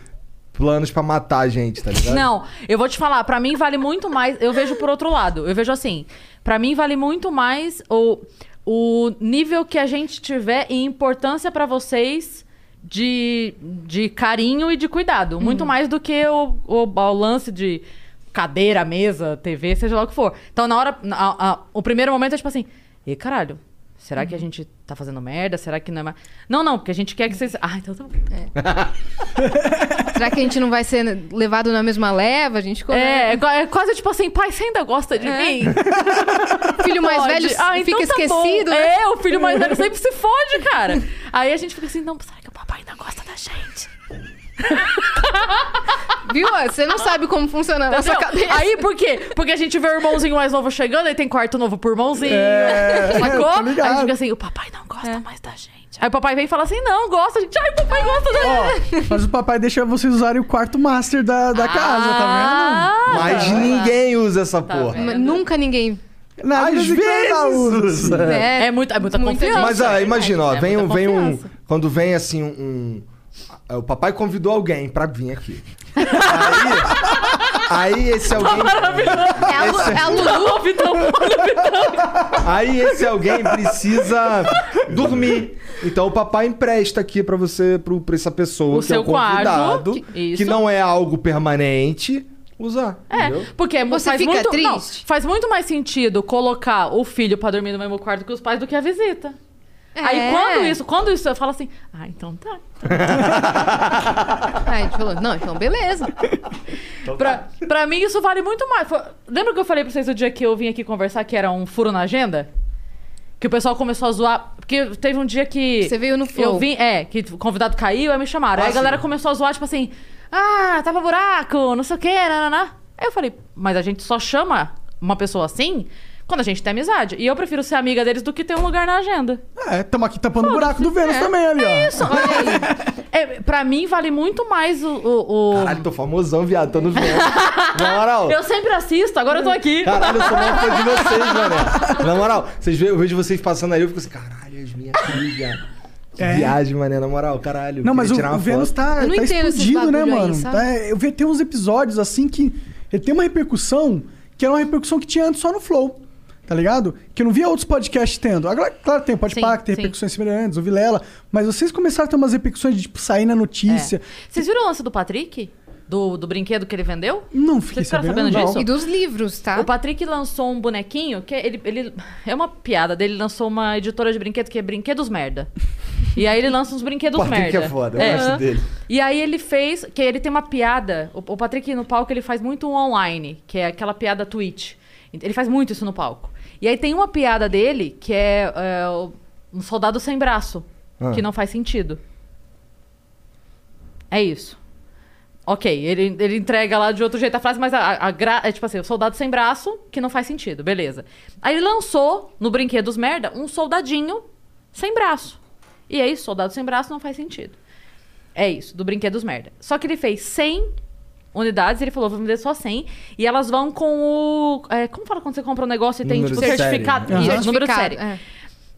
planos pra matar a gente, tá ligado? Não, eu vou te falar, pra mim vale muito mais. Eu vejo por outro lado. Eu vejo assim, pra mim vale muito mais o, o nível que a gente tiver e importância pra vocês de, de carinho e de cuidado. Muito mais do que o, o, o lance de cadeira, mesa, TV, seja lá o que for. Então, na hora. na- a- a- o primeiro momento é tipo assim, e caralho. Será que a gente tá fazendo merda? Será que não é mais... Não, não, porque a gente quer que vocês... Ah, então tá bom. Será que a gente não vai ser levado na mesma leva? A gente É, é, qua- é quase tipo assim, pai, você ainda gosta de mim? Filho mais Pode. velho Ah, então fica tá esquecido, bom. né? É, o filho mais velho sempre se fode, cara. Aí a gente fica assim, não, será que o papai ainda gosta da gente? Viu? Você não sabe como funciona a nossa É. Entendeu? cabeça. Aí por quê? Porque a gente vê o irmãozinho mais novo chegando, aí tem quarto novo pro irmãozinho. É, sacou? eu tô Aí ligado. a gente fica assim, o papai não gosta É. mais da gente. Aí o papai vem e fala assim, não, gosta. A gente, ai, o papai gosta da gente. Mas o papai deixa vocês usarem o quarto master da, Ah! da casa, tá vendo? Mas ninguém usa essa Tá porra. Mas É. Nunca ninguém. né? Às Às vezes. É, muito, é muita, confiança. Mas ah, imagina, ó, É vem, um- muita vem um. confiança. Quando vem assim um. um- o papai convidou alguém pra vir aqui. Aí, aí esse alguém. É a, Lu, é a Lulu. então, é, Aí esse alguém precisa dormir. Então o papai empresta aqui pra você, pro, pra essa pessoa O que é seu o convidado, quarto, que, isso. não é algo permanente, usar. É, entendeu? porque mu- Você faz fica muito, triste? não, faz muito mais sentido colocar o filho pra dormir no mesmo quarto que os pais do que a visita. Aí É. quando isso, quando isso, eu falo assim, ah, então tá. Aí a gente falou, não, então beleza. Pra, pra mim isso vale muito mais. Foi- Lembra que eu falei pra vocês o dia que eu vim aqui conversar que era um furo na agenda? Que o pessoal começou a zoar. Porque teve um dia que. Você veio no flow. Eu vim, é, que o convidado caiu, aí me chamaram. aí Ah, a galera sim. começou a zoar, tipo assim, ah, tava buraco, não sei o quê, nananá. Aí eu falei, mas a gente só chama uma pessoa assim quando a gente tem amizade. E eu prefiro ser amiga deles do que ter um lugar na agenda. É, tamo aqui tapando o buraco do Vênus também ali, ó. É isso, olha aí. É, pra mim vale muito mais o. o, o- Caralho, tô famosão, viado, tô no Vênus. Na moral. Eu sempre assisto, agora eu tô aqui. Caralho, eu sou maior fã de vocês, mané. Na moral, vocês ve- eu vejo vocês passando aí, eu fico assim, caralho, as minhas filhas. Que É. viagem, mané, na moral, caralho. Não, mas o, queria tirar o uma Vênus foto. tá, tá explodido, né, mano? sabe? Tá- eu vi, tem uns episódios assim que ele tem uma repercussão que era uma repercussão que tinha antes só no Flow. Tá ligado? Que eu não via outros podcasts tendo. Agora, claro, tem o Podpah, Sim, que tem sim. repercussões semelhantes, o Vilela. Mas vocês começaram a ter umas repercussões de, tipo, sair na É. notícia. Vocês viram o lance do Patrick? Do, do brinquedo que ele vendeu? Não fiquei Vocês ficaram sabendo, sabendo não. disso? E dos livros, tá? Ah. O Patrick lançou um bonequinho que ele, ele. É uma piada dele, lançou uma editora de brinquedos que é Brinquedos Merda. E aí ele lança uns brinquedos Patrick merda. é foda, eu gosto dele. E aí ele fez. Que ele tem uma piada. O, o Patrick no palco ele faz muito um online, que é aquela piada Twitch. Ele faz muito isso no palco. E aí tem uma piada dele que é, é, o- um soldado sem braço. Ah. Que não faz sentido. É isso. Ok, ele, ele entrega lá de outro jeito a frase, mas a, a gra- é tipo assim, o soldado sem braço, que não faz sentido, beleza. Aí ele lançou no Brinquedos Merda um soldadinho sem braço. E aí, soldado sem braço não faz sentido. É isso, do Brinquedos Merda. Só que ele fez 100 unidades, ele falou, vou vender só 100. E elas vão com o. é, como fala quando você compra um negócio e tem Número tipo, de série, certificado? Uhum. né? Isso, Aham. número de série. Certificado,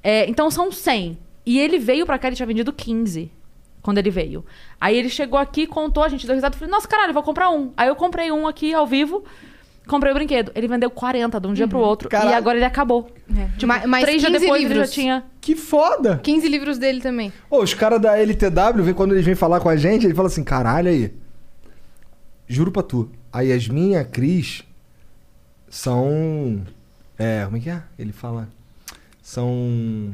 É, então são 100. E ele veio pra cá, ele tinha vendido 15 quando ele veio. Aí ele chegou aqui, contou, a gente deu risada. Falei, nossa, caralho, eu vou comprar um. Aí eu comprei um aqui ao vivo. Comprei o brinquedo. Ele vendeu 40 de um dia pro outro. E Caralho. agora ele acabou. Tipo, Ma- mas três dias 15 depois ele livros. já tinha. Que foda! 15 livros dele também. Ô, os caras da LTW, vem- quando eles vêm falar com a gente, eles falam assim, caralho aí. Juro pra tu, a Yasmin e a Cris são. É, como é que é? Ele fala. São.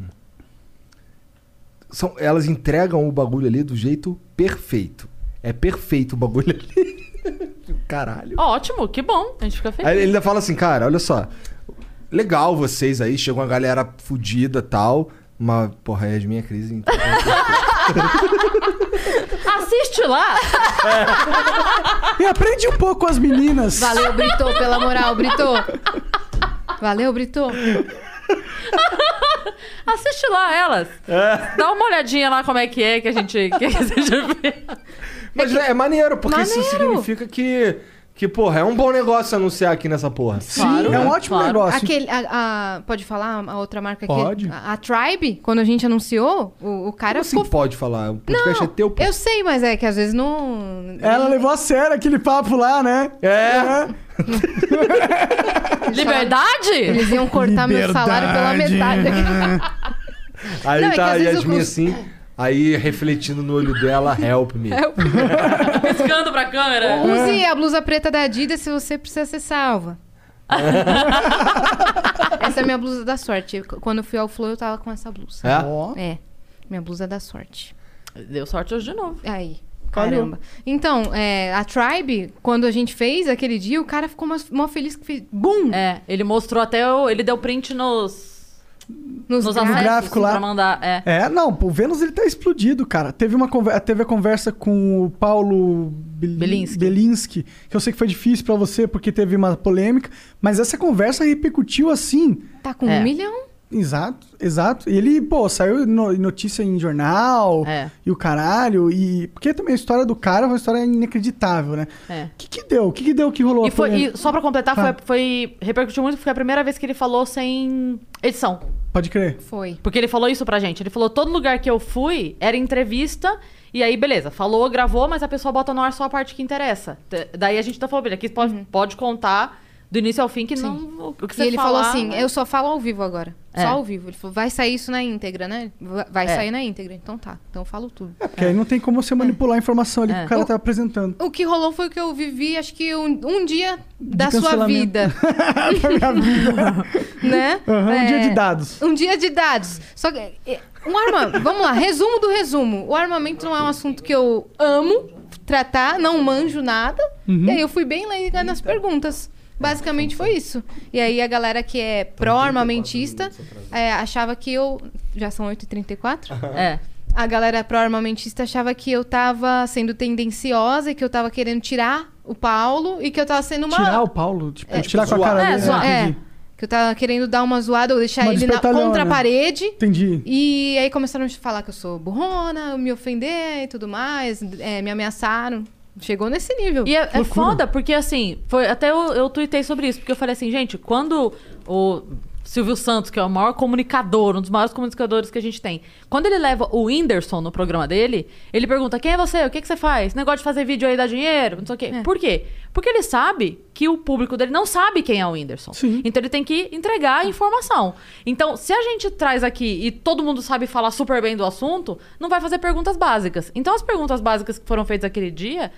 São, elas entregam o bagulho ali do jeito perfeito. É perfeito o bagulho ali. Caralho. Ótimo, que bom. A gente fica feliz. Aí ele ainda fala assim, cara, olha só. Legal vocês aí, chegou uma galera fodida e tal. Mas, porra, a Yasmin e a Cris então, Assiste lá! E aprende um pouco com as meninas. Valeu, Brito, pela moral, Brito. Valeu, Brito. Assiste lá elas. Dá uma olhadinha lá como é que é que a gente. Que a gente vê. Mas é, é maneiro, porque isso Maneiro. significa que, que, porra, é um bom negócio anunciar aqui nessa porra. Sim, É é um Aquele, a- a- pode falar a outra marca Pode. que a, a Tribe, quando a gente anunciou, o, o cara assim ficou. pode falar. O podcast Não, é teu. Então, eu sei, mas é que às vezes não. Ela levou a sério aquele papo lá, né? É. Liberdade? Eles iam cortar Tá meu salário pela metade. Aí Não, é que tá às a vezes eu Yasmin cons- assim, aí refletindo no olho dela, help me. Piscando pra câmera. Use a blusa preta da Adidas se você precisa ser salva. essa é a minha blusa da sorte. Eu- Quando eu fui ao Flow, eu tava com essa blusa. É? Ó. É. Minha blusa da sorte. Deu sorte hoje de novo. Aí. Caramba. Então, é, a Tribe, quando a gente fez aquele dia, o cara ficou mó, mó feliz que fez. Bum! É, ele mostrou até o. Ele deu print nos. Nos, gra- No gráfico lá. Pra mandar. É. É, não, pô, o Vênus ele tá explodido, cara. Teve, uma conver- teve a conversa com o Paulo Bel- Belinski. que eu sei que foi difícil pra você porque teve uma polêmica, mas essa conversa repercutiu assim. Tá com um milhão? Exato, exato. E ele, pô, saiu no- em notícia em jornal É. e o caralho. E. Porque também a história do cara é uma história inacreditável, né? É. O que, que deu? O que, que deu que rolou? E, foi, e só pra completar, Tá. foi, foi- Repercutiu muito, porque foi a primeira vez que ele falou sem edição. Pode crer. Foi. Porque ele falou isso pra gente. Ele falou: todo lugar que eu fui era entrevista. E aí, beleza, falou, gravou, mas a pessoa bota no ar só a parte que interessa. T- Daí a gente tá falando, "Olha, aqui pode, pode contar do início ao fim que não. O que você Uhum. e ele falou falar, assim: né? eu só falo ao vivo agora. É. Só ao vivo. Ele falou: vai sair isso na íntegra, né? Va- Vai É. sair na íntegra. Então tá. Então eu falo tudo. Porque aí não tem como você manipular a informação ali que É. o cara O- tá apresentando. O que rolou foi que eu vivi, acho que um, um dia da sua cancelamento. vida. né? Aham, um dia de dados. Um dia de dados. Só que. é, Um arma... Vamos lá, resumo do resumo. O armamento não é um assunto que eu amo tratar, não manjo nada. Uhum. E aí eu fui bem leiga nas perguntas. Basicamente foi isso. E aí a galera que é pró-armamentista é, achava que eu. Já são 8h34? É. A galera pró-armamentista achava que eu tava sendo tendenciosa e que eu tava querendo tirar o Paulo e que eu tava sendo uma. Tirar o Paulo, tipo, tirar com a zoar. cara É, dele. zoar. né? É. Entendi. Que eu tava querendo dar uma zoada ou deixar Uma ele na, despertalhona. contra a parede. Entendi. E aí começaram a falar que eu sou burrona, me ofender e tudo mais. é, me ameaçaram. Chegou nesse nível. E é, é foda, porque assim, foi, até eu, eu tuitei sobre isso, porque eu falei assim, gente, quando o. Silvio Santos, que é o maior comunicador, um dos maiores comunicadores que a gente tem. Quando ele leva o Whindersson no programa dele, ele pergunta: quem é você? O que, que você faz? Esse negócio de fazer vídeo aí dá dinheiro? Não sei o quê. Por quê? Porque ele sabe que o público dele não sabe quem é o Whindersson. Então ele tem que entregar a informação. Então, se a gente traz aqui e todo mundo sabe falar super bem do assunto, não vai fazer perguntas básicas. Então, as perguntas básicas que foram feitas aquele dia.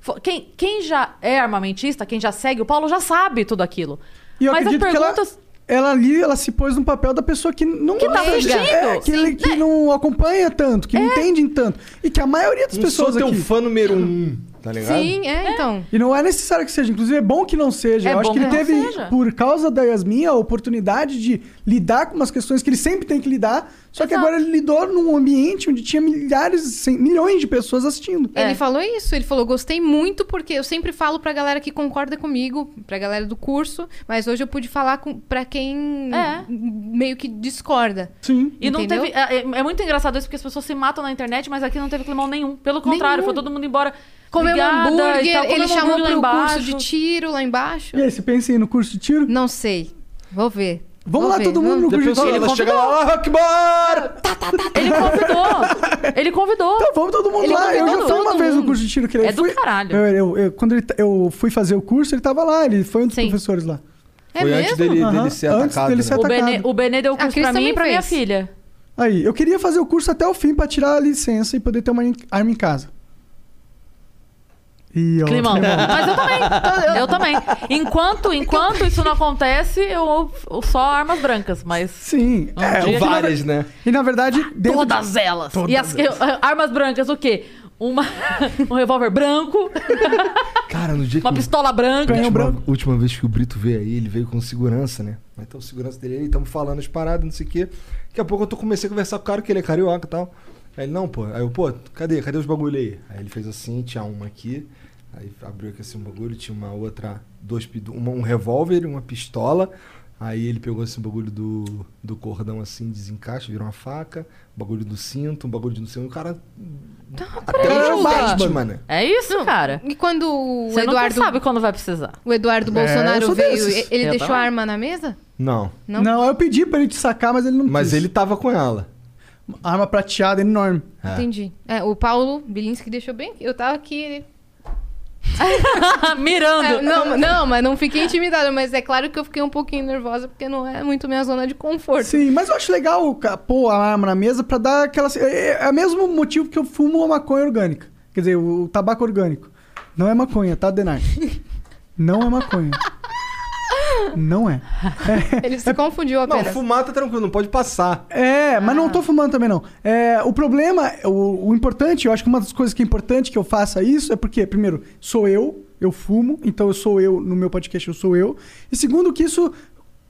fo- Quem, quem já é armamentista, quem já segue o Paulo, já sabe tudo aquilo. E eu Mas as acredito perguntas. que ela, ela ali, ela se pôs no papel da pessoa que não Que tá assiste, assistindo. é, que, ele- né? que não acompanha tanto, É. que não entende tanto. E que a maioria das Não pessoas sou teu aqui... fã número um, tá ligado? Sim, é, então. E não é necessário que seja. Inclusive, é bom que não seja. É Eu acho bom que ele que não teve, seja. por causa da Yasmin, a oportunidade de lidar com umas questões que ele sempre tem que lidar. Só que agora ele lidou num ambiente onde tinha milhares, cem- milhões de pessoas assistindo. Ele falou isso, ele falou, gostei muito, porque eu sempre falo pra galera que concorda comigo, pra galera do curso, mas hoje eu pude falar com, pra quem É. meio que discorda. Sim. E não teve. É, é- é muito engraçado isso porque as pessoas se matam na internet, mas aqui não teve climão nenhum. Pelo contrário, Nenhum. foi todo mundo embora. Comeu um brigada e hambúrguer, tal, ele comeu um chamou hambúrguer pro lá curso embaixo. de tiro lá embaixo. E aí, você pensa em ir no curso de tiro? Não sei. Vou ver. Vamos Vou lá, ver, todo mundo vamos no ver. curso de tiro. Ele Ela chega convidou. lá, Akbar! Ele convidou. Ele convidou. Então vamos todo mundo Ele lá. Eu convidou já fui uma todo vez no mundo. curso de tiro que ele É do fui- caralho. Eu, eu- eu- quando ele, ta- eu fui fazer o curso, ele tava lá, ele foi um dos professores lá. É Foi antes mesmo? dele- Aham, dele ser antes atacado, Dele né? ser O atacado. Benê- o Benê deu o A curso Cris pra mim e também pra minha fez. filha. Aí, eu queria fazer o curso até o fim pra tirar a licença e poder ter uma em- arma em casa. E ó, Climão. Mas eu também. eu- Eu também. Enquanto, enquanto isso não acontece, eu, eu só armas brancas, mas. Sim. É, várias, né? E na verdade. dentro Ah, Todas de- elas. Todas e as, elas. eu- eh, armas brancas, o quê? Uma, um revólver branco, Cara, no dia uma que. pistola branca. Última, última vez que o Brito veio aí, ele veio com segurança, né? Mas tá o segurança dele aí, estamos falando as paradas, não sei o quê. Daqui a pouco eu tô comecei a conversar com o cara que ele é carioca e tal. Aí ele, não, pô. Aí eu, pô, cadê? Cadê os bagulho aí? Aí ele fez assim, tinha uma aqui. Aí abriu aqui assim um bagulho, tinha uma outra, dois, pi- uma- um revólver e uma pistola. Aí ele pegou assim o bagulho do, do cordão assim, desencaixa, virou uma faca, bagulho do cinto, um bagulho de não sei o que. O cara. Até peraí, o Juba. Batman, mano. É isso, cara. E quando o Você nunca Eduardo, sabe quando vai precisar. o Eduardo É, Bolsonaro eu sou veio, desses. ele Eu deixou também. a arma na mesa? Não. Não? eu pedi pra ele te sacar, mas ele não Mas ele tava com ela. Arma prateada enorme. Entendi. É, o Paulo Bilinski deixou bem. Eu tava aqui. Mirando. É, não, não, mas não fiquei intimidada. Mas é claro que eu fiquei um pouquinho nervosa, porque não é muito minha zona de conforto. Sim, mas eu acho legal ca- pôr a arma na mesa pra dar aquela. É, é- é o mesmo motivo que eu fumo a maconha orgânica. Quer dizer, o, o tabaco orgânico. Não é maconha, tá, Denar? Não é maconha. Não é. Ele se confundiu Não, apenas. fumar tá tranquilo, não pode passar. É, mas não tô fumando também, não. É, o problema, o, o importante, eu acho que uma das coisas que é importante que eu faça isso é porque, primeiro, sou eu, eu fumo, então eu sou eu, no meu podcast eu sou eu. E segundo, que isso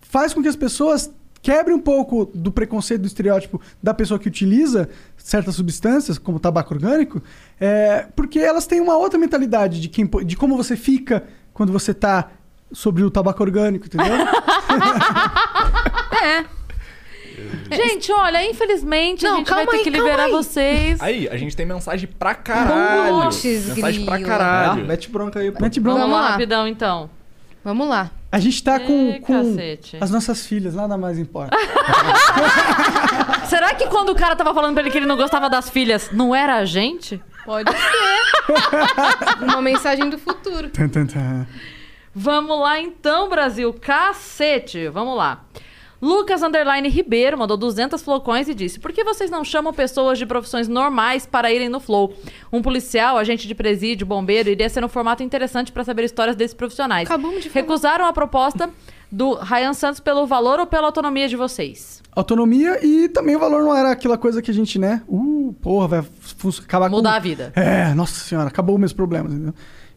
faz com que as pessoas quebrem um pouco do preconceito, do estereótipo da pessoa que utiliza certas substâncias, como tabaco orgânico, é, porque elas têm uma outra mentalidade de, quem, po- de como você fica quando você tá sobre o tabaco orgânico, entendeu? Né? Gente, olha, infelizmente a É, Não, gente calma vai ter aí, que calma liberar aí. vocês. Aí, a gente tem mensagem pra caralho. Putz, mensagem pra grila. É. caralho. Ah, mete bronca aí, pô. Mete bronca. Vamos lá, rapidão, então. Vamos lá. A gente tá com, Ih, com cacete. as nossas filhas, nada mais importa. Será que quando o cara tava falando pra ele que ele não gostava das filhas, não era a gente? Pode ser. Uma mensagem do futuro. Tan, tan, tan. Vamos lá então, Brasil. Cacete. Vamos lá. Lucas Underline Ribeiro mandou 200 flocões e disse: Por que vocês não chamam pessoas de profissões normais para irem no Flow? Um policial, agente de presídio, bombeiro, iria ser um formato interessante para saber histórias desses profissionais. Acabamos de falar. Recusaram a proposta do Ryan Santos pelo valor ou pela autonomia de vocês? Autonomia e também o valor não era aquela coisa que a gente, né? Uh, porra, vai fu- acabar com... Mudar a vida. É, nossa senhora, acabou meus problemas, entendeu?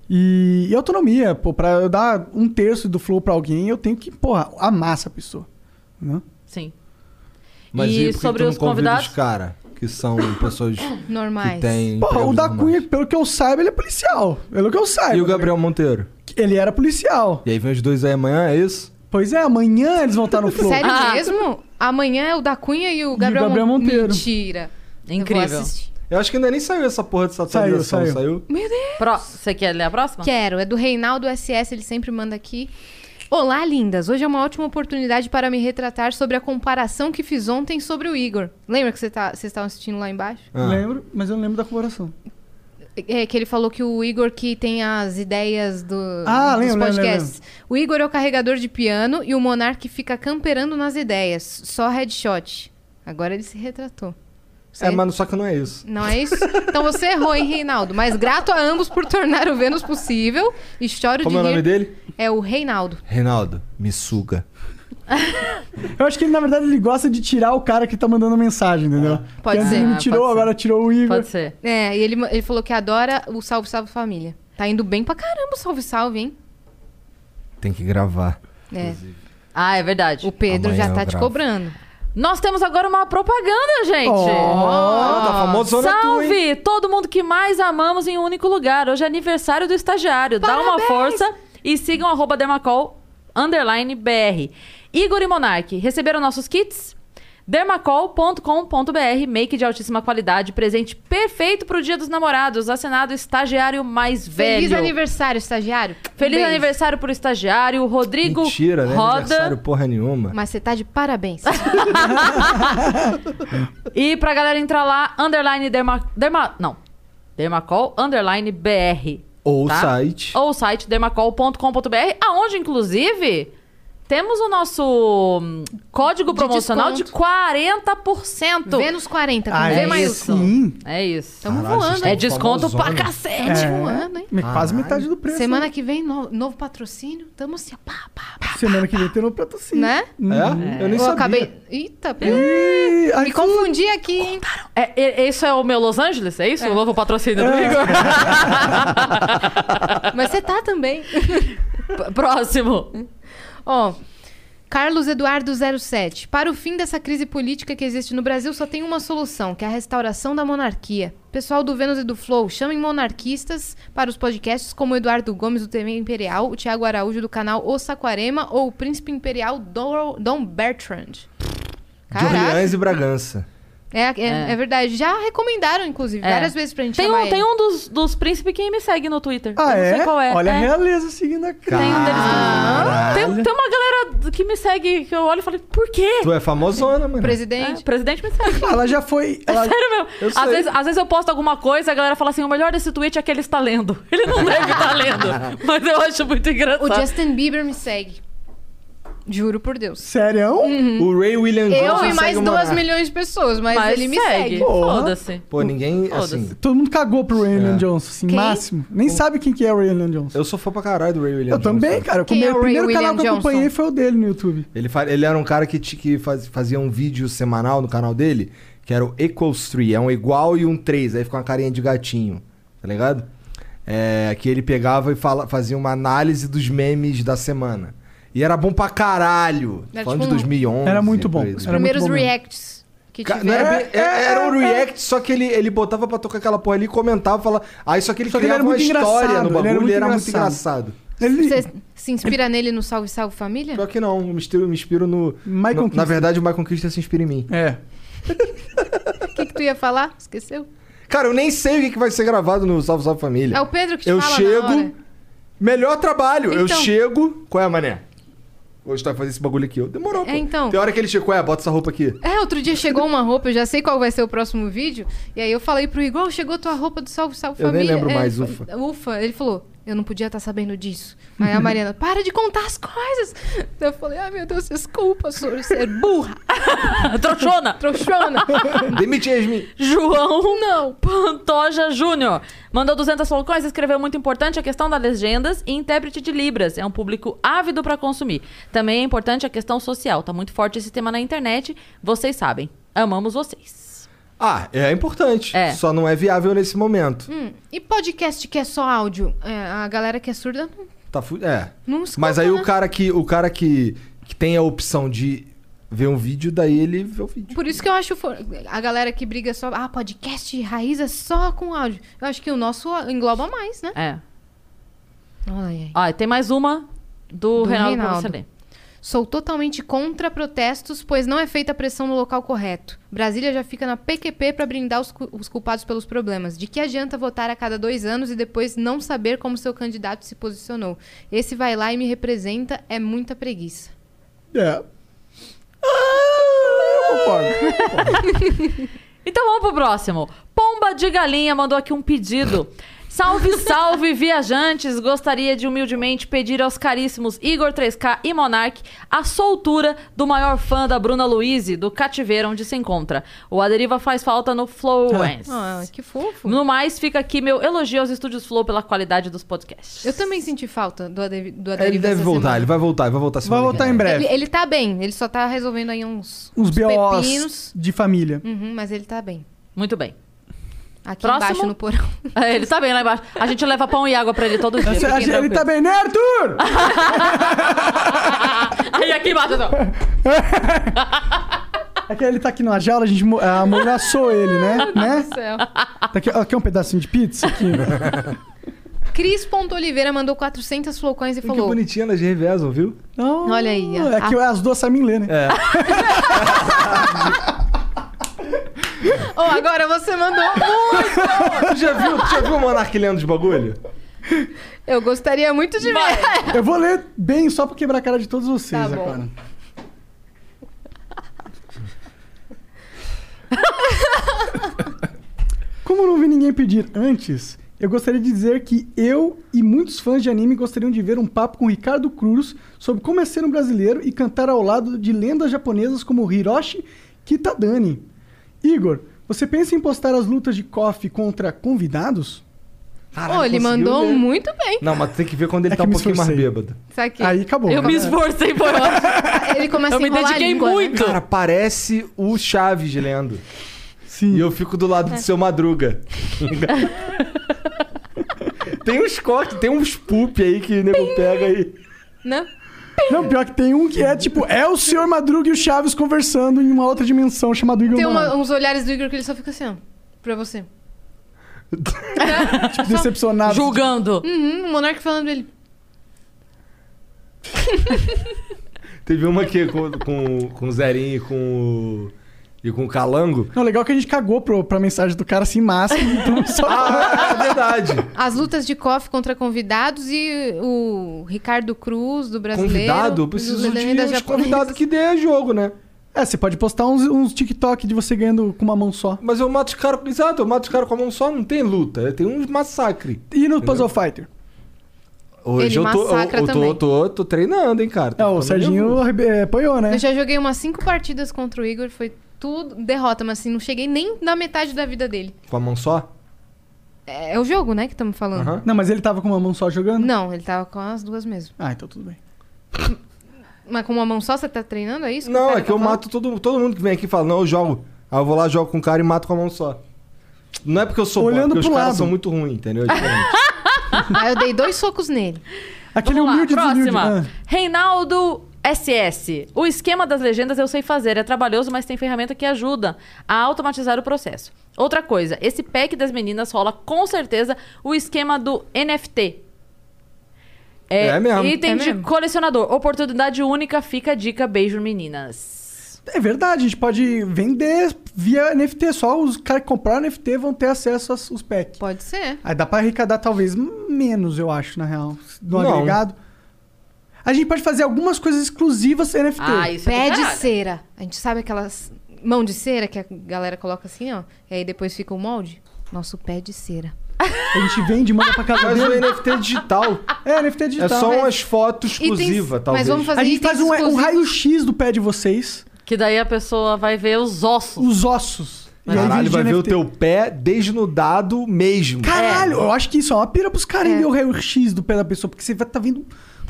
E, e autonomia, pô, pra eu dar um terço do flow pra alguém, eu tenho que, porra, amar essa pessoa. né? entendeu? Sim. Mas E e, por que sobre tu não os convida convidados? os cara, que são pessoas que Normais. têm. Porra, o empregos da normais. Cunha, pelo que eu saiba, ele é policial. Pelo que eu saiba. E o Gabriel Monteiro. Ele era policial. E aí vem os dois aí amanhã, é isso? Pois é, amanhã eles vão estar no flow. Sério mesmo? Amanhã é o da Cunha e o Gabriel, Gabriel Mon- Monteiro. Mentira. Eu vou Incrível. assistir. Eu acho que ainda nem saiu essa porra dessa Saiu, atualização, saiu. saiu? Meu Deus. Pró- Você quer ler a próxima? Quero, é do Reinaldo SS, ele sempre manda aqui. Olá, lindas! Hoje é uma ótima oportunidade para me retratar sobre a comparação que fiz ontem sobre o Igor. Lembra que você tá- vocês estavam assistindo lá embaixo? Ah. Ah. Lembro, mas eu não lembro da comparação. É, que ele falou que o Igor que tem as ideias do, Ah, dos lembro, lembro, podcasts. O Igor é o carregador de piano e o Monark fica camperando nas ideias. Só headshot. Agora ele se retratou. É, mas só que não é isso. Não é isso? Então você errou, hein, Reinaldo? Mas grato a ambos por tornar o Vênus possível. E choro Como é de o rir. nome dele? É o Reinaldo. Reinaldo, me suga. Eu acho que ele, na verdade, ele gosta de tirar o cara que tá mandando mensagem, entendeu? Pode Porque ser. Ele Ah, me tirou, pode ser. agora tirou o Igor. Pode ser. É, e ele, ele falou que adora o Salve Salve Família. Tá indo bem pra caramba o Salve Salve, hein? Tem que gravar. É. Ah, é verdade. O Pedro Amanhã já tá eu te gravo. cobrando. Nós temos agora uma propaganda, gente. Oh, Ó, tá famosona tu, Ah, Salve hein? todo mundo que mais amamos em um único lugar. Hoje é aniversário do estagiário. Dá uma Parabéns! força e sigam arroba dermacol underline br. Igor e Monark, receberam nossos kits? dermacol.com.br, make de altíssima qualidade, presente perfeito pro Dia dos Namorados, assinado estagiário mais velho. Feliz aniversário, estagiário. Feliz Beijo. aniversário pro estagiário, Rodrigo Mentira, né? Roda. Aniversário porra nenhuma. Mas você tá de parabéns. E pra galera entrar lá, underline derma... derma não. Dermacol, underline BR. Ou tá? site. Ou o site dermacol.com.br, aonde, inclusive, temos o nosso hum, código promocional de, desconto. 40%. Vênus 40, com Ah, V é maiúsculo. Sim. É isso. Tamo Caralho, voando, vocês tão É desconto pra famosona. cacete. É. voando, hein? Mas Quase Caralho. metade do preço. Semana né? que vem, no- novo patrocínio. Tamo assim, ó, pá, pá, pá. Semana que vem tem um patrocínio. Né? É? Uhum. Eu acabei. Eita, pera. Ih, Me aqui- confundi aqui, hein? É, é- isso é o meu Los Angeles? É isso? O novo patrocínio do Igor? Mas você tá também. P- Próximo. Ó, Carlos Eduardo 07. Para o fim dessa crise política que existe no Brasil, só tem uma solução, que é a restauração da monarquia. Pessoal do Vênus e do Flow, chamem monarquistas para os podcasts como o Eduardo Gomes do TV Imperial, o Thiago Araújo do canal O Saquarema ou o Príncipe Imperial Dom, Dom Bertrand. De Orleans e Bragança. É, é, É. é verdade. Já recomendaram, inclusive, É. várias vezes pra gente Tem chamar um, ele. tem um dos, dos príncipes que me segue no Twitter. Ah, Eu não sei é? qual é. Olha é. a realeza seguindo a cara. Tem um deles Caralho. também. né? Tem, tem uma galera que me segue, que eu olho e falei, por quê? Tu é famosona, mano. Presidente. É, presidente me segue. Ah, Ela já foi. Ela... Sério, meu? Eu sei. Às vezes, às vezes eu posto alguma coisa e a galera fala assim: o melhor desse tweet é que ele está lendo. Ele não deve estar lendo. Mas eu acho muito engraçado. O Justin Bieber me segue. Juro por Deus. Sério? O Ray William Eu Johnson e mais segue o 2 Monark. milhões de pessoas, mas, Mas ele me segue. segue. Foda-se. Pô, ninguém, assim... Todo mundo cagou pro É. Raylan Johnson, assim, Quem? máximo. Nem sabe quem que é o Raylan Johnson. Eu sou fã pra caralho do Ray né, William Eu também, Johnson. cara. Eu Quem come- é o o primeiro Ray canal William que eu Johnson? acompanhei foi o dele no YouTube. Ele, fa- ele era um cara que, ti- que faz- fazia um vídeo semanal no canal dele, que era o Equals 3. É um igual e um 3. Aí fica uma carinha de gatinho, tá ligado? É, que ele pegava e fala- fazia uma análise dos memes da semana. E era bom pra caralho. Era Falando tipo de um- 2011. Era muito bom. por aí. Os Primeiros muito bom mesmo. reacts que Ca- tiveram. não era, bem- é- era um react, só que ele, ele botava pra tocar aquela porra ali, comentava, falava. Aí só que ele Só que ele criava era uma muito história engraçado, no ele era bagulho muito e era muito engraçado. engraçado. Ele... Você se inspira nele no Salve Salve Família? Pior que não, eu me inspiro, me inspiro no. Michael no- na Kister. verdade, o Michael Kister se inspira em mim. É. O que, que tu ia falar? Esqueceu? Cara, eu nem sei o que que vai ser gravado no Salve Salve Família. É o Pedro que te Eu fala chego. na hora. Melhor trabalho. Eu Então. chego. Qual é, mané? Hoje tu vai fazer esse bagulho aqui. Eu demorou, pô. É, então. Tem hora que ele chega, qual é? Bota essa roupa aqui. É, outro dia chegou uma roupa, eu já sei qual vai ser o próximo vídeo. E aí eu falei pro Igor, "Ó, chegou tua roupa do Salve Salve Eu nem Família. lembro É, mais, ele ufa. fa- Ufa, ele falou, eu não podia estar sabendo disso. Aí a Mariana, para de contar as coisas. Eu falei, ai meu Deus, desculpa, senhor, ser burra, Ah, Trouxona. trouxona. Demite Yasmin. João Não. Pantoja Júnior mandou 200 falcões, escreveu muito importante a questão das legendas e intérprete de libras. É um público ávido para consumir. Também é importante a questão social. Tá muito forte esse tema na internet. Vocês sabem. Amamos vocês. Ah, é importante. É. Só não é viável nesse momento. Hum, e podcast que é só áudio? É, a galera que é surda não, Tá fu... É. não escuta, Mas aí né? o cara que. O cara que, que tem a opção de ver um vídeo, daí ele vê o vídeo. Por isso que eu acho fo- a galera que briga só. Ah, podcast raiz é só com áudio. Eu acho que o nosso engloba mais, né? É. Ai, ai. Ó, e tem mais uma do, Do Reinaldo, pra Reinaldo. você ler. Sou totalmente contra protestos, pois não é feita a pressão no local correto. Brasília já fica na PQP para brindar os, cu- os culpados pelos problemas. De que adianta votar a cada dois anos e depois não saber como seu candidato se posicionou? Esse vai lá e me representa é muita preguiça. É. Eu concordo. Então vamos pro próximo. Pomba de Galinha mandou aqui um pedido. Salve, salve, viajantes! Gostaria de humildemente pedir aos caríssimos Igor 3K e Monark a soltura do maior fã da Bruna Luise, do cativeiro onde se encontra. O Aderiva faz falta no Flowens. Ah, que fofo. No mais, fica aqui meu elogio aos estúdios Flow pela qualidade dos podcasts. Eu também senti falta do, Ade do Ele Aderiva deve essa voltar, semana. ele vai voltar, ele vai voltar semana voltar que vem. em breve. Ele, ele tá bem, ele só tá resolvendo aí uns, Uns pepinos. BOs de família. Uhum, mas ele tá bem. Muito bem. Aqui Próximo. embaixo no porão. É, ele tá bem lá embaixo. A gente leva pão e água pra ele todo dia. Você fiquem acha- ele tranquilos. tá bem, né, Arthur? Aí aqui embaixo, então. É que ele tá aqui numa jaula, a gente mo- amordaçou ele, né? né? céu. Tá aqui, ó, quer um pedacinho de pizza? Aqui. né? Cris Ponto Oliveira mandou 400 flocões e Que falou: bonitinha, elas revezam, viu? Olha aí. Ah, É que a- as duas sabem ler, né? Oh, agora você mandou um muito! tu já viu, tu já viu o Monark lendo os bagulho? Eu gostaria muito de ver. Eu vou ler bem só pra quebrar a cara de todos vocês Tá bom. agora. Como não vi ninguém pedir antes, eu gostaria de dizer que eu e muitos fãs de anime gostariam de ver um papo com Ricardo Cruz sobre como é ser um brasileiro e cantar ao lado de lendas japonesas como Hiroshi Kitadani. Igor, você pensa em postar as lutas de KOF contra convidados? Caralho, ele conseguiu mandou um- ler. muito bem. Não, mas tu tem que ver quando ele É tá que um me pouquinho mais esforcei. bêbado. Isso aqui. Aí acabou. Eu me esforcei por Ele começa Eu a me enrolar a dediquei língua, né? muito. Cara, parece o Chaves lendo. Sim. E eu fico do É. lado do seu Madruga. tem uns cortes, tem uns poop aí que o nego pega aí. Não? Não, pior que tem um que é tipo, é o senhor Madruga e o Chaves conversando em uma outra dimensão chamado Igor Tem uma- Monarca. uns olhares do Igor que ele só fica assim, ó. Pra você. Tipo, decepcionado. Julgando. Uhum, o Monark falando ele. Teve uma aqui com, com, com o Zerinho e com o. E com o Calango. Não, legal que a gente cagou pro, pra mensagem do cara assim, massa. Então só... Ah, é verdade. As lutas de KOF contra convidados e o Ricardo Cruz, do brasileiro. Convidado, eu do preciso de Lendas uns Japonesas. convidados que dê jogo, né? É, você pode postar uns, uns TikTok de você ganhando com uma mão só. Mas eu mato os caras. Exato, eu mato os caras com a mão só, não tem luta. Tem uns massacre. E no Puzzle Fighter? Hoje Ele eu, tô, eu, massacra eu tô, também. tô, tô treinando, hein, cara. É, o Serginho arrebe- é, apanhou, né? Eu já joguei umas cinco partidas contra o Igor, foi tudo derrota, mas assim, não cheguei nem na metade da vida dele. Com a mão só? É, é o jogo, né, que estamos falando. Não, mas ele tava com uma mão só jogando? Não, ele tava com as duas mesmo. Ah, então tudo bem. Mas com uma mão só você tá treinando, é isso? Não, cara é que eu tá falando? mato todo, todo mundo que vem aqui e fala, não, eu jogo. Aí eu vou lá, jogo com o cara e mato com a mão só. Não é porque eu sou bom, é Olhando porque os pro caras lado. são muito ruins, entendeu? É diferente. Aí Ah, eu dei dois socos nele. Aquele Vamos lá, humilde desumilde. próxima. Ah. Reinaldo SS. O esquema das legendas eu sei fazer, é trabalhoso, mas tem ferramenta que ajuda a automatizar o processo. Outra coisa, esse pack das meninas rola com certeza o esquema do NFT. É mesmo. Item É de mesmo. colecionador. Oportunidade única, fica a dica. Beijo, meninas. É verdade, a gente pode vender via NFT. Só os caras que compraram NFT vão ter acesso aos, aos packs. Pode ser. Aí dá pra arrecadar talvez menos, eu acho, na real. No Não. agregado. A gente pode fazer algumas coisas exclusivas NFT. Ah, isso é Pé do de caralho. cera. A gente sabe aquelas mão de cera que a galera coloca assim, ó. E aí depois fica o molde? Nosso pé de cera. A gente vende, manda pra casa Mas o dele. NFT é digital. É, NFT É digital. só né? Mas umas fotos Itens- exclusivas, mas talvez. vamos fazer- A gente faz um, itens um exclusivos. raio-x do pé de vocês, Que daí a pessoa vai ver os ossos. os ossos. E aí Caralho, vende vai de ver o NFT. teu pé desnudado mesmo. Caralho, eu acho que isso é uma pira pros caras É. em ver o raio-x do pé da pessoa, porque você vai tá vendo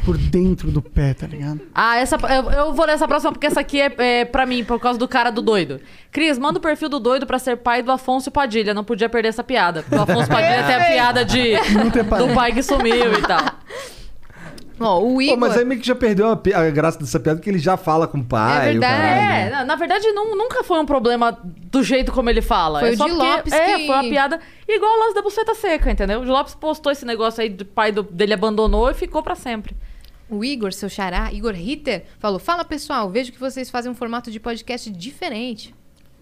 por dentro do pé, tá ligado? Ah, essa, eu, eu vou ler essa próxima porque essa aqui é, é pra mim, por causa do cara do doido. Cris, manda o perfil do doido pra ser pai do Afonso Padilha. Não podia perder essa piada. O Afonso Padilha tem a piada de Não tem pai. do pai que sumiu e tal. Ó, o Pô, Igor. mas aí meio que já perdeu a, pi- a graça dessa piada, porque ele já fala com o pai. É o verdade. caralho, né? É, na, na verdade nu- nunca foi um problema do jeito como ele fala. Foi é o só Di porque- Lopes É, que- foi uma piada igual o lance da buceta seca, entendeu? O Di Lopes postou esse negócio aí do pai do- dele abandonou e ficou pra sempre. O Igor, seu xará, Igor Ritter, falou: Fala pessoal, vejo que vocês fazem um formato de podcast diferente.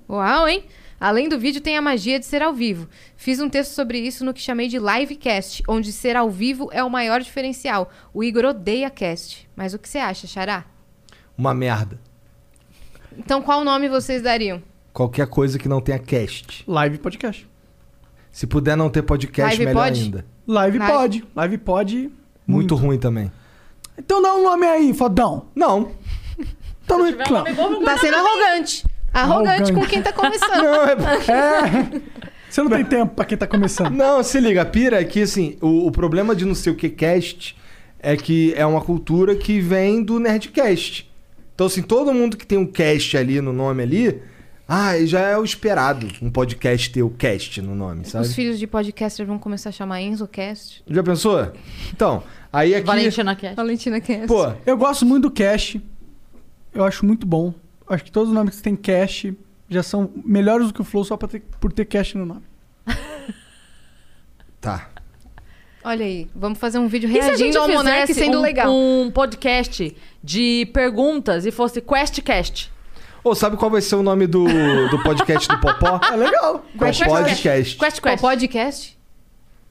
Uau, hein? Além do vídeo, tem a magia de ser ao vivo. Fiz um texto sobre isso no que chamei de livecast, onde ser ao vivo é o maior diferencial. O Igor odeia cast. Mas o que você acha, Xará? Uma merda. Então, qual nome vocês dariam? Qualquer coisa que não tenha cast. Live podcast. Se puder não ter podcast, Live melhor pod? ainda. Live Live. pod. Live pod. Muito ruim também. Então dá um nome aí, fodão. Não. Então não reclama. Tá sendo arrogante. Arrogante com quem tá começando. Não, é- Você não tem tempo pra quem tá começando. Não, se liga, a pira é que assim, o, o problema de não sei o que cast é que é uma cultura que vem do Nerdcast. Então, assim, todo mundo que tem um cast ali no nome ali, ah, já é o esperado um podcast ter o cast no nome, Os sabe? filhos de podcaster vão começar a chamar EnzoCast. Já pensou? Então, aí aqui. Cast. Valentina Cast. Pô, Eu gosto muito do cash. Eu acho muito bom. Acho que todos os nomes que tem cash já são melhores do que o Flow só pra ter- por ter cash no nome. Tá. Olha aí, vamos fazer um vídeo E se a gente reagindo ao Monark fizesse sendo um, legal. um podcast de perguntas e fosse QuestCast? Ô, sabe qual vai ser o nome do, do podcast do Popó? É legal. Quest podcast. Quest Quest. podcast?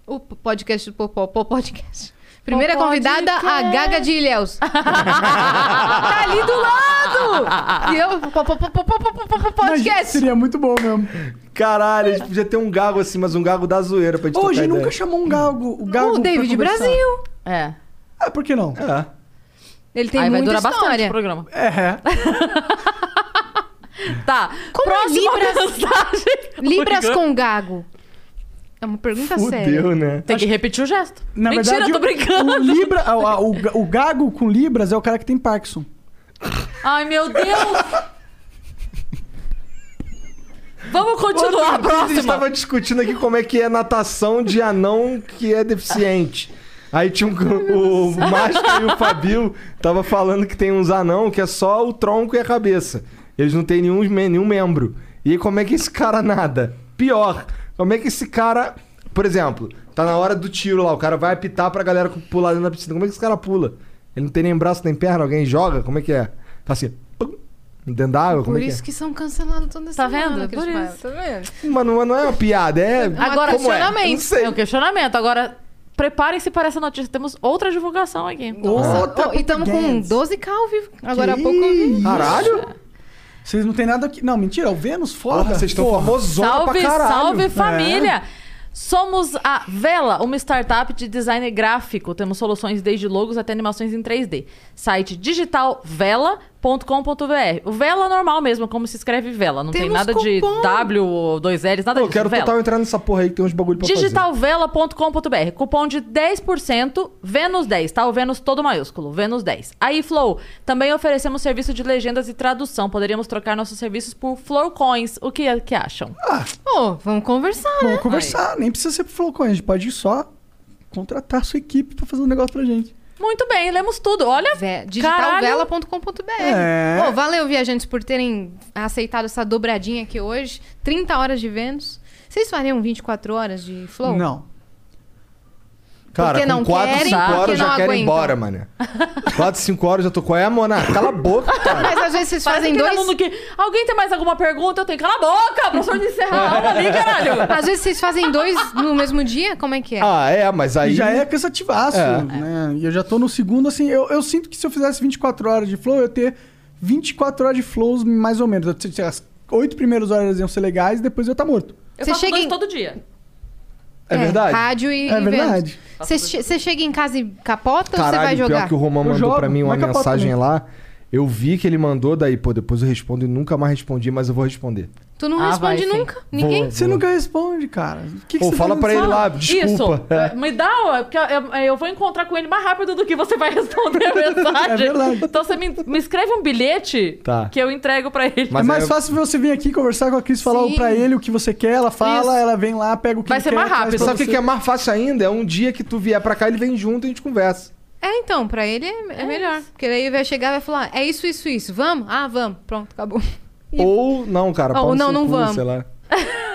O p- podcast do Popó, Popó Podcast. Primeira Popó convidada, a Podcast. Gaga de Ilhéus. tá ali do lado! E eu, Popó, Popó, Popó, Popó, Popó, Mas Podcast. seria muito bom mesmo. Caralho, a gente podia ter um gago assim, mas um gago da zoeira pra gente Hoje trocar nunca ideia. chamou um galgo. O galgo O pra David conversar. Brasil. É. Ah, por que não? É. Ele tem Aí vai durar muita bastante história. o programa. É. Tá. Como é Próxima Libras? mensagem. Libras com Gago. É uma pergunta séria. é Fudeu, né? Tem que repetir o gesto. Na Mentira, verdade, eu tô brincando. O, Libra, a- a- o, ga- o gago com libras é o cara que tem Parkinson. Ai, meu Deus. Vamos Outro continuar a dia A gente próxima. tava discutindo aqui como é que é natação de anão que é deficiente. Aí tinha um, o Máscara e o Fabio tava falando que tem uns anão que é só o tronco e a cabeça. Eles não têm nenhum, me- nenhum membro. E aí como é que esse cara nada? Pior, como é que esse cara, por exemplo, tá na hora do tiro lá, o cara vai apitar pra galera pular dentro da piscina. Como é que esse cara pula? Ele não tem nem braço nem perna, alguém joga? Como é que é? Tá assim, pum, dentro da água? Como é Por que é? isso que são cancelados toda Tá semana, vendo? Cris Por Maia. isso. Tá vendo? Mano, mas não é uma piada, é. Agora, como é? questionamento. Eu Não sei. É um questionamento. Agora, preparem-se para essa notícia. Temos outra divulgação aqui. Outra Oh, e estamos com propaganda. 12k ao vivo. Agora há Que pouco eu vi. isso? Caralho! Vocês não tem nada aqui. Não, mentira, é o Vênus fora. Porra, vocês estão famosona Salve, pra caralho. salve É. família! Somos a Vela, uma startup de design gráfico. Temos soluções desde logos até animações em 3D. Site digital vela.com.br. O Vela é normal mesmo, como se escreve Vela. Não tem Temos nada de cupom. W, ou dois L's, nada Eu disso. quero Vela. total entrar nessa porra aí que tem uns bagulho pra fazer. Digitalvela.com.br. Cupom de 10%, Vênus 10, tá? O Vênus todo maiúsculo, Vênus 10. Aí, Flow, também oferecemos serviço de legendas e tradução. Poderíamos trocar nossos serviços por Flow Coins. O que, que acham? Ô, vamos conversar, né? Vamos conversar, nem precisa ser pro Flowcon, a gente pode só contratar a sua equipe pra fazer um negócio pra gente. Muito bem, lemos tudo. Olha, Ve- Caralho. Digitalvela.com.br. É. Ô, valeu, viajantes, por terem aceitado essa dobradinha aqui hoje. 30 horas de Vênus. Vocês fariam 24 horas de Flow? Não. Cara, Porque com não 4, querem, 5 porque horas eu não já quero ir aguentam. embora, mané. 4, 5 horas eu tô. Qual é, Mona? Cala a boca, cara. Mas às vezes vocês Parece fazem aquele dois. aluno que. Alguém tem mais alguma pergunta? Eu tenho. Cala a boca, professor de encerrar a aula ali, caralho. Às vezes vocês fazem dois no mesmo dia? Como é que é? Ah, é, mas aí. E já é cansativaço, É. né? E eu já tô no segundo, assim, eu, eu sinto que se eu fizesse 24 horas de flow, eu ia ter 24 horas de flows, mais ou menos. Eu tinha- tinha As oito primeiras horas iam ser legais, depois eu ia estar morto. Eu Você faço chega dois em- todo dia. É verdade? Rádio e, É e verdade. Vênus. Você che- Você chega em casa e capota ou você vai Caralho, pior jogar? que o Romão Eu mandou jogo, é pra mim uma mas capota mensagem também. lá. Eu vi que ele mandou, daí, pô, depois eu respondo e nunca mais respondi, mas eu vou responder. Tu não Ah, responde vai, sim. nunca. Ninguém. Vou, Você vou. nunca responde, cara. O que, que Pô, você fala tá pra ele lá, Isso. desculpa. É. É, Me dá, ó, porque eu, eu vou encontrar com ele mais rápido do que você vai responder a mensagem. É verdade. Então você me, me escreve um bilhete Tá. que eu entrego pra ele. É Mas mais aí eu- fácil você vir aqui conversar com a Cris, falar Sim. pra ele o que você quer, ela fala, Isso. ela vem lá, pega o que Vai ele ser quer, mais traz rápido. pra Sabe o que você. que é mais fácil ainda? É um dia que tu vier pra cá, ele vem junto e a gente conversa. É, então, pra ele é, é melhor. Porque daí vai chegar e vai falar: é isso, isso, isso. Vamos? Ah, vamos. Pronto, acabou. Ou não, cara. Ou pau no não, seu não cu, vamos. Sei lá.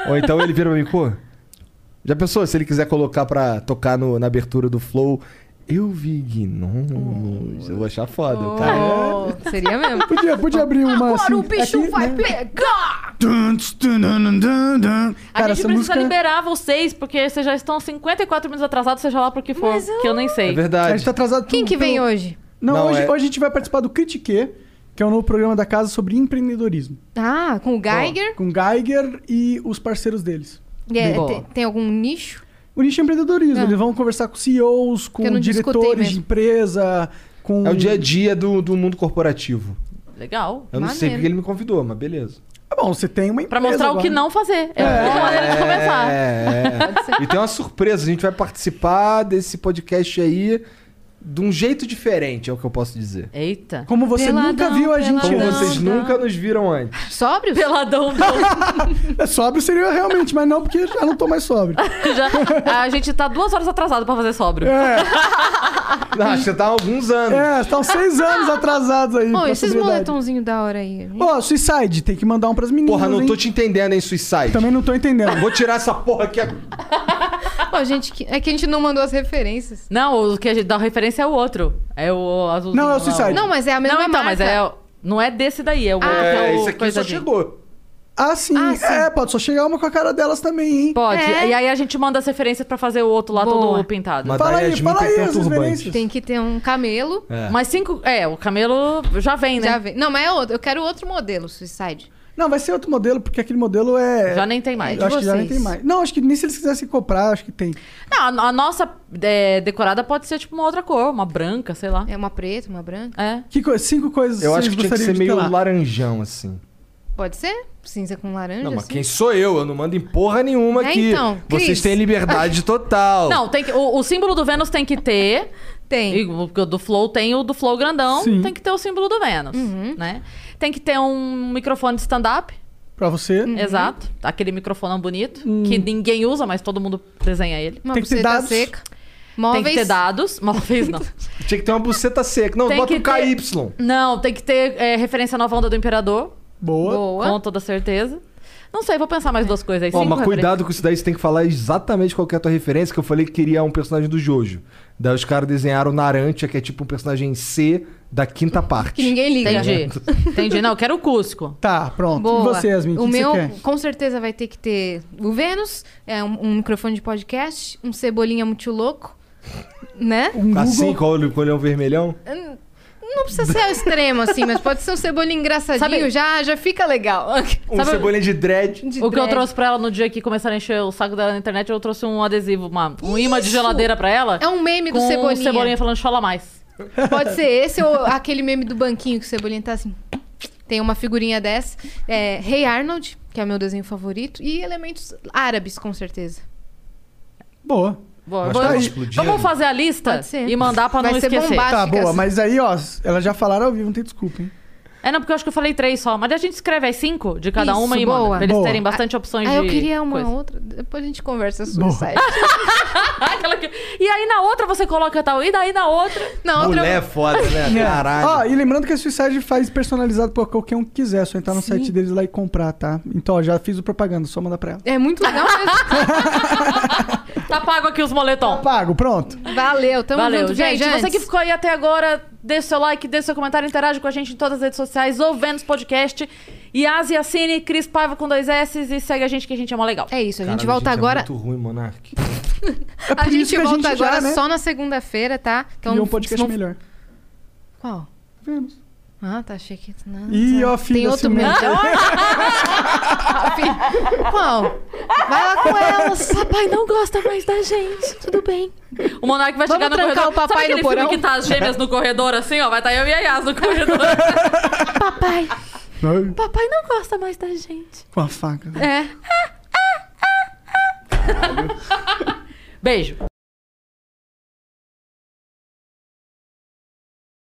Ou então ele vira pra mim, pô. Já pensou se ele quiser colocar pra tocar no- na abertura do Flow Eu vi gnomos. Eu vou achar foda, tá? Oh. Seria mesmo. Podia, podia abrir uma Agora assim, o bicho aqui, vai né? pegar! Dun, tss, dun, dun, dun, dun, A dun. Cara, gente essa precisa música... liberar vocês, porque vocês já estão 54 minutos atrasados, seja lá pro que for, Mas eu- que eu nem sei. É verdade. A gente tá atrasado. Quem que vem hoje? Não, Não, hoje, é- hoje a gente vai participar do Critique, que é o novo programa da casa sobre empreendedorismo. Ah, com o Geiger. Com Geiger e os parceiros deles. E é- Boa. tem, tem algum nicho? O nicho é empreendedorismo. Eles vão conversar com CEOs, Ah. Eu não com discutei diretores de mesmo. empresa, com. É o dia a dia do, do mundo corporativo. Legal. Eu não sei porque ele me convidou, mas beleza. É bom, você tem uma Pra empresa. mostrar o que agora. não fazer. É, uma maneira de começar. É. E tem uma surpresa, a gente vai participar desse podcast aí de um jeito diferente, é o que eu posso dizer. Eita. Como você nunca Peladão, viu a gente Como antes. vocês nunca nos viram antes. Sóbrios? Peladão. É sóbrio seria eu realmente, mas não, porque eu já não tô mais sóbrio. Já- a gente tá duas horas atrasado pra fazer sóbrio. Não, acho que você tá há alguns anos. É, estão seis anos atrasados aí. Ô, esses Hum, possibilidade. moletomzinhos da hora aí. Ô, Suicide, tem que mandar um pras meninas. Porra, não tô hein? te entendendo, hein, Suicide. Também não tô entendendo. Vou tirar essa porra aqui agora. Ô, gente, que- é que a gente não mandou as referências. Não, o que a gente dá referência é o outro. É o azul. Não, é o Suicide. Não, mas é a mesma Não, então, mas marca. é. o- Não é desse daí, é o outro. É, o isso aqui coisa só de- chegou. Ah, sim. Ah, sim. É, pode só chegar uma com a cara delas também, hein? Pode. É. E aí a gente manda as referências pra fazer o outro lá Boa. todo pintado. Mas Fala daí a aí, Yasmin fala tem aí que ter um as turbante. referências. Tem que ter um camelo. É. Mas cinco. É, o camelo já vem, né? Já vem. Não, mas é outro. Eu quero outro modelo, Suicide. Não, vai ser outro modelo, porque aquele modelo é. Já nem tem mais. Eu acho que já nem vocês. tem mais. Não, acho que nem se eles quisessem comprar, acho que tem. Não, a, a nossa é, decorada pode ser tipo uma outra cor, uma branca, sei lá. É uma preta, uma branca? É. Que co- Cinco coisas Eu vocês acho que tinha que gostariam ser de ter meio lá. laranjão, assim. Pode ser? Cinza com laranja? Não, mas assim? quem sou eu? Eu não mando em porra nenhuma É, aqui. então, Cris. Vocês têm liberdade total. Não, tem que, o, o símbolo do Vênus tem que ter. E Tem. o o do Flow tem o do Flow grandão, Sim. tem que ter o símbolo do Vênus, né? Tem que ter um microfone de stand-up, Pra você. Hum, exato. Aquele microfonão bonito, que ninguém usa, mas todo mundo desenha ele. Uma Tem que ter buceta dados. seca. Tem Móveis. que ter dados. Móveis não. Tinha que ter uma buceta seca. Não, Tem bota que um ter- KY. não, tem que ter é, referência à nova onda do Imperador, Boa. Boa. com toda certeza. Não sei, vou pensar mais duas coisas aí. Ó, cinco mas cuidado com isso daí, você tem que falar exatamente qual que é a tua referência, que eu falei que queria um personagem do Jojo. Daí os caras desenharam o Narantia, que é tipo um personagem C da quinta Que parte. ninguém liga. referências. Entendi. Entendi. Não, eu quero o Cusco. Tá, pronto. Boa. E você, Yasmin? O o que meu, você quer? com certeza, vai ter que ter o Vênus, é um, um microfone de podcast, um cebolinha muito louco, né? Um Assim, Google? com o olho- com o olhão vermelhão. Não precisa ser ao extremo assim, mas pode ser um cebolinha engraçadinho, Sabe- já, já fica legal. Um Sabe- cebolinha de dread. De O que eu dread. trouxe pra ela no dia que começaram a encher o saco dela na internet, eu trouxe um adesivo, uma, um imã de geladeira pra ela. É um meme do com cebolinha. o cebolinha falando chola mais. Pode ser esse ou aquele meme do banquinho que o cebolinha tá assim. Tem uma figurinha dessa. É, Rei Arnold, que é o meu desenho favorito, e elementos árabes, com certeza. Boa. Boa, Mas vou- tá vamos, explodindo. fazer a lista Pode ser. e mandar pra Vai não ser esquecer. bombado. Tá, Acho que boa. assim- Mas aí, ó, elas já falaram ao vivo, não tem desculpa, hein? É, não, porque eu acho que eu falei três só. Mas a gente escreve as cinco de cada Isso, uma e manda. boa. Pra eles Boa. terem bastante opções Ah, de eu queria uma coisa. outra. Depois a gente conversa Boa. sobre site. Ah, aquela que- E aí na outra você coloca tal. E daí na outra... Não, outra. Mulher é foda, né? Caralho. Ó, e lembrando que a Suicide faz personalizado pra qualquer um que quiser. Só entrar no Sim. site deles lá e comprar, tá? Então, ó, já fiz o propaganda, só mandar pra ela. É muito legal mesmo. Tá pago aqui os moletom. Pago, pronto. Valeu, tamo Valeu, junto, gente. viajantes. Você que ficou aí até agora, dê seu like, dê seu comentário, interage com a gente em todas as redes sociais ou Vênus Podcast. E Asia Cine, Cris Paiva com dois S e segue a gente que a gente é mó legal. É isso, a Caralho, gente volta agora. É muito ruim, Monark. É A por isso gente que a volta gente já, agora né, só na segunda-feira, tá? Então, criou um podcast vão- melhor. Qual? Vênus. Ah, tá achei que. Não, Ih, tá. ó, filho, Tem outro assim mesmo. mesmo. Qual? Vai lá com elas. É, Papai não gosta mais da gente. Tudo bem. O Monark vai Vamos chegar no trancar corredor. o papai Sabe no aquele filme porão? que tá as gêmeas no corredor assim, ó? Vai estar eu e a Yas no corredor. Papai. Ai, papai não gosta mais da gente. Com a faca. É. Beijo.